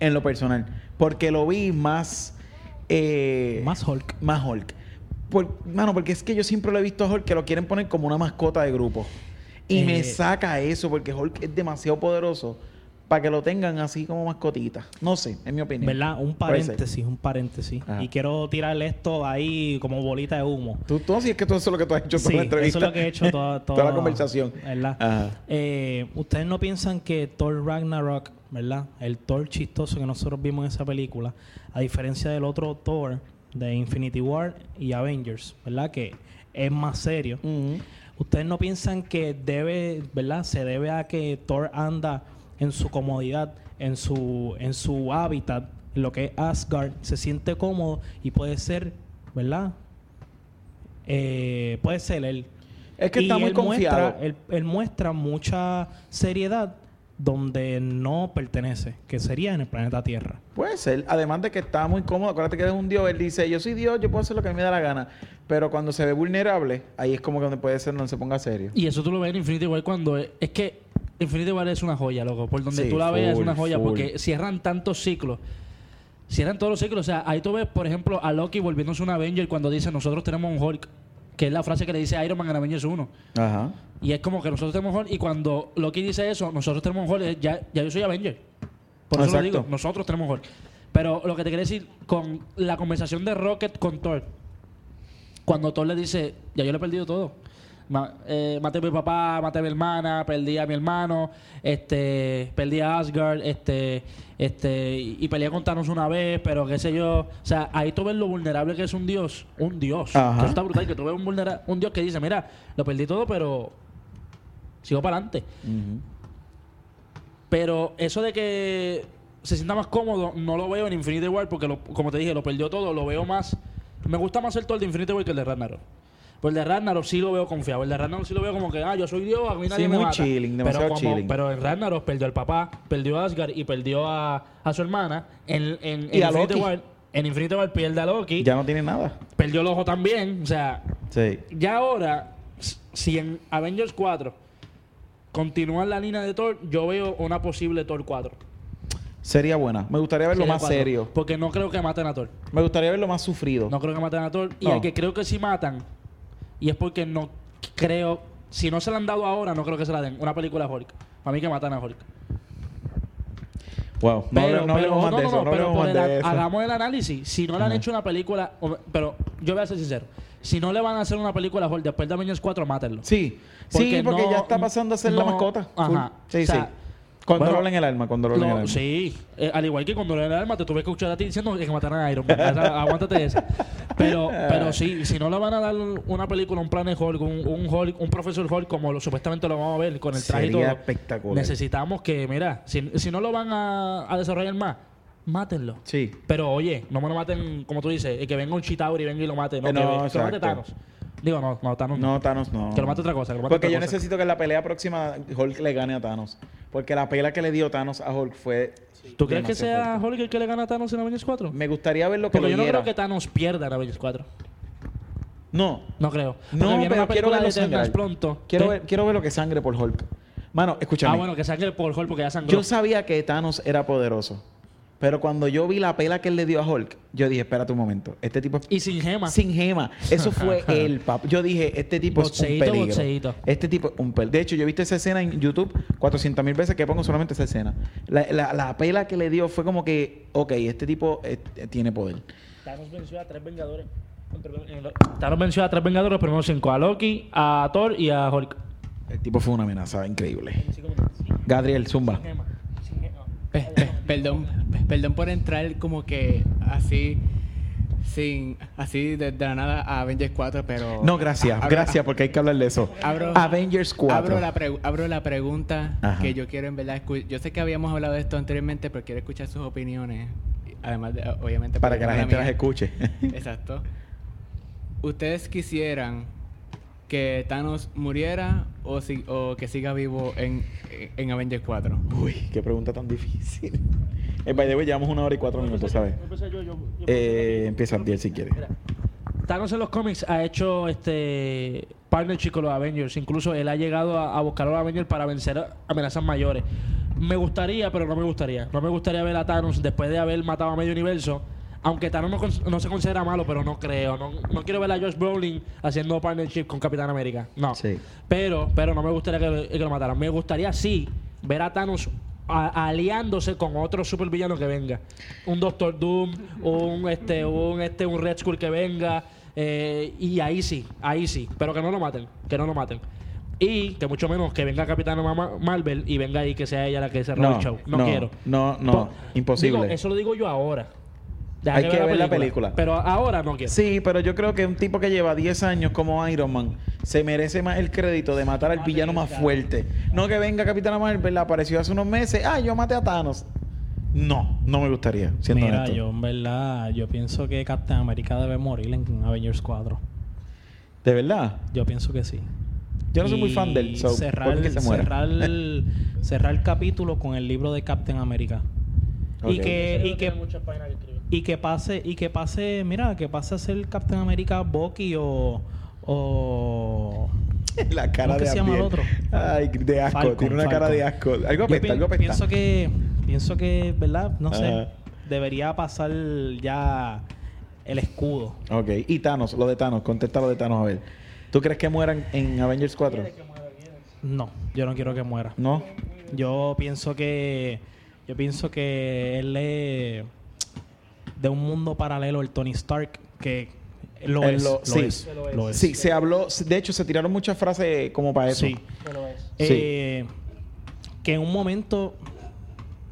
Speaker 1: En lo personal. Porque lo vi más. eh,
Speaker 3: Más Hulk.
Speaker 1: Más Hulk. Por- mano, porque es que yo siempre lo he visto a Hulk que lo quieren poner como una mascota de grupo. Y me
Speaker 3: Eh.
Speaker 1: saca eso porque Hulk es demasiado poderoso para que lo tengan así como mascotita. No sé, en mi opinión.
Speaker 3: ¿Verdad? Un
Speaker 1: Puede ser.
Speaker 3: paréntesis, un paréntesis.
Speaker 1: Ajá.
Speaker 3: Y quiero tirarle esto ahí como bolita de humo.
Speaker 1: Tú, tú sí es que todo eso es lo que tú has hecho toda
Speaker 3: Sí,
Speaker 1: la
Speaker 3: eso
Speaker 1: entrevista.
Speaker 3: es lo que he hecho toda,
Speaker 1: Toda la conversación.
Speaker 3: ¿Verdad?
Speaker 1: Ajá.
Speaker 3: Eh, Ustedes no piensan que Thor Ragnarok, ¿verdad? El Thor chistoso que nosotros vimos en esa película, a diferencia del otro Thor de Infinity War y Avengers, ¿verdad? Que es más serio.
Speaker 1: Ujú.
Speaker 3: ¿Ustedes no piensan que debe, ¿verdad? Se debe a que Thor anda en su comodidad, en su, en su hábitat, en lo que es Asgard, se siente cómodo y puede ser, ¿verdad? Eh, puede ser él.
Speaker 1: Es que
Speaker 3: Y
Speaker 1: está muy
Speaker 3: él muestra-
Speaker 1: confiado.
Speaker 3: él, él muestra mucha seriedad donde no pertenece, que sería en el planeta Tierra.
Speaker 1: Puede ser. Además de que está muy cómodo. Acuérdate que eres un dios. Él dice, yo soy dios, yo puedo hacer lo que a mí me da la gana. Pero cuando se ve vulnerable, ahí es como que donde puede ser, donde se ponga serio.
Speaker 2: Y eso tú lo ves en Infinity War cuando es, es que Infinity War es una joya, loco. Por donde
Speaker 1: Sí,
Speaker 2: tú la veas es
Speaker 1: full,
Speaker 2: una joya
Speaker 1: full.
Speaker 2: porque cierran tantos ciclos. Cierran todos los ciclos. O sea, ahí tú ves, por ejemplo, a Loki volviéndose un Avenger cuando dice nosotros tenemos un Hulk. Que es la frase que le dice Iron Man en Avengers 1.
Speaker 1: Ajá.
Speaker 2: Y es como que nosotros tenemos Hulk. Y cuando Loki dice eso, nosotros tenemos Hulk. es Ya, ya yo soy Avenger. Por eso lo
Speaker 1: Exacto.
Speaker 2: digo, nosotros tenemos Hulk. Pero lo que te quería decir, con la conversación de Rocket con Thor, cuando Thor le dice, ya yo le he perdido todo. Ma- eh, maté a mi papá, maté a mi hermana, perdí a mi hermano, este, perdí a Asgard, este, este, y, y peleé con Thanos una vez, pero qué sé yo. O sea, ahí tú ves lo vulnerable que es un dios, un dios.
Speaker 1: Ajá.
Speaker 2: Que eso está brutal, que tú ves un, vulnera- un dios que dice, mira, lo perdí todo, pero sigo para adelante. Pero eso de que se sienta más cómodo, no lo veo en Infinity War porque, lo- como te dije, lo perdió todo. Lo veo más. Me gusta más el Thor de Infinity War que el de Ragnarok. Pues el de Ragnarok sí lo veo confiado. El de Ragnarok sí lo veo como que, ah, yo soy Dios, a mí nadie me
Speaker 1: muy
Speaker 2: mata.
Speaker 1: chilling, demasiado
Speaker 2: pero, como-
Speaker 1: chilling.
Speaker 2: pero en Ragnarok perdió al papá, perdió a Asgard y perdió a, a su hermana. En, en, en
Speaker 1: Y a
Speaker 2: Infinity
Speaker 1: Loki.
Speaker 2: War. En Infinity War pierde a Loki.
Speaker 1: Ya no tiene nada.
Speaker 2: Perdió el ojo también. O sea,
Speaker 1: Sí.
Speaker 2: ya ahora, s- si en Avengers 4 continúan la línea de Thor, yo veo una posible Thor 4.
Speaker 1: Sería buena. Me gustaría verlo
Speaker 2: Sería
Speaker 1: más
Speaker 2: cuatro.
Speaker 1: serio.
Speaker 2: Porque no creo que maten a Thor.
Speaker 1: Me gustaría verlo más sufrido.
Speaker 2: No creo que maten a Thor. Y
Speaker 1: No.
Speaker 2: al que creo que sí matan, y es porque no creo. Si no se la han dado ahora, no creo que se la den. Una película Hulk. Para mí que matan a Hulk.
Speaker 1: Wow. No, hable- no hablemos más de eso. No,
Speaker 2: pero
Speaker 1: hablemos
Speaker 2: por
Speaker 1: más
Speaker 2: el-
Speaker 1: de eso.
Speaker 2: hagamos el análisis. Si no le han hecho una película, o- pero yo voy a ser sincero. Si no le van a hacer una película Hulk después de Avengers 4, mátenlo.
Speaker 1: Sí. sí, porque
Speaker 2: no-
Speaker 1: ya está pasando a ser la
Speaker 2: no-
Speaker 1: mascota.
Speaker 2: Ajá.
Speaker 1: Full. Sí,
Speaker 2: O sea,
Speaker 1: sí. Cuando
Speaker 2: bueno,
Speaker 1: lo hablen el alma, cuando lo hablen el
Speaker 2: Lo-
Speaker 1: alma.
Speaker 2: sí, Eh, al igual que cuando le dan el arma, te tuve que escuchar a ti diciendo que mataran a Iron Man. Esa- aguántate esa. Pero,
Speaker 1: Ah.
Speaker 2: pero sí, si no le van a dar una película, un Planet Hulk, un, un Hulk, un Profesor Hulk, como lo, supuestamente lo vamos a ver con el traje y
Speaker 1: Sería
Speaker 2: todo,
Speaker 1: espectacular.
Speaker 2: Necesitamos que, mira, si, si no lo van a, a desarrollar más, mátenlo.
Speaker 1: Sí.
Speaker 2: Pero oye, no me lo maten, como tú dices, eh, que venga un Chitauri y venga y lo mate. No,
Speaker 1: Eh,
Speaker 2: que,
Speaker 1: no,
Speaker 2: ve- que lo mate
Speaker 1: exacto.
Speaker 2: Thanos. Digo, no, no, Thanos no.
Speaker 1: No, Thanos no.
Speaker 2: Que lo mate otra cosa, que lo mate
Speaker 1: Porque yo
Speaker 2: otra cosa.
Speaker 1: necesito que en la pelea próxima Hulk le gane a Thanos. Porque la pelea que le dio Thanos a Hulk fue.
Speaker 2: ¿Tú crees que
Speaker 1: demasiado
Speaker 2: sea
Speaker 1: fuerte.
Speaker 2: Hulk el que le gana a Thanos en Avengers 4?
Speaker 1: Me gustaría verlo que
Speaker 2: Porque
Speaker 1: lo
Speaker 2: yo no
Speaker 1: diera.
Speaker 2: creo que Thanos pierda en Avengers 4.
Speaker 1: No.
Speaker 2: No creo.
Speaker 1: No,
Speaker 2: Porque viene
Speaker 1: pero
Speaker 2: una
Speaker 1: quiero
Speaker 2: película
Speaker 1: verlo
Speaker 2: de Eternals
Speaker 1: sangrar.
Speaker 2: pronto.
Speaker 1: Quiero
Speaker 2: ¿Qué?
Speaker 1: ver, quiero ver lo que sangre por Hulk. Mano, escúchame.
Speaker 2: Ah, bueno, que saque por Hulk porque ya sangró.
Speaker 1: Yo sabía que Thanos era poderoso. Pero cuando yo vi la pela que él le dio a Hulk, yo dije, espérate un momento. Este tipo es
Speaker 2: y sin gema.
Speaker 1: sin gema. Eso fue el pap. Yo dije, este tipo
Speaker 2: Boxeíto,
Speaker 1: es un peligro.
Speaker 2: boxeíto.
Speaker 1: Este tipo es un peligro. De hecho, yo he visto esa escena en YouTube 400 mil veces que pongo solamente esa escena. La, la- la pela que le dio fue como que, ok, este tipo eh, tiene poder.
Speaker 2: Thanos venció a tres Vengadores. Thanos venció a tres Vengadores, los primeros cinco. A Loki, a Thor y a Hulk.
Speaker 1: El tipo fue una amenaza increíble. Gabriel, zumba.
Speaker 2: Gema. Sin gema.
Speaker 4: Pe- pe- perdón, pe- perdón por entrar como que así, sin, así de, de la nada a Avengers 4, pero...
Speaker 1: No, gracias.
Speaker 4: Abro-
Speaker 1: Gracias, porque hay que hablar de eso.
Speaker 4: Abro-
Speaker 1: Avengers 4.
Speaker 4: Abro la, pregu- abro la pregunta
Speaker 1: Ajá.
Speaker 4: que yo quiero en verdad escu- Yo sé que habíamos hablado de esto anteriormente, pero quiero escuchar sus opiniones. Además, de, obviamente...
Speaker 1: Para que la
Speaker 4: porque
Speaker 1: gente
Speaker 4: mía.
Speaker 1: las escuche.
Speaker 4: Exacto. ¿Ustedes quisieran que Thanos muriera o, si- o que siga vivo en, en Avengers 4?
Speaker 1: Uy, qué pregunta tan difícil. Eh, by the way, llevamos una hora y cuatro minutos, ¿sabes?
Speaker 2: Empecé yo, yo- yo-
Speaker 1: Eh, empieza Abdiel si quieres.
Speaker 2: Thanos en los cómics ha hecho este partnership con los Avengers. Incluso él ha llegado a, a buscar a los Avengers para vencer amenazas mayores. Me gustaría, pero no me gustaría. No me gustaría ver a Thanos después de haber matado a medio universo. Aunque Thanos no, cons- no se considera malo, pero no creo. No, no quiero ver a Josh Brolin haciendo partnership con Capitán América. No.
Speaker 1: Sí.
Speaker 2: Pero, pero no me gustaría que lo, que lo mataran. Me gustaría sí ver a Thanos a- aliándose con otro supervillano que venga. Un Doctor Doom, un este, un este, un Red Skull que venga. eh, y ahí sí, ahí sí. Pero que no lo maten, que no lo maten. Y que mucho menos que venga Capitana Ma- Marvel y venga ahí que sea ella la que se el show. No, quiero.
Speaker 1: No, no,
Speaker 2: Po-
Speaker 1: imposible.
Speaker 2: Digo, eso lo digo yo ahora. Ya
Speaker 1: Hay que ver la película.
Speaker 2: Pero ahora no quiero.
Speaker 1: Sí, pero yo creo que un tipo que lleva 10 años como Iron Man se merece más el crédito de matar al villano más fuerte. No que venga Capitana Marvel, apareció hace unos meses, ah, yo maté a Thanos. No, no me gustaría, siendo
Speaker 3: Mira,
Speaker 1: honesto.
Speaker 3: yo en verdad, yo pienso que Captain America debe morir en Avengers 4.
Speaker 1: De verdad.
Speaker 3: Yo pienso que sí.
Speaker 1: Yo no soy muy
Speaker 3: Y
Speaker 1: fan del so,
Speaker 3: cerrar,
Speaker 1: ponle que se muera.
Speaker 3: cerrar, cerrar el capítulo con el libro de Captain America. Y
Speaker 1: Ok.
Speaker 3: que, y que
Speaker 2: muchas páginas que escribir.
Speaker 3: y que pase y que pase mira que pase a ser Captain America Bucky o o
Speaker 1: La cara
Speaker 3: ¿Cómo
Speaker 1: de
Speaker 3: que se llama el
Speaker 1: Abdiel.
Speaker 3: otro?
Speaker 1: Ay, de asco.
Speaker 3: Falcon,
Speaker 1: Tiene una cara
Speaker 3: Falcon.
Speaker 1: de asco. Algo
Speaker 3: Yo
Speaker 1: apesta,
Speaker 3: pi-
Speaker 1: algo apesta.
Speaker 3: pienso que pienso que verdad no sé
Speaker 1: Ajá.
Speaker 3: debería pasar ya el escudo
Speaker 1: Ok, y Thanos, lo de Thanos, contesta lo de Thanos a ver. ¿Tú crees que mueran en Avengers 4?
Speaker 3: no yo no quiero que muera
Speaker 1: No.
Speaker 3: yo pienso que yo pienso que él es de un mundo paralelo el Tony Stark que lo
Speaker 1: Él
Speaker 3: es
Speaker 1: lo-
Speaker 3: lo
Speaker 1: sí.
Speaker 3: es lo es
Speaker 1: Sí, se habló, de hecho se tiraron muchas frases como para eso.
Speaker 3: sí.
Speaker 2: Pero es.
Speaker 1: Sí.
Speaker 3: Eh, que en un momento,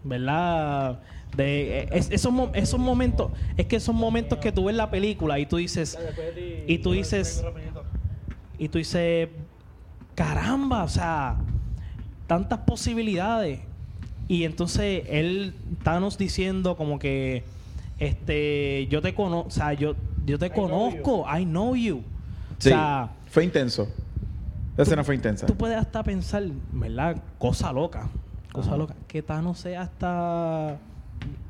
Speaker 3: ¿verdad? De, eh, es- esos, mo- esos momentos, es que esos momentos que tú ves la película y tú dices, y tú dices, y tú dices, caramba, o sea, tantas posibilidades. Y entonces él, Thanos diciendo como que, este, yo te conozco, o sea, yo, yo te conozco, I know you.
Speaker 1: Sí.
Speaker 3: O sea,
Speaker 1: fue intenso. La escena fue intensa.
Speaker 3: Tú puedes hasta pensar, ¿verdad? Cosa loca. Cosa loca. Que Thanos sea hasta.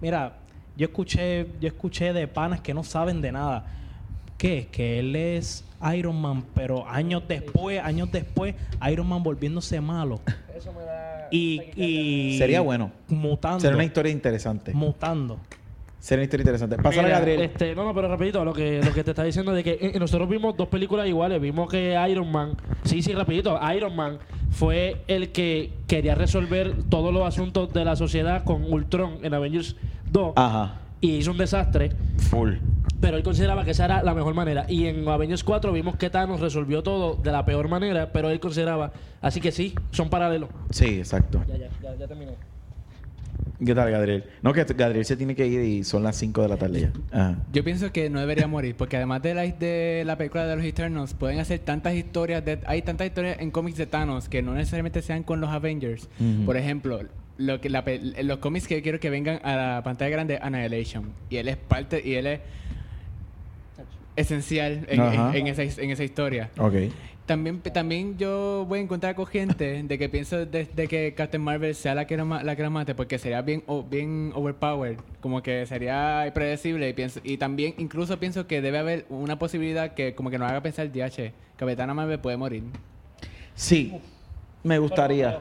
Speaker 3: Mira, yo escuché, yo escuché de panas que no saben de nada. ¿Qué? Que él es Iron Man, pero años después, años después, Iron Man volviéndose malo.
Speaker 2: Eso me da.
Speaker 3: Y, y
Speaker 1: Sería bueno.
Speaker 3: Mutando.
Speaker 1: Será una historia interesante.
Speaker 3: Mutando.
Speaker 1: Será una historia interesante. Pásale a
Speaker 2: Mira,
Speaker 1: Gabriel.
Speaker 2: Este, no, no, pero rapidito, lo que, lo que te está diciendo de que eh, nosotros vimos dos películas iguales. Vimos que Iron Man, sí, sí, rapidito, Iron Man fue el que quería resolver todos los asuntos de la sociedad con Ultron en Avengers 2
Speaker 1: Ajá.
Speaker 2: y hizo un desastre.
Speaker 1: Full.
Speaker 2: Pero él consideraba que esa era la mejor manera. Y en Avengers 4 vimos que Thanos resolvió todo de la peor manera, pero él consideraba. Así que sí, son paralelos.
Speaker 1: Sí, exacto.
Speaker 2: Ya, ya, ya, ya terminé.
Speaker 1: ¿Qué tal, Gabriel? No, que Gabriel se tiene que ir y son las 5 de la tarde ya. Ajá.
Speaker 4: Yo pienso que no debería morir, porque además de la, de la película de los Eternals, pueden hacer tantas historias, de, hay tantas historias en cómics de Thanos que no necesariamente sean con los Avengers.
Speaker 1: Ujú.
Speaker 4: Por ejemplo, lo que la pe- los cómics que yo quiero que vengan a la pantalla grande, Annihilation. Y él es parte, y él es esencial en, en-
Speaker 1: Ajá.
Speaker 4: en esa, his- en esa historia.
Speaker 1: Ok.
Speaker 4: También, también yo voy a encontrar con gente de que pienso de, de que Captain Marvel sea la que la, ma- la que la mate, porque sería bien, o- bien overpowered, como que sería impredecible. Y, pienso, y también, incluso pienso que debe haber una posibilidad que como que nos haga pensar, DH, Capitana Marvel puede morir.
Speaker 1: Sí, me gustaría.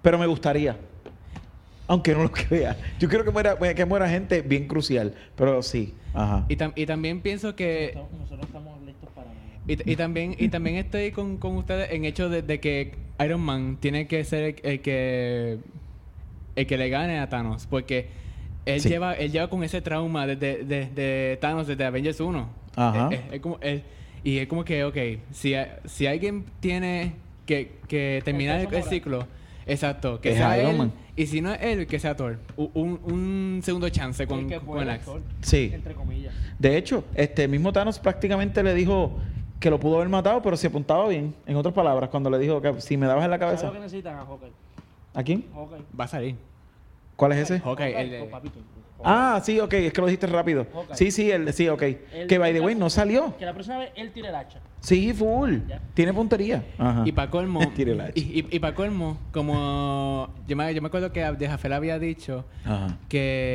Speaker 1: Pero me gustaría. Aunque no lo crea. Yo creo que muera, que muera gente bien crucial. Pero sí. Ajá.
Speaker 4: Y, tam- y también pienso que...
Speaker 2: Nosotros estamos listos para.
Speaker 4: Y, t- y también y también estoy con, con ustedes en hecho de, de que Iron Man tiene que ser el, el que el que le gane a Thanos porque él
Speaker 1: Sí.
Speaker 4: lleva él lleva con ese trauma desde desde Thanos desde Avengers 1.
Speaker 1: Ajá.
Speaker 4: Eh, eh, es como- él- y es como que ok, si a- si alguien tiene que, que terminar el, el ciclo, exacto, que
Speaker 1: Es
Speaker 4: sea
Speaker 1: Iron
Speaker 4: él,
Speaker 1: Man.
Speaker 4: y si no es él que sea Thor, U- un, un segundo chance con, con el Axe.
Speaker 1: Sí.
Speaker 2: Entre comillas.
Speaker 1: De hecho, este mismo Thanos prácticamente le dijo que lo pudo haber matado, pero se apuntaba bien. En otras palabras, cuando le dijo que si me dabas en la
Speaker 2: ¿Sabes lo
Speaker 1: cabeza.
Speaker 2: que necesitan a Hawkeye?
Speaker 1: ¿A quién?
Speaker 2: Hawkeye.
Speaker 4: Va a salir.
Speaker 1: ¿Cuál es ese?
Speaker 4: Hawkeye, el de-
Speaker 2: con Papito.
Speaker 1: Ah, sí, ok, es que lo dijiste rápido.
Speaker 2: Hawkeye.
Speaker 1: Sí, sí, el, sí, ok. que by the way, no salió.
Speaker 2: Oh, Que la próxima vez él tire el hacha.
Speaker 1: Sí, full.
Speaker 2: Ya.
Speaker 1: Tiene puntería. Ajá.
Speaker 4: Y para colmo,
Speaker 1: Tire la hacha.
Speaker 4: y, y, para colmo, como yo me, yo me acuerdo que de Jafel había dicho
Speaker 1: Ajá.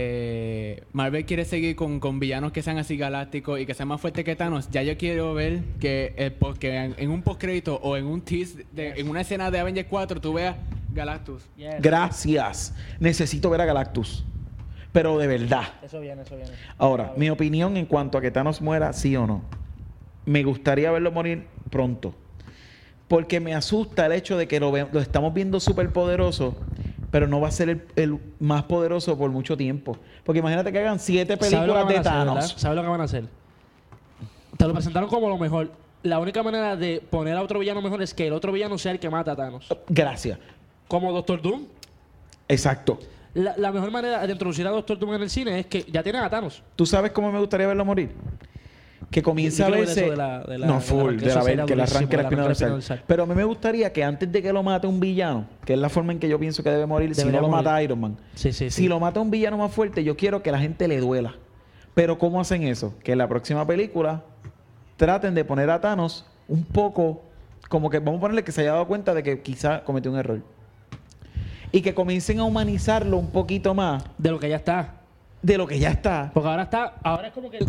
Speaker 4: que Marvel quiere seguir con, con villanos que sean así galácticos y que sean más fuertes que Thanos. Ya yo quiero ver que, el post- que en, en un postcrédito o en un tease, de- en una escena de Avengers 4, tú veas Galactus.
Speaker 2: Yes.
Speaker 1: Gracias. Necesito ver a Galactus. Pero de verdad.
Speaker 2: Eso viene, eso viene.
Speaker 1: Ahora, mi opinión en cuanto a que Thanos muera, sí o no. Me gustaría verlo morir pronto. Porque me asusta el hecho de que lo, ve- lo estamos viendo súper poderoso, pero no va a ser el, el más poderoso por mucho tiempo. Porque imagínate que hagan siete
Speaker 2: ¿Sabes lo que
Speaker 1: películas
Speaker 2: van a
Speaker 1: de
Speaker 2: hacer, verdad?
Speaker 1: Thanos.
Speaker 2: ¿Sabes lo que van a hacer? Te lo presentaron como lo mejor. La única manera de poner a otro villano mejor es que el otro villano sea el que mata a Thanos.
Speaker 1: Gracias.
Speaker 2: Como Doctor Doom.
Speaker 1: Exacto.
Speaker 2: La, la mejor manera de introducir a Doctor Doom en el cine es que ya tienen a Thanos.
Speaker 1: ¿Tú sabes cómo me gustaría verlo morir? Que comience
Speaker 2: Yo
Speaker 1: a
Speaker 2: quiero ver
Speaker 1: verse.
Speaker 2: eso de la- de la-
Speaker 1: no,
Speaker 2: del
Speaker 1: full,
Speaker 2: arranque,
Speaker 1: de la
Speaker 2: eso sería
Speaker 1: ver, que le arranque la espina
Speaker 2: durísimo, el arranque de la espina
Speaker 1: dorsal.
Speaker 2: dorsal.
Speaker 1: Pero a mí me gustaría que antes de que lo mate un villano, que es la forma en que yo pienso que debe morir, si
Speaker 2: Debería
Speaker 1: no lo
Speaker 2: morir.
Speaker 1: mata Iron Man.
Speaker 2: Sí, sí,
Speaker 1: Si lo mata un villano más fuerte, yo quiero que la gente le duela. Pero ¿cómo hacen eso? Que en la próxima película traten de poner a Thanos un poco, como que vamos a ponerle que se haya dado cuenta de que quizá cometió un error. Y que comiencen a humanizarlo un poquito más
Speaker 2: De lo que ya está.
Speaker 1: de lo que ya está.
Speaker 2: Porque ahora está. Ahora es como que.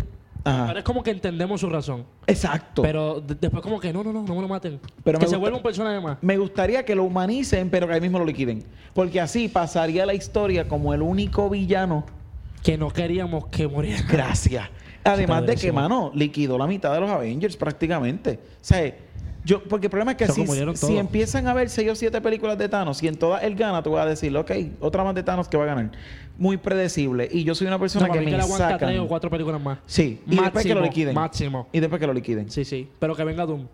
Speaker 1: Ajá.
Speaker 2: Ahora es como que entendemos su razón.
Speaker 1: Exacto.
Speaker 2: Pero de- después como que no, no, no, no me lo maten.
Speaker 1: Pero
Speaker 2: que
Speaker 1: me
Speaker 2: se
Speaker 1: gusta-
Speaker 2: vuelva un personaje más.
Speaker 1: Me gustaría que lo humanicen, pero que ahí mismo lo liquiden. Porque así pasaría la historia como el único villano.
Speaker 2: Que no queríamos que muriera.
Speaker 1: Gracias. Además de que,
Speaker 2: durísimo.
Speaker 1: mano, liquidó la mitad de los Avengers prácticamente. O sea, yo, porque el problema es que
Speaker 2: Eso
Speaker 1: si,
Speaker 2: como murieron
Speaker 1: si
Speaker 2: todos.
Speaker 1: empiezan a ver seis o siete películas de Thanos y en todas él gana, tú vas a decir, ok, otra más de Thanos que va a ganar. Muy predecible. Y yo soy una
Speaker 2: No,
Speaker 1: persona
Speaker 2: para
Speaker 1: que
Speaker 2: mí
Speaker 1: me
Speaker 2: que le aguanta
Speaker 1: sacan.
Speaker 2: tres o cuatro películas más.
Speaker 1: Sí, y después que lo
Speaker 2: Máximo,
Speaker 1: liquiden.
Speaker 2: máximo.
Speaker 1: Y después que lo liquiden.
Speaker 2: Sí, sí. Pero que venga Doom.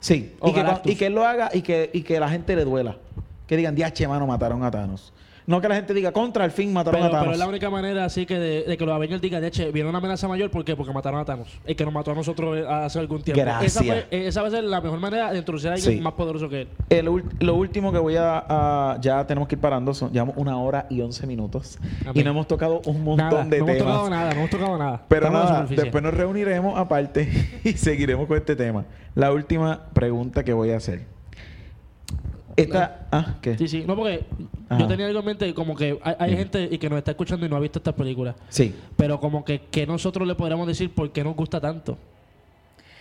Speaker 1: Sí,
Speaker 2: O
Speaker 1: y que, cua-
Speaker 2: Galactus.
Speaker 1: y que él lo haga y que, y que la gente le duela. Que digan, diache, mano, mataron a Thanos. No que la gente diga, contra el fin mataron
Speaker 2: Pero,
Speaker 1: a
Speaker 2: pero
Speaker 1: Thanos.
Speaker 2: es la única manera así que de, de que los Avengers digan, de hecho, viene una amenaza mayor, ¿por qué? Porque mataron a Thanos. El que nos mató a nosotros eh, hace algún tiempo.
Speaker 1: Gracias.
Speaker 2: Esa, fue- eh, esa va a ser la mejor manera de introducir a alguien
Speaker 1: Sí.
Speaker 2: más poderoso que él.
Speaker 1: El ult- lo último que voy a, a- Ya tenemos que ir parando. Son, llevamos una hora y once minutos.
Speaker 2: Amén.
Speaker 1: Y no hemos tocado un montón
Speaker 2: Nada,
Speaker 1: de
Speaker 2: no hemos
Speaker 1: temas.
Speaker 2: tocado nada, no hemos tocado nada.
Speaker 1: Pero
Speaker 2: Estamos en la
Speaker 1: nada,
Speaker 2: superficie.
Speaker 1: después nos reuniremos aparte y seguiremos con este tema. La última pregunta que voy a hacer. Esta. Ah, ¿qué?
Speaker 2: Sí, sí. No, porque
Speaker 1: Ajá.
Speaker 2: yo tenía algo en mente como que hay, hay gente y que nos está escuchando y no ha visto estas películas.
Speaker 1: Sí.
Speaker 2: Pero como que, que nosotros le podríamos decir por qué nos gusta tanto.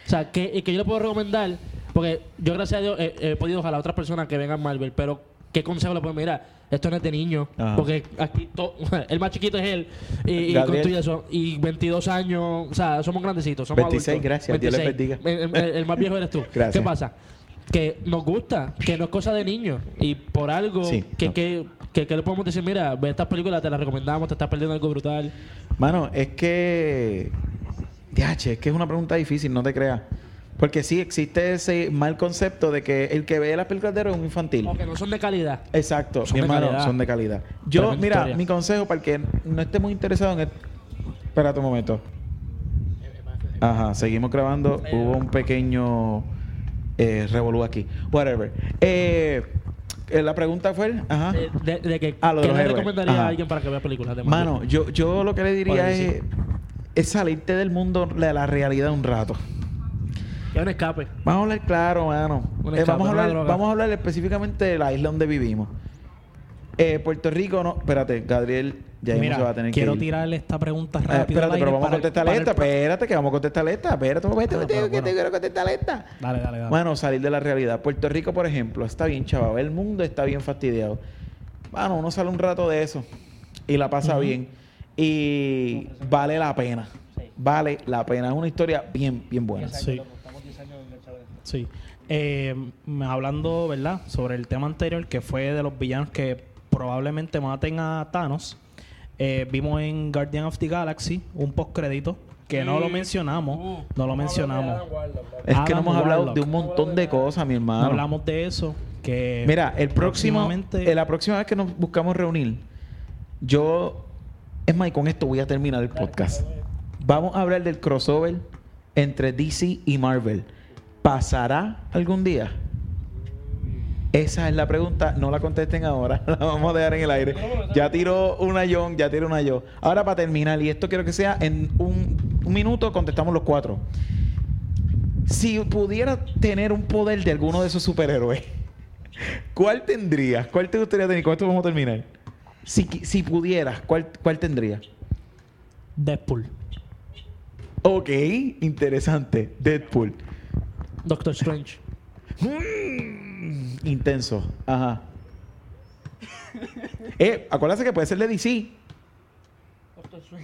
Speaker 2: O sea, que, y que yo le puedo recomendar, porque yo gracias a Dios he, he podido ojalá a otras personas que vengan Marvel, pero ¿qué consejo le puedo Mira, esto no es de niño,
Speaker 1: Ajá.
Speaker 2: porque aquí to- el más chiquito es él, y, y
Speaker 1: Gabriel.
Speaker 2: con tuyo eso, y 22 años, o sea, somos grandecitos, somos
Speaker 1: 26,
Speaker 2: adultos.
Speaker 1: gracias, Dios les bendiga.
Speaker 2: El, el- el más viejo eres tú.
Speaker 1: Gracias.
Speaker 2: ¿Qué pasa? Que nos gusta, que no es cosa de niños, y por algo
Speaker 1: Sí,
Speaker 2: que,
Speaker 1: no.
Speaker 2: que, que, que le podemos decir, mira, ve estas películas, te las recomendamos, te estás perdiendo algo brutal.
Speaker 1: Mano, es que. Diache, es que es una pregunta difícil, no te creas. Porque sí existe ese mal concepto de que el que ve las películas de héroes es un infantil.
Speaker 2: Porque no son de calidad.
Speaker 1: ¿Eh? Exacto,
Speaker 2: Son
Speaker 1: mi
Speaker 2: de
Speaker 1: hermano,
Speaker 2: calidad.
Speaker 1: son de calidad. Yo,
Speaker 2: Tremenda
Speaker 1: mira,
Speaker 2: historia.
Speaker 1: mi consejo para el que no esté muy interesado en. esto... Espérate un momento. Ajá, seguimos grabando. Hubo un pequeño eh, revolú aquí. Whatever. Eh, eh, la pregunta fue. Ajá.
Speaker 2: De, de- de que,
Speaker 1: Ah, lo de
Speaker 2: ¿qué
Speaker 1: los
Speaker 2: le
Speaker 1: héroes.
Speaker 2: recomendaría
Speaker 1: Ajá.
Speaker 2: a alguien para que vea películas de Marvel?
Speaker 1: Mano, yo, yo lo que le diría
Speaker 2: Padre,
Speaker 1: es, es salirte del mundo de la realidad un rato.
Speaker 2: Que es un escape.
Speaker 1: Vamos a hablar claro, mano.
Speaker 2: Un
Speaker 1: Eh,
Speaker 2: escape,
Speaker 1: vamos, a
Speaker 2: una
Speaker 1: hablar,
Speaker 2: droga.
Speaker 1: vamos a hablar específicamente de la isla donde vivimos. Eh, Puerto Rico, no. Espérate, Gabriel, ya mismo
Speaker 3: Mira,
Speaker 1: se va a tener
Speaker 3: quiero
Speaker 1: que ir.
Speaker 3: tirarle esta pregunta
Speaker 1: Eh,
Speaker 3: rápido. al
Speaker 1: espérate,
Speaker 3: aire
Speaker 1: pero vamos a
Speaker 3: para el-
Speaker 1: contestarle
Speaker 3: para el-
Speaker 1: esta. pues. Espérate, que vamos a contestarle esta. Espérate, espérate,
Speaker 3: Bueno,
Speaker 1: espérate,
Speaker 3: pero
Speaker 1: que te
Speaker 3: bueno.
Speaker 1: quiero contestarle esta.
Speaker 3: Dale, dale, dale.
Speaker 1: Bueno, salir de la realidad. Puerto Rico, por ejemplo, está bien chaval. El mundo está bien fastidiado. Bueno, uno sale un rato de eso y la pasa bien. Y vale la pena. Vale la pena. Es una historia bien, bien buena.
Speaker 3: sí. Sí. Eh, m- hablando, ¿verdad? Sobre el tema anterior, que fue de los villanos que probablemente maten a Thanos. eh, vimos en Guardian of the Galaxy un postcrédito que no lo mencionamos. no lo mencionamos.
Speaker 1: Es que no
Speaker 3: Adam
Speaker 1: hemos hablado
Speaker 3: Warlock.
Speaker 1: de un montón de cosas, mi
Speaker 3: No
Speaker 1: hermano.
Speaker 3: hablamos de eso. Que
Speaker 1: Mira, el próximo,
Speaker 3: Eh, próximamente-
Speaker 1: eh, la próxima vez que nos buscamos reunir, yo, es más, y con esto voy a terminar el podcast. Vamos a hablar del crossover entre DC y Marvel. ¿Pasará algún día? Esa es la pregunta, no la contesten ahora, la vamos a dejar en el aire. Ya tiró una John, ya tiró una yo. Ahora para terminar, y esto quiero que sea en un, un minuto, contestamos los cuatro. Si pudiera tener un poder de alguno de esos superhéroes, ¿cuál tendrías? ¿Cuál te gustaría tener? Con esto vamos a terminar. Si, qui- si pudieras, ¿cuál, ¿cuál tendrías?
Speaker 3: Deadpool.
Speaker 1: Ok, interesante. Deadpool.
Speaker 2: Doctor Strange.
Speaker 1: Intenso. Ajá. Eh, acuérdate que puede ser de DC.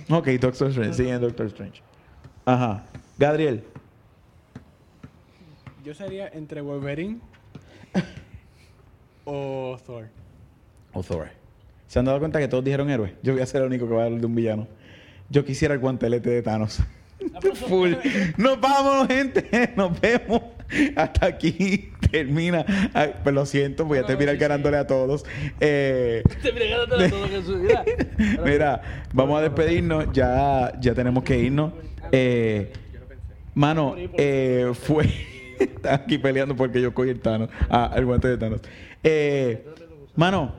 Speaker 1: Ok, Doctor Strange. Sí, en Doctor Strange. Ajá. Gabriel.
Speaker 4: Yo sería entre Wolverine o Thor.
Speaker 1: O Thor. ¿Se han dado cuenta que todos dijeron héroe? Yo voy a ser el único que va a hablar de un villano. Yo quisiera el guantelete de Thanos. Full. Nos vamos, gente. Nos vemos. Hasta aquí termina. Ay, pues lo siento, voy a terminar ganándole a todos. Eh, Mira, vamos a despedirnos. Ya, ya tenemos que irnos. Eh, mano, eh, fue. Está aquí peleando porque yo cogí el Thanos. Ah, el guante de Thanos. Eh, mano,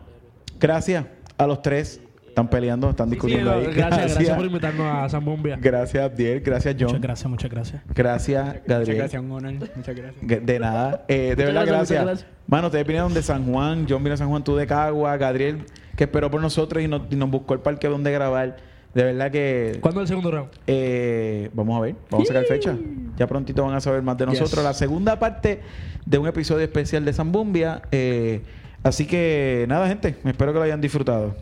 Speaker 1: gracias a los tres. Están peleando, están discutiendo ahí.
Speaker 2: gracias, gracias, por invitarnos a Zambumbia.
Speaker 1: Gracias, Abdiel. Gracias,
Speaker 3: Muchas
Speaker 1: John.
Speaker 3: gracias, muchas gracias.
Speaker 1: Gracias,
Speaker 4: Muchas
Speaker 1: Gabriel.
Speaker 4: gracias, un honor. Muchas gracias.
Speaker 1: G- De nada. Eh, de
Speaker 2: Muchas
Speaker 1: verdad,
Speaker 2: gracias, muchas
Speaker 1: gracias.
Speaker 2: gracias.
Speaker 1: Mano, ustedes vinieron de San Juan. John vino de San Juan, tú de Cagua. Gabriel, que esperó por nosotros y nos, y nos buscó el parque donde grabar. De verdad que.
Speaker 2: ¿Cuándo es el segundo round?
Speaker 1: eh, vamos a ver, vamos a sacar fecha. Ya prontito van a saber más de nosotros.
Speaker 3: Yes.
Speaker 1: La segunda parte de un episodio especial de Zambumbia. eh, así que nada, gente. Espero que lo hayan disfrutado.